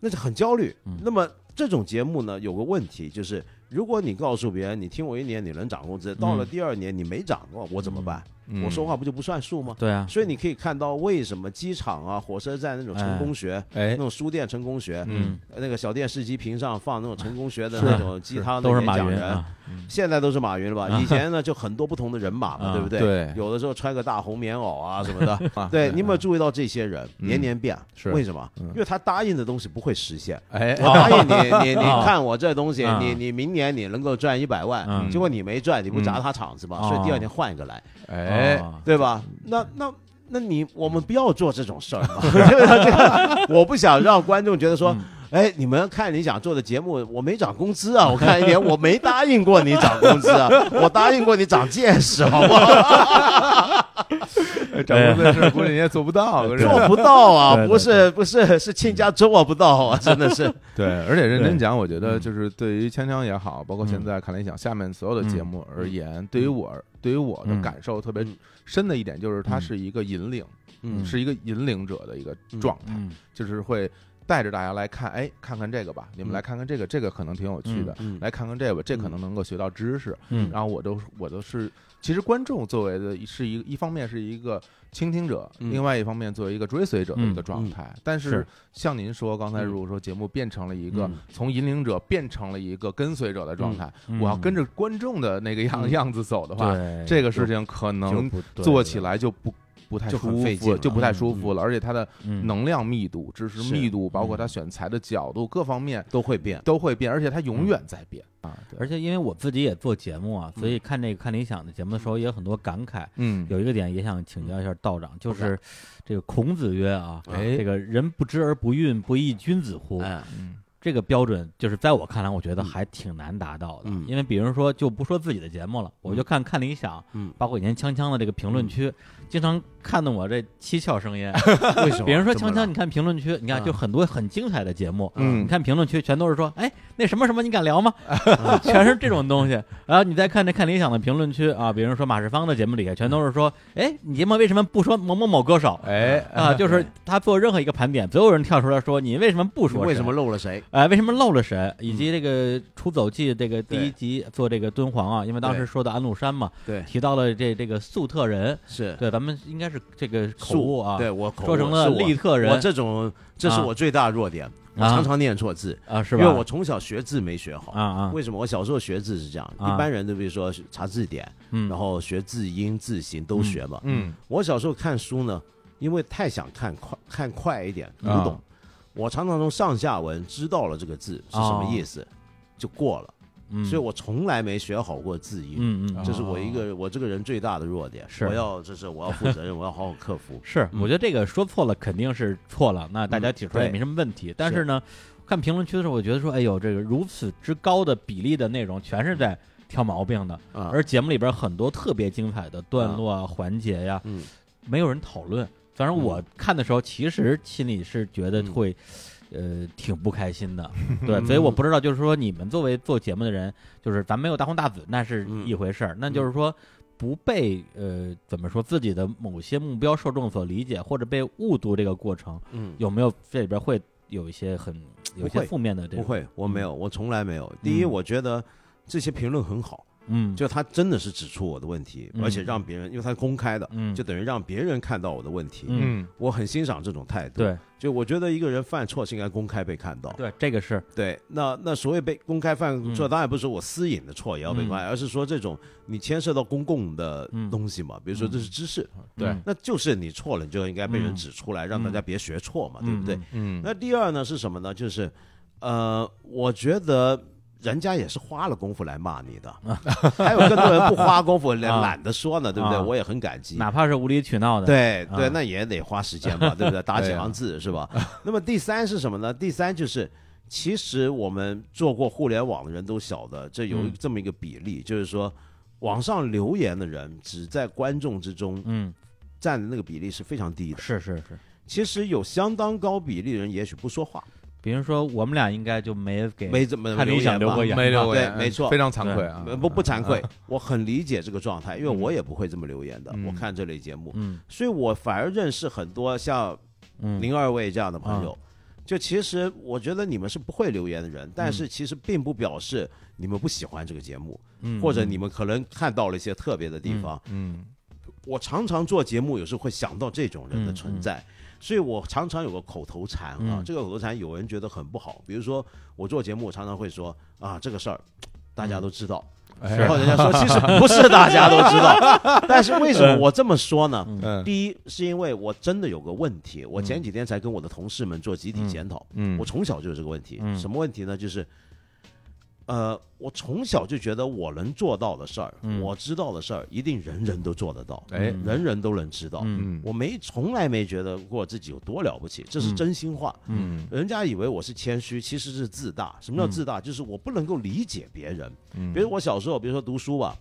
[SPEAKER 3] 那就很焦虑
[SPEAKER 1] 嗯。
[SPEAKER 3] 那么这种节目呢，有个问题就是，如果你告诉别人你听我一年你能涨工资，
[SPEAKER 1] 嗯
[SPEAKER 3] 到了第二年你没涨过，我怎么办？我说话不就不算数吗？
[SPEAKER 1] 对啊，
[SPEAKER 3] 所以你可以看到为什么机场啊、火车站那种成功学，
[SPEAKER 2] 哎
[SPEAKER 3] 那，种书店成功学，
[SPEAKER 1] 嗯，
[SPEAKER 3] 那个小电视机屏上放那种成功学的
[SPEAKER 1] 是
[SPEAKER 3] 那种鸡
[SPEAKER 2] 嗯
[SPEAKER 3] 汤的
[SPEAKER 1] 都是
[SPEAKER 3] 演
[SPEAKER 1] 马
[SPEAKER 3] 讲
[SPEAKER 1] 云
[SPEAKER 3] 人，
[SPEAKER 1] 啊，
[SPEAKER 3] 现在都是马云了
[SPEAKER 1] (laughs)
[SPEAKER 3] 吧？以前呢就很多不同的人马
[SPEAKER 1] 啊
[SPEAKER 3] 嘛，对不对？
[SPEAKER 2] 对
[SPEAKER 3] 有的时候穿个大红棉袄啊什
[SPEAKER 1] (laughs)
[SPEAKER 3] 么的。
[SPEAKER 2] 啊嗯
[SPEAKER 3] 对，你有没有注意到这些人年年变？啊
[SPEAKER 2] 是
[SPEAKER 3] 为什么？
[SPEAKER 2] 嗯
[SPEAKER 3] 因为他答应的东西不会实现。
[SPEAKER 2] 哎，
[SPEAKER 3] 我 (laughs) 答应
[SPEAKER 2] (laughs)
[SPEAKER 3] 你，你你
[SPEAKER 1] 啊
[SPEAKER 3] 看我这东西
[SPEAKER 2] 哦
[SPEAKER 1] 啊，
[SPEAKER 3] 你你明年你能够赚一百万
[SPEAKER 1] 嗯，
[SPEAKER 3] 结果你没赚，你不砸他场子吗？
[SPEAKER 1] 嗯
[SPEAKER 3] 所以第二年换一个来，
[SPEAKER 2] 哎，
[SPEAKER 1] 啊
[SPEAKER 3] 对吧？那那。那你我们不要做这种事儿嘛， (laughs) 就是这个，我不想让观众觉得
[SPEAKER 2] 嗯
[SPEAKER 3] 说，哎，你们看你想做的节目，我没涨工资啊！我看一点，我没答应过你涨工资啊，我答应过你涨 (laughs) 见识，好不好？
[SPEAKER 2] 涨工资的事儿哎估计你也做不到，可是
[SPEAKER 3] 做不到
[SPEAKER 1] 对
[SPEAKER 3] 啊，
[SPEAKER 1] 对
[SPEAKER 3] 不是不是是亲家做不到啊， (laughs) 真的是。
[SPEAKER 2] (laughs) 对，而且认
[SPEAKER 1] 对
[SPEAKER 2] 真讲，我觉得
[SPEAKER 1] 嗯
[SPEAKER 2] 就是对于锵锵也好，包括现
[SPEAKER 1] 嗯
[SPEAKER 2] 在看理想下面所有的节
[SPEAKER 1] 嗯
[SPEAKER 2] 目而言，对于我对于我的
[SPEAKER 1] 嗯
[SPEAKER 2] 感受特别
[SPEAKER 3] 嗯
[SPEAKER 2] 深的一点，就是它
[SPEAKER 1] 嗯
[SPEAKER 2] 是一个引领，
[SPEAKER 1] 嗯
[SPEAKER 2] 是一个引领者的一个状态，
[SPEAKER 1] 嗯
[SPEAKER 2] 就是会带着大家来看，哎，看看这个吧，你们
[SPEAKER 3] 嗯
[SPEAKER 2] 来看看这个，这个可能挺有趣的，
[SPEAKER 3] 嗯
[SPEAKER 2] 来看看这个吧，这可
[SPEAKER 3] 嗯
[SPEAKER 2] 能能够学到知识。
[SPEAKER 1] 嗯
[SPEAKER 2] 然后我都是我都是，其实观众作为的是一一方面是一个倾听者，
[SPEAKER 3] 嗯
[SPEAKER 2] 另外一方面作为一个追随者的一个状态。但
[SPEAKER 1] 嗯是
[SPEAKER 2] 是像您说，刚才
[SPEAKER 3] 嗯
[SPEAKER 2] 如果说节目变成了一个、
[SPEAKER 1] 嗯
[SPEAKER 2] 从引领者变成了一个跟随者的状态，
[SPEAKER 1] 嗯
[SPEAKER 2] 我要跟着观众的那个样、
[SPEAKER 3] 嗯
[SPEAKER 2] 样子走的话，
[SPEAKER 1] 对
[SPEAKER 2] 这个事情可能做起来就不。不太
[SPEAKER 3] 就很
[SPEAKER 2] 舒
[SPEAKER 3] 费劲
[SPEAKER 2] 服，
[SPEAKER 3] 了
[SPEAKER 2] 就不太舒服了，而且它的
[SPEAKER 1] 嗯
[SPEAKER 2] 能量密度、知识
[SPEAKER 3] 是
[SPEAKER 2] 密度，包括
[SPEAKER 1] 嗯
[SPEAKER 2] 它选材的角度，各方面
[SPEAKER 3] 都会变。
[SPEAKER 2] 都会变，而且它
[SPEAKER 1] 嗯
[SPEAKER 2] 永远在变啊。对
[SPEAKER 1] 而且因为我自己也做节目啊，所以看这个看理想的节目的时候也有很多感慨。
[SPEAKER 2] 嗯，
[SPEAKER 1] 有一个点也想请教一下道长，就是这个孔子曰啊，
[SPEAKER 2] 哎
[SPEAKER 1] 这个人不知而不愠，不亦君子乎？
[SPEAKER 3] 哎，
[SPEAKER 2] 嗯
[SPEAKER 1] 这个标准，就是在我看来，我觉得
[SPEAKER 3] 嗯
[SPEAKER 1] 还挺难达到的。
[SPEAKER 3] 嗯
[SPEAKER 1] 因为比如说，就不说自己的节目了，我就看看理想，
[SPEAKER 3] 嗯，
[SPEAKER 1] 包括以前锵锵的这个评论区，经常看得我这七窍生烟。
[SPEAKER 3] (laughs) 为什么？
[SPEAKER 1] 比如说
[SPEAKER 3] 怎么
[SPEAKER 1] 锵锵，
[SPEAKER 3] 了
[SPEAKER 1] 你看评论区，你看
[SPEAKER 3] 啊
[SPEAKER 1] 就很多很精彩的节目，
[SPEAKER 2] 嗯
[SPEAKER 1] 你看评论区全都是说，哎，那什么什么，你敢聊
[SPEAKER 3] (laughs)
[SPEAKER 1] 吗？
[SPEAKER 3] 嗯
[SPEAKER 1] 啊全是这种东西。然后你再看这看理想的评论区啊，比如说马世芳的节目里，啊全都是说，哎，你节目为什么不说某某某歌手？
[SPEAKER 2] 哎
[SPEAKER 1] 啊，就是他做任何一个盘点，总有人跳出来说，你为什么不
[SPEAKER 3] 你
[SPEAKER 1] 说谁？
[SPEAKER 3] 为什么漏了谁？
[SPEAKER 1] 哎，为什么漏了谁？以
[SPEAKER 3] 嗯
[SPEAKER 1] 及这个《出走记》这个第一集做这个敦煌啊，因为当时
[SPEAKER 3] 对哎
[SPEAKER 1] 说的安禄山嘛，
[SPEAKER 3] 对，
[SPEAKER 1] 提到了这这个粟特人，
[SPEAKER 3] 是
[SPEAKER 1] 对，咱们应该是这个口
[SPEAKER 3] 树
[SPEAKER 1] 误啊，
[SPEAKER 3] 对我口误
[SPEAKER 1] 说成了
[SPEAKER 3] 是我
[SPEAKER 1] 利特人
[SPEAKER 3] 我这种这是
[SPEAKER 1] 啊
[SPEAKER 3] 我最大弱点，我
[SPEAKER 1] 啊
[SPEAKER 3] 常常念错字，
[SPEAKER 1] 啊，是
[SPEAKER 3] 因
[SPEAKER 1] 吧？
[SPEAKER 3] 为我从小学字没学好
[SPEAKER 1] 啊。啊，
[SPEAKER 3] 为什么我小时候学字是这样？
[SPEAKER 1] 啊
[SPEAKER 3] 一般人都比如说查字典，
[SPEAKER 1] 嗯，
[SPEAKER 3] 然后学字音、字形都学嘛。
[SPEAKER 2] 嗯
[SPEAKER 3] 我小时候看书呢，因为太想看快看快一点读
[SPEAKER 2] 啊
[SPEAKER 3] 懂，我常常从上下文知道了这个字是什么意思，就过了，
[SPEAKER 1] 哦嗯，
[SPEAKER 3] 所以我从来没学好过字音。
[SPEAKER 1] 嗯嗯，嗯
[SPEAKER 2] 啊
[SPEAKER 3] 这是我一个我这个人最大的弱点，
[SPEAKER 1] 是
[SPEAKER 3] 我要这是我要负
[SPEAKER 1] (laughs)
[SPEAKER 3] 责任，我要好好克服。
[SPEAKER 1] 是，
[SPEAKER 3] 嗯
[SPEAKER 1] 我觉得这个说错了肯定是错了，那大家提出来也没什么问题。但是呢，看评论区的时候，我觉得说，哎呦，这个如此之高的比例的内容，全是在挑毛病的，
[SPEAKER 3] 啊，
[SPEAKER 1] 而节目里边很多特别精彩的段落啊、环节呀、
[SPEAKER 3] 嗯
[SPEAKER 1] 没有人讨论。反正我看的时候，其实心里是觉得
[SPEAKER 3] 嗯
[SPEAKER 1] 会，呃，挺不开心
[SPEAKER 3] (laughs)
[SPEAKER 1] 的。对，所以我不知道，就是说你们作为做节目的人，就是咱没有大红大紫那是
[SPEAKER 3] 嗯
[SPEAKER 1] 一回事儿，那就是说不被呃怎么说自己的某些目标受众所理解或者被误读这个过程，
[SPEAKER 3] 嗯，
[SPEAKER 1] 有没有这里边会有一些很有一些
[SPEAKER 3] 不会
[SPEAKER 1] 负面的这
[SPEAKER 3] 不
[SPEAKER 1] 种？
[SPEAKER 3] 会，我没有，我从来没有。第一，
[SPEAKER 1] 嗯
[SPEAKER 3] 我觉得这些评论很好，
[SPEAKER 1] 嗯，
[SPEAKER 3] 就他真的是指出我的问题，
[SPEAKER 1] 嗯
[SPEAKER 3] 而且让别人，因为他是公开的，
[SPEAKER 1] 嗯
[SPEAKER 3] 就等于让别人看到我的问题。
[SPEAKER 1] 嗯
[SPEAKER 2] 嗯
[SPEAKER 3] 我很欣赏这种态度。，
[SPEAKER 1] 对
[SPEAKER 3] 就我觉得一个人犯错是应该公开被看到。
[SPEAKER 1] 对，这个是
[SPEAKER 3] 对，那那所谓被公开犯错，
[SPEAKER 1] 嗯
[SPEAKER 3] 当然不是我私隐的错也要被公开，而是说这种你牵涉到公共的
[SPEAKER 1] 嗯
[SPEAKER 3] 东西嘛，比如说这是知识，
[SPEAKER 2] 对
[SPEAKER 1] 嗯
[SPEAKER 3] 那就是你错了，你就应该被人
[SPEAKER 1] 嗯
[SPEAKER 3] 指出来，让大家别学错嘛，啊对不对？
[SPEAKER 1] 嗯
[SPEAKER 2] 嗯，
[SPEAKER 3] 那第二呢是什么呢？就是，呃，我觉得人家也是花了功夫来骂
[SPEAKER 1] (laughs)
[SPEAKER 3] 你的，还有更多人不花功夫，连
[SPEAKER 1] 啊
[SPEAKER 3] 懒得说呢，对不对？
[SPEAKER 1] 啊
[SPEAKER 3] 我也很感激。
[SPEAKER 1] 哪怕是无理取闹的，
[SPEAKER 3] 对对，
[SPEAKER 1] 啊
[SPEAKER 3] 那也得花时间
[SPEAKER 1] (laughs)
[SPEAKER 3] 嘛，对不对？打几
[SPEAKER 2] 对啊
[SPEAKER 3] 行字是吧？那么第三是什么呢？第三就是，其实我们做过互联网的人都晓得，这有
[SPEAKER 1] 嗯
[SPEAKER 3] 这么一个比例，就是说，网上留言的人只在观众之中
[SPEAKER 1] 嗯，
[SPEAKER 3] 占的那个比例是非常低的。
[SPEAKER 1] 是是是。
[SPEAKER 3] 其实有相当高比例的人也许不说话，
[SPEAKER 1] 比如说，我们俩应该就没给
[SPEAKER 3] 没怎么
[SPEAKER 1] 看理想
[SPEAKER 3] 留
[SPEAKER 1] 留过言
[SPEAKER 3] 言嘛
[SPEAKER 1] 吧，
[SPEAKER 2] 没留
[SPEAKER 3] 过
[SPEAKER 2] 过
[SPEAKER 3] 对
[SPEAKER 2] 言，
[SPEAKER 3] 没错
[SPEAKER 2] 非常惭愧啊
[SPEAKER 3] 呃，不不惭愧，我很理解这个状态，因为
[SPEAKER 1] 嗯
[SPEAKER 3] 我也不会这么留言的。
[SPEAKER 2] 嗯
[SPEAKER 3] 我看这类节目，
[SPEAKER 1] 嗯
[SPEAKER 3] 所以我反而认识很多像
[SPEAKER 1] 嗯，
[SPEAKER 3] 您二位这样的朋友。就其实我觉得你们是不会留言的人，但是其实并不表示你们不喜欢这个节目，
[SPEAKER 1] 嗯
[SPEAKER 3] 或者你们可能看到了一些特别的地方。
[SPEAKER 2] 嗯
[SPEAKER 3] 我常常做节目，有时候会想到这种人的存在，所以我常常有个口头禅啊。
[SPEAKER 1] 嗯
[SPEAKER 3] 这个口头禅有人觉得很不好，比如说我做节目，我常常会说啊这个事儿，大家都
[SPEAKER 1] 嗯
[SPEAKER 3] 知道。
[SPEAKER 2] 哎
[SPEAKER 3] 嗯然后人家说，其实不是大家都知
[SPEAKER 1] (laughs)
[SPEAKER 3] 道，但是为什么我这么说呢？
[SPEAKER 2] 嗯
[SPEAKER 3] 第一，是因为我真的有个问题，我
[SPEAKER 1] 嗯
[SPEAKER 3] 前几天才跟我的同事们做集体检讨，
[SPEAKER 2] 嗯
[SPEAKER 3] 我从小就有这个问题。
[SPEAKER 1] 嗯
[SPEAKER 3] 什么问题呢？就是，呃，我从小就觉得我能做到的事儿，
[SPEAKER 1] 嗯
[SPEAKER 3] 我知道的事儿，一定人人都做得到，
[SPEAKER 2] 哎
[SPEAKER 1] 嗯
[SPEAKER 3] 人人都能知道。
[SPEAKER 1] 嗯
[SPEAKER 2] 嗯
[SPEAKER 3] 我没从来没觉得过自己有多了不起，这是
[SPEAKER 1] 嗯
[SPEAKER 3] 真心话。
[SPEAKER 2] 嗯
[SPEAKER 3] 人家以为我是谦虚，其实是自大。什么
[SPEAKER 1] 嗯
[SPEAKER 3] 叫自大？就是我不能够理解别人。
[SPEAKER 2] 嗯
[SPEAKER 3] 比如我小时候，比如说读书吧，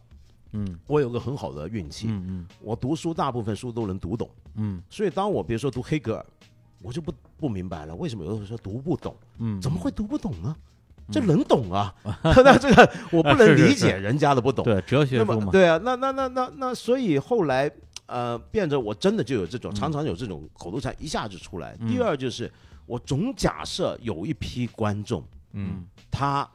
[SPEAKER 1] 嗯
[SPEAKER 3] 我有个很好的运气，
[SPEAKER 1] 嗯
[SPEAKER 3] 我读书大部分书都能读懂。
[SPEAKER 1] 嗯
[SPEAKER 3] 所以当我比如说读黑格尔，我就不不明白了，为什么有的时候读不懂？
[SPEAKER 1] 嗯，
[SPEAKER 3] 怎么会读不懂呢？这能懂
[SPEAKER 1] (laughs)
[SPEAKER 3] 啊？那这个我不能
[SPEAKER 1] 啊是是
[SPEAKER 3] 理解人家的不懂。
[SPEAKER 1] 对哲学
[SPEAKER 3] 那
[SPEAKER 1] 书
[SPEAKER 3] 么
[SPEAKER 1] 嘛？
[SPEAKER 3] 对啊，那那那那那，所以后来呃，变着我真的就有这种，常常有这种口头禅一下就出来。
[SPEAKER 1] 嗯
[SPEAKER 3] 第二就是我总假设有一批观众
[SPEAKER 2] 嗯
[SPEAKER 3] 他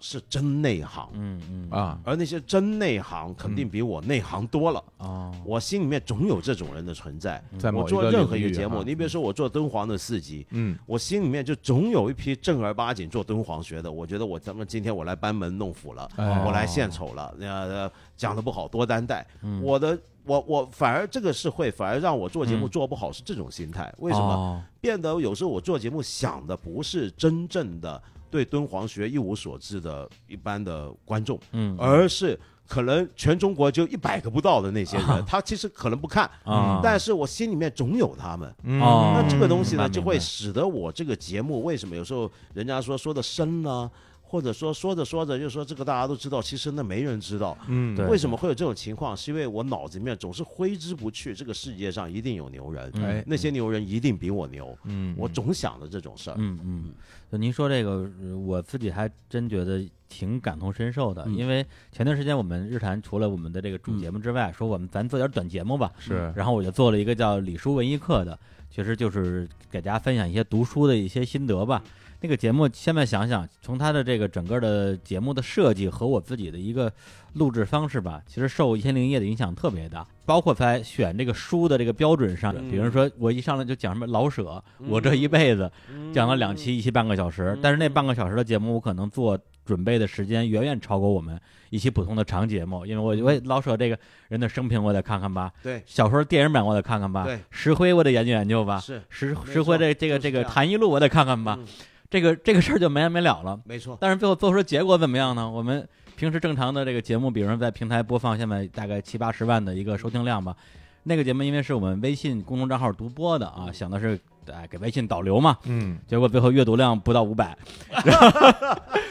[SPEAKER 3] 是真内行，
[SPEAKER 1] 嗯嗯
[SPEAKER 2] 啊
[SPEAKER 3] 而那些真内行肯定比我内行多了。
[SPEAKER 1] 哦
[SPEAKER 3] 我心里面总有这种人的存在。
[SPEAKER 2] 在某
[SPEAKER 3] 嗯我
[SPEAKER 2] 一
[SPEAKER 3] 做
[SPEAKER 2] 个
[SPEAKER 3] 任何一
[SPEAKER 2] 领
[SPEAKER 3] 个
[SPEAKER 2] 域
[SPEAKER 3] 节目，
[SPEAKER 2] 啊
[SPEAKER 3] 你比如说我做敦煌的四级，
[SPEAKER 2] 嗯
[SPEAKER 3] 我心里面就总有一批正儿八经做敦煌学的，我觉得我咱们今天我来班门弄斧了，
[SPEAKER 2] 哎
[SPEAKER 3] 我来献丑了，呃，讲的不好多担待。
[SPEAKER 2] 嗯
[SPEAKER 3] 我的我我反而这个是会反而让我做节目
[SPEAKER 1] 嗯
[SPEAKER 3] 做不好是这种心态，为什么？
[SPEAKER 1] 哦
[SPEAKER 3] 变得有时候我做节目想的不是真正的对敦煌学一无所知的一般的观众，
[SPEAKER 1] 嗯
[SPEAKER 3] 而是可能全中国就一百个不到的那些人，他其实可能不看，
[SPEAKER 1] 啊，
[SPEAKER 3] 但是我心里面总有他们。
[SPEAKER 2] 嗯
[SPEAKER 1] 哦
[SPEAKER 3] 那这个东西
[SPEAKER 1] 明白
[SPEAKER 3] 呢，
[SPEAKER 1] 明白
[SPEAKER 3] 就会使得我这个节目为什么有时候人家说说的深呢、或者说说着说着就说这个大家都知道，其实那没人知道。
[SPEAKER 2] 嗯
[SPEAKER 1] 对
[SPEAKER 3] 为什么会有这种情况？是因为我脑子里面总是挥之不去，这个世界上一定有牛人，
[SPEAKER 1] 嗯
[SPEAKER 2] 哎
[SPEAKER 3] 那些牛人一定比我牛。
[SPEAKER 2] 嗯
[SPEAKER 3] 我总想着这种事儿。
[SPEAKER 1] 嗯嗯，就您说这个，呃我自己还真觉得挺感同身受的，
[SPEAKER 3] 嗯
[SPEAKER 1] 因为前段时间我们日坛除了我们的这个主节目之外，说我们咱做点短节目吧，
[SPEAKER 2] 是
[SPEAKER 3] 嗯
[SPEAKER 1] 然后我就做了一个叫李叔文艺课的，其实就是给大家分享一些读书的一些心得吧。那个节目现在想想，从它的这个整个的节目的设计和我自己的一个录制方式吧，其实受《一千零一夜》的影响特别大，包括在选这个书的这个标准上，
[SPEAKER 3] 嗯
[SPEAKER 1] 比如说我一上来就讲什么老舍，我这一辈子讲了两期，一期半个小时
[SPEAKER 3] 嗯，
[SPEAKER 1] 但是那半个小时的节目，我可能做准备的时间远远超过我们一期普通的长节目，因为我我也老舍这个人的生平我得看看吧，
[SPEAKER 3] 对，
[SPEAKER 1] 小说、电影版我得看看吧
[SPEAKER 3] 对，
[SPEAKER 1] 石灰我得研究研究吧，
[SPEAKER 3] 是
[SPEAKER 1] 石
[SPEAKER 3] 错
[SPEAKER 1] 石灰这这个
[SPEAKER 3] 就是
[SPEAKER 1] 这
[SPEAKER 3] 这
[SPEAKER 1] 个
[SPEAKER 3] 样
[SPEAKER 1] 谈一路我得看看吧，
[SPEAKER 3] 嗯
[SPEAKER 1] 这个这个事儿就没完没了了。
[SPEAKER 3] 没错，
[SPEAKER 1] 但是最后做出结果怎么样呢？我们平时正常的这个节目，比如说在平台播放，现在大概七八十万的一个收听量吧。那个节目因为是我们微信公众账号独播的
[SPEAKER 3] 嗯
[SPEAKER 1] 啊，想的是哎给微信导流嘛，
[SPEAKER 2] 嗯
[SPEAKER 1] 结果最后阅读量不到五百， (laughs)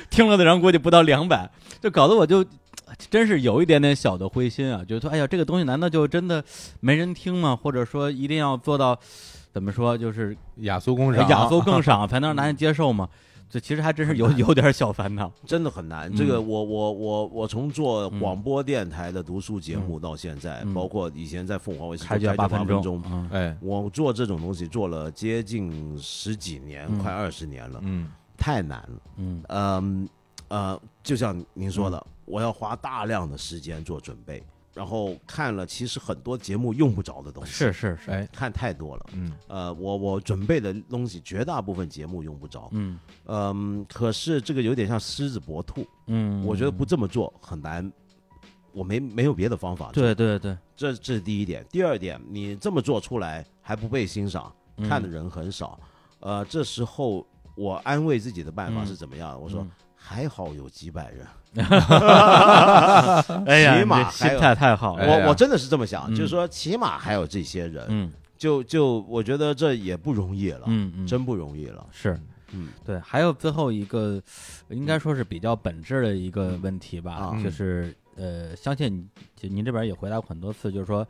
[SPEAKER 1] 听了的人估计不到两百，就搞得我就真是有一点点小的灰心啊，觉得说哎呀，这个东西难道就真的没人听吗？或者说一定要做到怎么说，就是
[SPEAKER 2] 雅俗
[SPEAKER 3] 哎
[SPEAKER 2] 共赏啊
[SPEAKER 1] 雅俗更赏才能让大家接受吗？这其实还真是 (laughs) 有有点小烦恼。
[SPEAKER 3] 真的很难。
[SPEAKER 1] 嗯
[SPEAKER 3] 这个我我我我从做广播电台的读书节目到现在，
[SPEAKER 1] 嗯
[SPEAKER 3] 包括以前在凤凰卫视
[SPEAKER 1] 开
[SPEAKER 3] 做
[SPEAKER 1] 卷
[SPEAKER 3] 八
[SPEAKER 1] 八分
[SPEAKER 3] 钟，
[SPEAKER 1] 钟，嗯
[SPEAKER 2] 哎
[SPEAKER 3] 我做这种东西做了接近十几年，
[SPEAKER 1] 嗯
[SPEAKER 3] 快二十年了，
[SPEAKER 2] 嗯
[SPEAKER 3] 太难了。
[SPEAKER 1] 嗯
[SPEAKER 3] 嗯呃，就像您说的，我要花大量的时间做准备，然后看了其实很多节目用不着的东西，
[SPEAKER 1] 是是是，
[SPEAKER 2] 哎，
[SPEAKER 3] 看太多了。
[SPEAKER 2] 嗯，
[SPEAKER 3] 呃，我我准备的东西绝大部分节目用不着，
[SPEAKER 1] 嗯
[SPEAKER 3] 嗯，可是这个有点像狮子搏兔，
[SPEAKER 1] 嗯，
[SPEAKER 3] 我觉得不这么做很难，我没没有别的方法。，
[SPEAKER 1] 对对对，
[SPEAKER 3] 这这是第一点。第二点，你这么做出来还不被欣赏，
[SPEAKER 1] 嗯
[SPEAKER 3] 看的人很少，呃，这时候我安慰自己的办法
[SPEAKER 1] 嗯
[SPEAKER 3] 是怎么样的？我说
[SPEAKER 1] 嗯
[SPEAKER 3] 还好有几百人，
[SPEAKER 1] 哎呀，
[SPEAKER 3] 起码
[SPEAKER 1] 你这
[SPEAKER 3] 还有
[SPEAKER 1] 心态太好了，
[SPEAKER 2] 哎呀
[SPEAKER 3] 我我真的是这么想，
[SPEAKER 1] 嗯
[SPEAKER 3] 就是说起码还有这些人，
[SPEAKER 1] 嗯
[SPEAKER 3] 就就我觉得这也不容易了，
[SPEAKER 1] 嗯嗯，
[SPEAKER 3] 真不容易了。
[SPEAKER 1] 是
[SPEAKER 3] 嗯
[SPEAKER 1] 对，还有最后一个，呃应该说是比较本质的一个问题吧，
[SPEAKER 3] 啊
[SPEAKER 1] 就是呃，相信你就您这边也回答过很多次，就是说，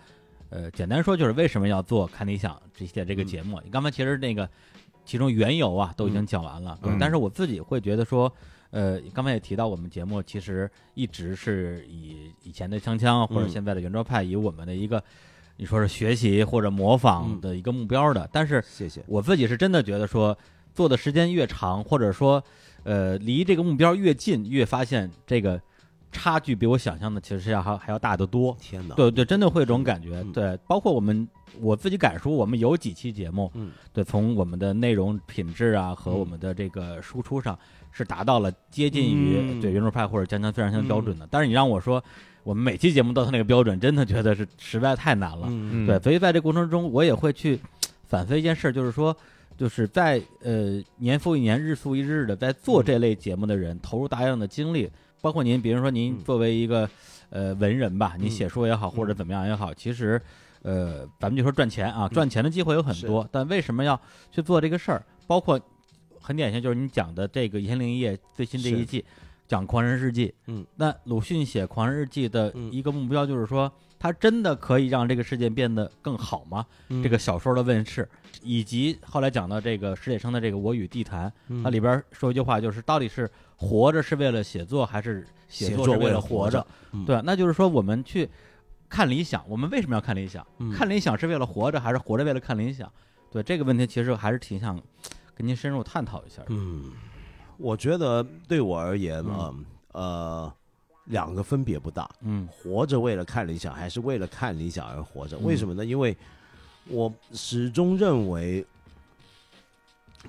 [SPEAKER 1] 呃，简单说就是为什么要做看理想这些
[SPEAKER 3] 嗯
[SPEAKER 1] 这个节目？你刚才其实那个其中缘由啊都已经讲完了，
[SPEAKER 2] 嗯
[SPEAKER 1] 但是我自己会觉得说。呃，刚才也提到，我们节目其实一直是以以前的锵锵或者
[SPEAKER 3] 嗯
[SPEAKER 1] 现在的圆桌派，以我们的一个你说是学习或者模仿
[SPEAKER 3] 嗯
[SPEAKER 1] 的一个目标的，但是
[SPEAKER 3] 谢谢。
[SPEAKER 1] 我自己是真的觉得说，做的时间越长，或者说，呃，离这个目标越近，越发现这个差距比我想象的其实是要还还要大得多。
[SPEAKER 3] 天哪！
[SPEAKER 1] 对对，真的会有这种感觉
[SPEAKER 3] 嗯。
[SPEAKER 1] 对，包括我们我自己感受，我们有几期节目，
[SPEAKER 3] 嗯
[SPEAKER 1] 对，从我们的内容品质啊和
[SPEAKER 3] 嗯
[SPEAKER 1] 我们的这个输出上，是达到了接近于
[SPEAKER 3] 嗯
[SPEAKER 1] 对原著派或者江江非常像的标准的。但是你让我说，我们每期节目到他那个标准，真的觉得是实在太难了。
[SPEAKER 3] 嗯
[SPEAKER 1] 对，所以在这过程中，我也会去反思一件事，就是说，就是在呃年复一年、日复一日的在做
[SPEAKER 3] 嗯
[SPEAKER 1] 这类节目的人，投入大量的精力，包括您，比如说您
[SPEAKER 3] 嗯
[SPEAKER 1] 作为一个呃文人吧，你
[SPEAKER 3] 嗯嗯
[SPEAKER 1] 写书也好，或者怎么样也好，其实呃，咱们就说赚钱啊，赚钱的机会有很
[SPEAKER 3] 是
[SPEAKER 1] 多，但为什么要去做这个事儿？包括很典型就是你讲的这个《一千零一夜》最新这一
[SPEAKER 3] 是
[SPEAKER 1] 季，讲《狂人日记》。
[SPEAKER 3] 嗯，
[SPEAKER 1] 那鲁迅写《狂人日记》的
[SPEAKER 3] 嗯
[SPEAKER 1] 一个目标就是说，他真的可以让这个世界变得更好吗？
[SPEAKER 3] 嗯
[SPEAKER 1] 这个小说的问世，以及后来讲到这个史铁生的这个《我与地坛》，
[SPEAKER 3] 嗯
[SPEAKER 1] 它里边说一句话，就是到底是活着是为了写作，还是写
[SPEAKER 3] 写
[SPEAKER 1] 作
[SPEAKER 3] 作
[SPEAKER 1] 是
[SPEAKER 3] 为
[SPEAKER 1] 了
[SPEAKER 3] 了
[SPEAKER 1] 活
[SPEAKER 3] 活着？嗯
[SPEAKER 1] 对，那就是说我们去看理想，我们为什么要看理想？
[SPEAKER 3] 嗯
[SPEAKER 1] 看理想是为了活着，还是活着为了看理想？对这个问题，其实还是挺想跟您深入探讨一下的。
[SPEAKER 3] 嗯，我觉得对我而言，嗯呃，两个分别不大。
[SPEAKER 1] 嗯
[SPEAKER 3] 活着为了看理想，还是为了看理想而活着？
[SPEAKER 1] 嗯
[SPEAKER 3] 为什么呢？因为我始终认为，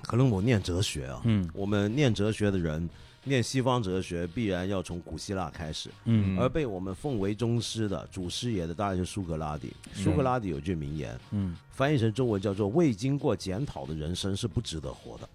[SPEAKER 3] 可能我念哲学啊，
[SPEAKER 1] 嗯
[SPEAKER 3] 我们念哲学的人，念西方哲学必然要从古希腊开始，
[SPEAKER 1] 嗯
[SPEAKER 3] 而被我们奉为宗师的祖师爷的当然是苏格拉底。苏格拉底有句名言，
[SPEAKER 1] 嗯
[SPEAKER 3] 翻译成中文叫做“未经过检讨的人生是不值得活的”。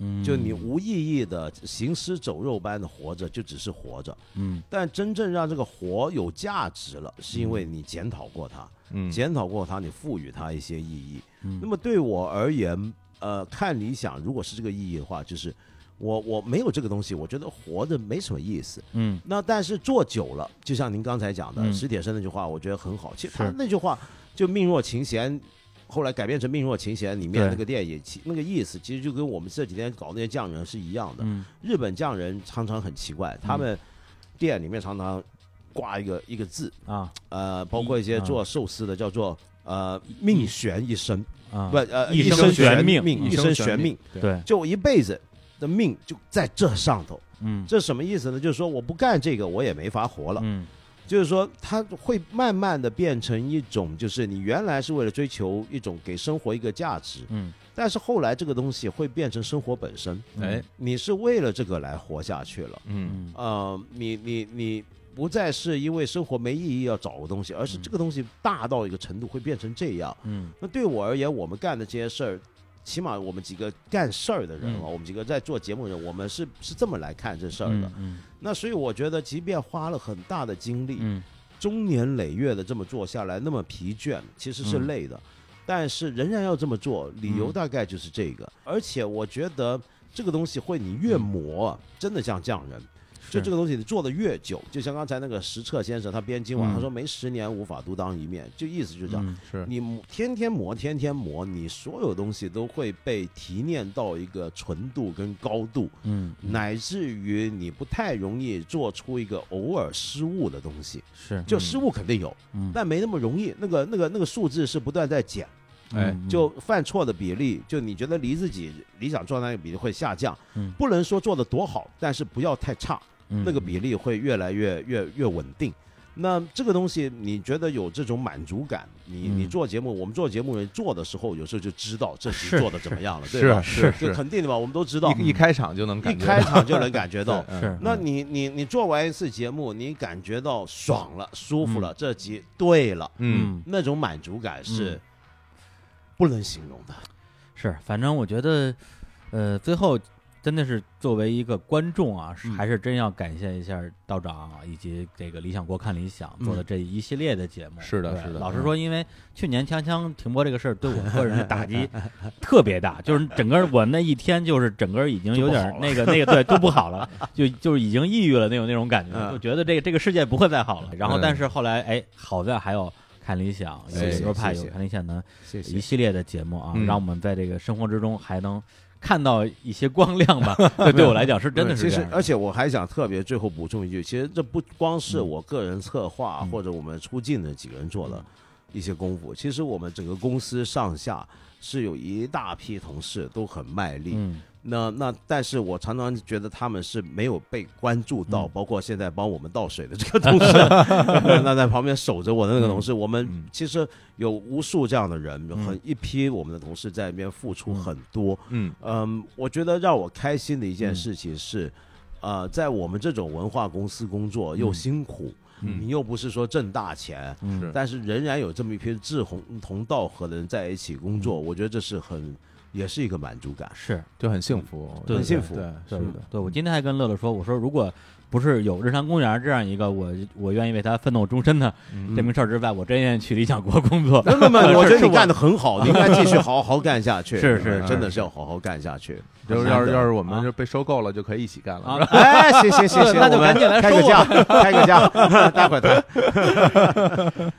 [SPEAKER 1] 嗯，
[SPEAKER 3] 就你无意义的行尸走肉般的活着，就只是活着。
[SPEAKER 1] 嗯
[SPEAKER 3] 但真正让这个活有价值了，是因为
[SPEAKER 1] 嗯
[SPEAKER 3] 你检讨过它，
[SPEAKER 2] 嗯，
[SPEAKER 3] 检讨过它，你赋予它一些意义。
[SPEAKER 1] 嗯
[SPEAKER 3] 那么对我而言，呃，看理想如果是这个意义的话，就是我我没有这个东西，我觉得活着没什么意思。
[SPEAKER 1] 嗯
[SPEAKER 3] 那但是做久了，就像您刚才讲的
[SPEAKER 1] 嗯
[SPEAKER 3] 史铁生那句话，我觉得很好。其实他
[SPEAKER 1] 是
[SPEAKER 3] 那句话就“命若琴弦”，后来改编成“命若琴弦”里面
[SPEAKER 1] 对
[SPEAKER 3] 那个电影，其那个意思其实就跟我们这几天搞那些匠人是一样的。
[SPEAKER 1] 嗯
[SPEAKER 3] 日本匠人常常很奇怪，他们店里面常常挂一个一个字，
[SPEAKER 1] 啊
[SPEAKER 3] 呃，包括一些
[SPEAKER 1] 嗯
[SPEAKER 3] 做寿司的叫做呃命悬一生，
[SPEAKER 1] 啊
[SPEAKER 3] 不呃
[SPEAKER 1] 一生
[SPEAKER 3] 生
[SPEAKER 1] 悬命
[SPEAKER 3] 命，
[SPEAKER 1] 一
[SPEAKER 3] 一
[SPEAKER 2] 生
[SPEAKER 3] 生
[SPEAKER 2] 悬
[SPEAKER 3] 悬
[SPEAKER 2] 命
[SPEAKER 3] 命，
[SPEAKER 1] 对
[SPEAKER 3] 就一辈子的命就在这上头。
[SPEAKER 1] 嗯
[SPEAKER 3] 这什么意思呢？就是说我不干这个，我也没法活了。
[SPEAKER 1] 嗯
[SPEAKER 3] 就是说，它会慢慢的变成一种，就是你原来是为了追求一种给生活一个价值，
[SPEAKER 1] 嗯
[SPEAKER 3] 但是后来这个东西会变成生活本身。
[SPEAKER 2] 哎，
[SPEAKER 3] 你是为了这个来活下去了，
[SPEAKER 2] 嗯
[SPEAKER 1] 嗯
[SPEAKER 3] 呃，你你你不再是因为生活没意义要找个东西，而是这个东西大到一个程度会变成这样。
[SPEAKER 1] 嗯
[SPEAKER 3] 那对我而言，我们干的这些事儿，起码我们几个干事儿的人啊，
[SPEAKER 1] 嗯
[SPEAKER 3] 我们几个在做节目的人，我们是是这么来看这事儿的。
[SPEAKER 1] 嗯
[SPEAKER 3] 那所以我觉得，即便花了很大的精力，
[SPEAKER 1] 嗯
[SPEAKER 3] 中年累月的这么做下来，那么疲倦，其实是
[SPEAKER 1] 嗯
[SPEAKER 3] 累的，但是仍然要这么做，理由
[SPEAKER 1] 嗯
[SPEAKER 3] 大概就是这个。而且我觉得这个东西会，你越磨，
[SPEAKER 1] 嗯
[SPEAKER 3] 真的像匠人，就这个东西你做的越久，就像刚才那个石彻先生他编今
[SPEAKER 1] 嗯
[SPEAKER 3] 晚，他说没十年无法独当一面，就意思就这样。
[SPEAKER 2] 是，
[SPEAKER 3] 你磨天天磨，天天磨，你所有东西都会被提炼到一个纯度跟高度，
[SPEAKER 1] 嗯
[SPEAKER 3] 乃至于你不太容易做出一个偶尔失误的东西。
[SPEAKER 1] 是
[SPEAKER 3] 就失误肯定有，
[SPEAKER 1] 嗯
[SPEAKER 3] 但没那么容易。那个那个那个数字是不断在减，
[SPEAKER 2] 哎
[SPEAKER 1] 嗯
[SPEAKER 3] 就犯错的比例，就你觉得离自己理想状态的比例会下降
[SPEAKER 1] 嗯。
[SPEAKER 3] 不能说做的多好，但是不要太差。
[SPEAKER 1] 嗯
[SPEAKER 3] 那个比例会越来越越越稳定。那这个东西，你觉得有这种满足感？你你
[SPEAKER 1] 嗯
[SPEAKER 3] 做节目，我们做节目做的时候，有时候就知道这集
[SPEAKER 1] 是
[SPEAKER 3] 做的怎么样了，对
[SPEAKER 2] 是
[SPEAKER 3] 吧？
[SPEAKER 2] 啊是，
[SPEAKER 3] 就是肯定的嘛，我们都知道，
[SPEAKER 2] 嗯一一开场就能
[SPEAKER 3] 一
[SPEAKER 2] 感觉
[SPEAKER 3] 开场就能感觉到
[SPEAKER 2] 到。。嗯
[SPEAKER 1] 是
[SPEAKER 3] 那你你你做完一次节目，你感觉到爽了、舒服了，这集对了，
[SPEAKER 2] 嗯，
[SPEAKER 3] 那种满足感是
[SPEAKER 1] 嗯
[SPEAKER 3] 不能形容的。
[SPEAKER 1] 是，反正我觉得，呃，最后真的是作为一个观众啊，是
[SPEAKER 3] 嗯
[SPEAKER 1] 还是真要感谢一下道长啊以及这个理想国看理想做的这一系列的节目。
[SPEAKER 2] 是的
[SPEAKER 1] 对
[SPEAKER 2] 是的
[SPEAKER 1] 老实
[SPEAKER 2] 嗯
[SPEAKER 1] 说，因为去年锵锵停播这个事儿对我个人的打击特别大，就是整个我那一天就是整个已经有点儿那个那个对都不好了，就就是已经抑郁了那种那种感觉，
[SPEAKER 3] 嗯
[SPEAKER 1] 就觉得这个这个世界不会再好了。然后，
[SPEAKER 2] 嗯
[SPEAKER 1] 但是后来哎，好在还有。看理想，有
[SPEAKER 2] 谢谢
[SPEAKER 1] 宇宙派，
[SPEAKER 3] 谢
[SPEAKER 1] 有
[SPEAKER 3] 谢
[SPEAKER 1] 看理想能
[SPEAKER 3] 谢
[SPEAKER 1] 一。系列的节目啊，
[SPEAKER 2] 嗯
[SPEAKER 1] 让我们在这个生活之中还能看到一些光亮
[SPEAKER 3] (laughs)
[SPEAKER 1] 吧。这对我来讲是真的是
[SPEAKER 3] 其
[SPEAKER 1] 这
[SPEAKER 3] 实
[SPEAKER 1] 样，的。
[SPEAKER 3] 而且我还想特别最后补充一句，其实这不光是我个人策划
[SPEAKER 1] 嗯
[SPEAKER 3] 或者我们出镜的几个人做的一些功夫，其实我们整个公司上下是有一大批同事都很卖力，
[SPEAKER 1] 嗯
[SPEAKER 3] 那那，但是我常常觉得他们是没有被关注到，
[SPEAKER 1] 嗯
[SPEAKER 3] 包括现在帮我们倒水的这个同
[SPEAKER 1] (laughs)
[SPEAKER 3] 事，那那在旁边守着我的那个同事，我
[SPEAKER 2] 嗯
[SPEAKER 3] 们其实有无数这样的人，
[SPEAKER 1] 嗯
[SPEAKER 3] 很一批我们的同事在里面付出
[SPEAKER 1] 嗯
[SPEAKER 3] 很多。
[SPEAKER 2] 嗯
[SPEAKER 3] 嗯，我觉得让我开心的
[SPEAKER 1] 嗯
[SPEAKER 3] 一件事情是，呃，在我们这种文化公司工作又
[SPEAKER 1] 嗯
[SPEAKER 3] 辛苦，
[SPEAKER 2] 嗯
[SPEAKER 3] 你又不是说挣大钱，
[SPEAKER 1] 嗯
[SPEAKER 2] 是
[SPEAKER 3] 但是仍然有这么一批志同同道合的人在一起工
[SPEAKER 1] 嗯
[SPEAKER 3] 作，我觉得这是很也是一个满足感。
[SPEAKER 1] 是
[SPEAKER 2] 就很幸福，
[SPEAKER 1] 对
[SPEAKER 3] 很幸福
[SPEAKER 2] 对，
[SPEAKER 1] 对
[SPEAKER 2] 是的，
[SPEAKER 1] 对我今天还跟乐乐说，我说如果不是有日常公园这样一个我我愿意为他奋斗终身的
[SPEAKER 2] 嗯
[SPEAKER 1] 这名事儿之外，我真愿意去理想国工
[SPEAKER 3] (laughs)
[SPEAKER 1] 作。
[SPEAKER 3] 那么，
[SPEAKER 1] 是
[SPEAKER 3] 我觉
[SPEAKER 1] 是
[SPEAKER 3] 得你
[SPEAKER 1] 我
[SPEAKER 3] 干得很好，你应该继续好好干下去。嗯
[SPEAKER 1] 是是
[SPEAKER 3] 真 (laughs) 的是要好好干下去。
[SPEAKER 2] 就是要
[SPEAKER 1] 难
[SPEAKER 2] 是
[SPEAKER 1] 得
[SPEAKER 2] 要是我们
[SPEAKER 1] 啊
[SPEAKER 2] 就被收购了，就可以一起干了。
[SPEAKER 1] 啊
[SPEAKER 2] 是吧 (laughs)
[SPEAKER 3] 哎，行行行行，
[SPEAKER 1] 那就
[SPEAKER 3] 我们
[SPEAKER 1] 赶紧来
[SPEAKER 3] 开
[SPEAKER 1] 收
[SPEAKER 3] 个
[SPEAKER 1] 我
[SPEAKER 3] 价， (laughs) 开个价，待会儿谈。
[SPEAKER 1] (laughs)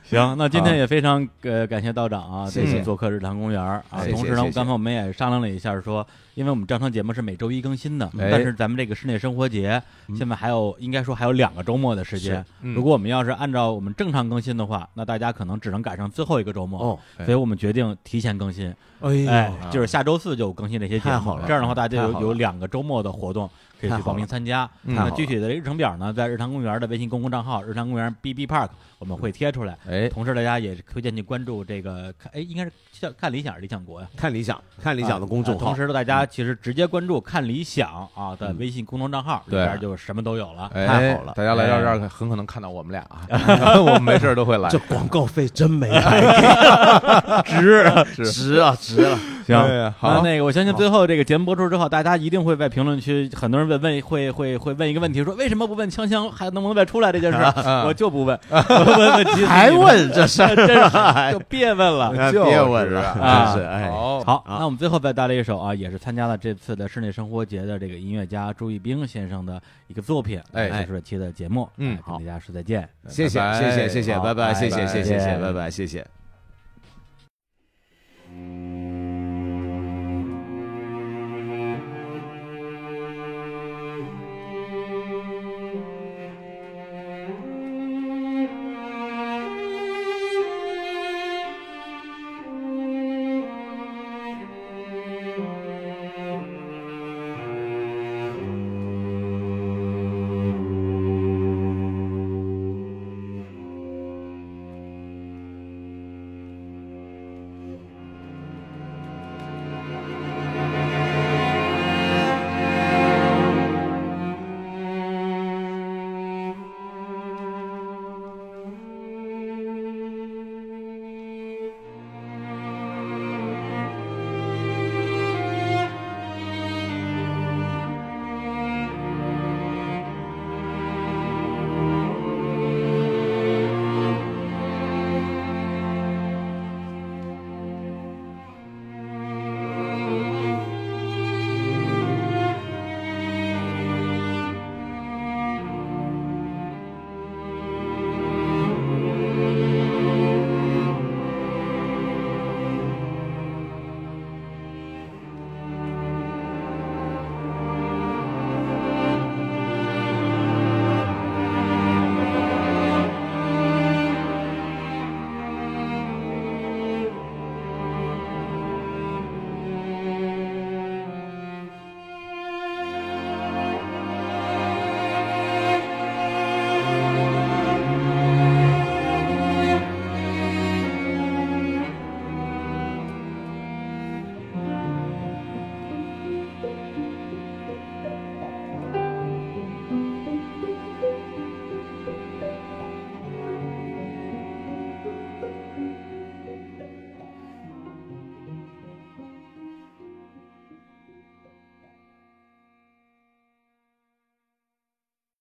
[SPEAKER 1] 行，那今天
[SPEAKER 2] 啊
[SPEAKER 1] 也非常呃感谢道长啊，
[SPEAKER 3] 谢
[SPEAKER 1] 这次
[SPEAKER 3] 谢
[SPEAKER 1] 做客日坛公园儿啊。
[SPEAKER 3] 谢谢
[SPEAKER 1] 同时呢
[SPEAKER 3] 谢，谢
[SPEAKER 1] 刚才我们也商量了一下，说因为我们正常节目是每周一更新的，
[SPEAKER 2] 哎
[SPEAKER 1] 但是咱们这个室内生活节现在还有应该说还有两个周末的时间
[SPEAKER 3] 嗯
[SPEAKER 2] (laughs) 嗯
[SPEAKER 3] 是。
[SPEAKER 1] 如果我们要是按照我们正常更新的话，那大家可能只能赶上最后一个周末。
[SPEAKER 3] 哦，
[SPEAKER 2] 哎
[SPEAKER 1] 所以我们决定提前更新，哎，就是下周四就更新这些节
[SPEAKER 3] 太
[SPEAKER 1] 目
[SPEAKER 3] 好。了
[SPEAKER 1] 这样的话，大家
[SPEAKER 3] 太
[SPEAKER 1] 有
[SPEAKER 3] 好了
[SPEAKER 1] 有两个周末的活动可以
[SPEAKER 3] 太
[SPEAKER 1] 去
[SPEAKER 3] 好
[SPEAKER 1] 报名
[SPEAKER 3] 了
[SPEAKER 1] 参加。
[SPEAKER 2] 嗯
[SPEAKER 1] 那
[SPEAKER 3] 太好
[SPEAKER 1] 具体的日程表呢，在日常公园的微信公共账号“日常公园 B B Park” 我们会贴出来。
[SPEAKER 2] 哎，
[SPEAKER 1] 同时，大家也推荐去关注这个，看哎，应该是叫看理想还是理想国呀、啊
[SPEAKER 3] 看理想，看理想的公众
[SPEAKER 1] 同
[SPEAKER 3] 号。嗯
[SPEAKER 1] 时，大家其实直接关注看理想啊的微信公众账号，里
[SPEAKER 2] 对
[SPEAKER 1] 边就什么都有了。
[SPEAKER 2] 哎
[SPEAKER 3] 太好了
[SPEAKER 2] 大家来到这儿很可能看到我们俩啊， (laughs) 我们没事儿都会来
[SPEAKER 3] 这，广告费真没白 (laughs)
[SPEAKER 2] 值值。
[SPEAKER 3] 给，哎值啊值了。
[SPEAKER 2] 哎呀
[SPEAKER 1] 那
[SPEAKER 2] 好，
[SPEAKER 1] 那个，我相信最后这个节目播出之后，大家一定会在评论区，很多人问问会会会问一个问题，说为什么不问锵锵还能不能再出来这
[SPEAKER 3] (laughs)
[SPEAKER 1] 件事儿？
[SPEAKER 2] 啊
[SPEAKER 1] 我就不问， (laughs) 我问问急死你们
[SPEAKER 3] 还，问这事儿， (laughs)
[SPEAKER 1] 真是就别问了。
[SPEAKER 3] 哎
[SPEAKER 2] 就是
[SPEAKER 3] 别问了，
[SPEAKER 1] 啊
[SPEAKER 3] 真是哎。
[SPEAKER 2] 好，
[SPEAKER 1] 好，
[SPEAKER 3] 啊
[SPEAKER 1] 那我们最后再带来一首啊，也是参加了这次的室内生活节的这个音乐家朱一冰先生的一个作品，
[SPEAKER 2] 哎
[SPEAKER 1] 结束了期的节目，
[SPEAKER 2] 嗯
[SPEAKER 1] 哎跟大家说再见。
[SPEAKER 3] 谢谢
[SPEAKER 2] 拜拜
[SPEAKER 3] 谢谢谢谢，
[SPEAKER 1] 好
[SPEAKER 3] 拜拜，谢
[SPEAKER 1] 拜
[SPEAKER 3] 谢
[SPEAKER 1] 拜
[SPEAKER 3] 谢谢谢谢，
[SPEAKER 1] 拜拜
[SPEAKER 3] 拜拜谢谢。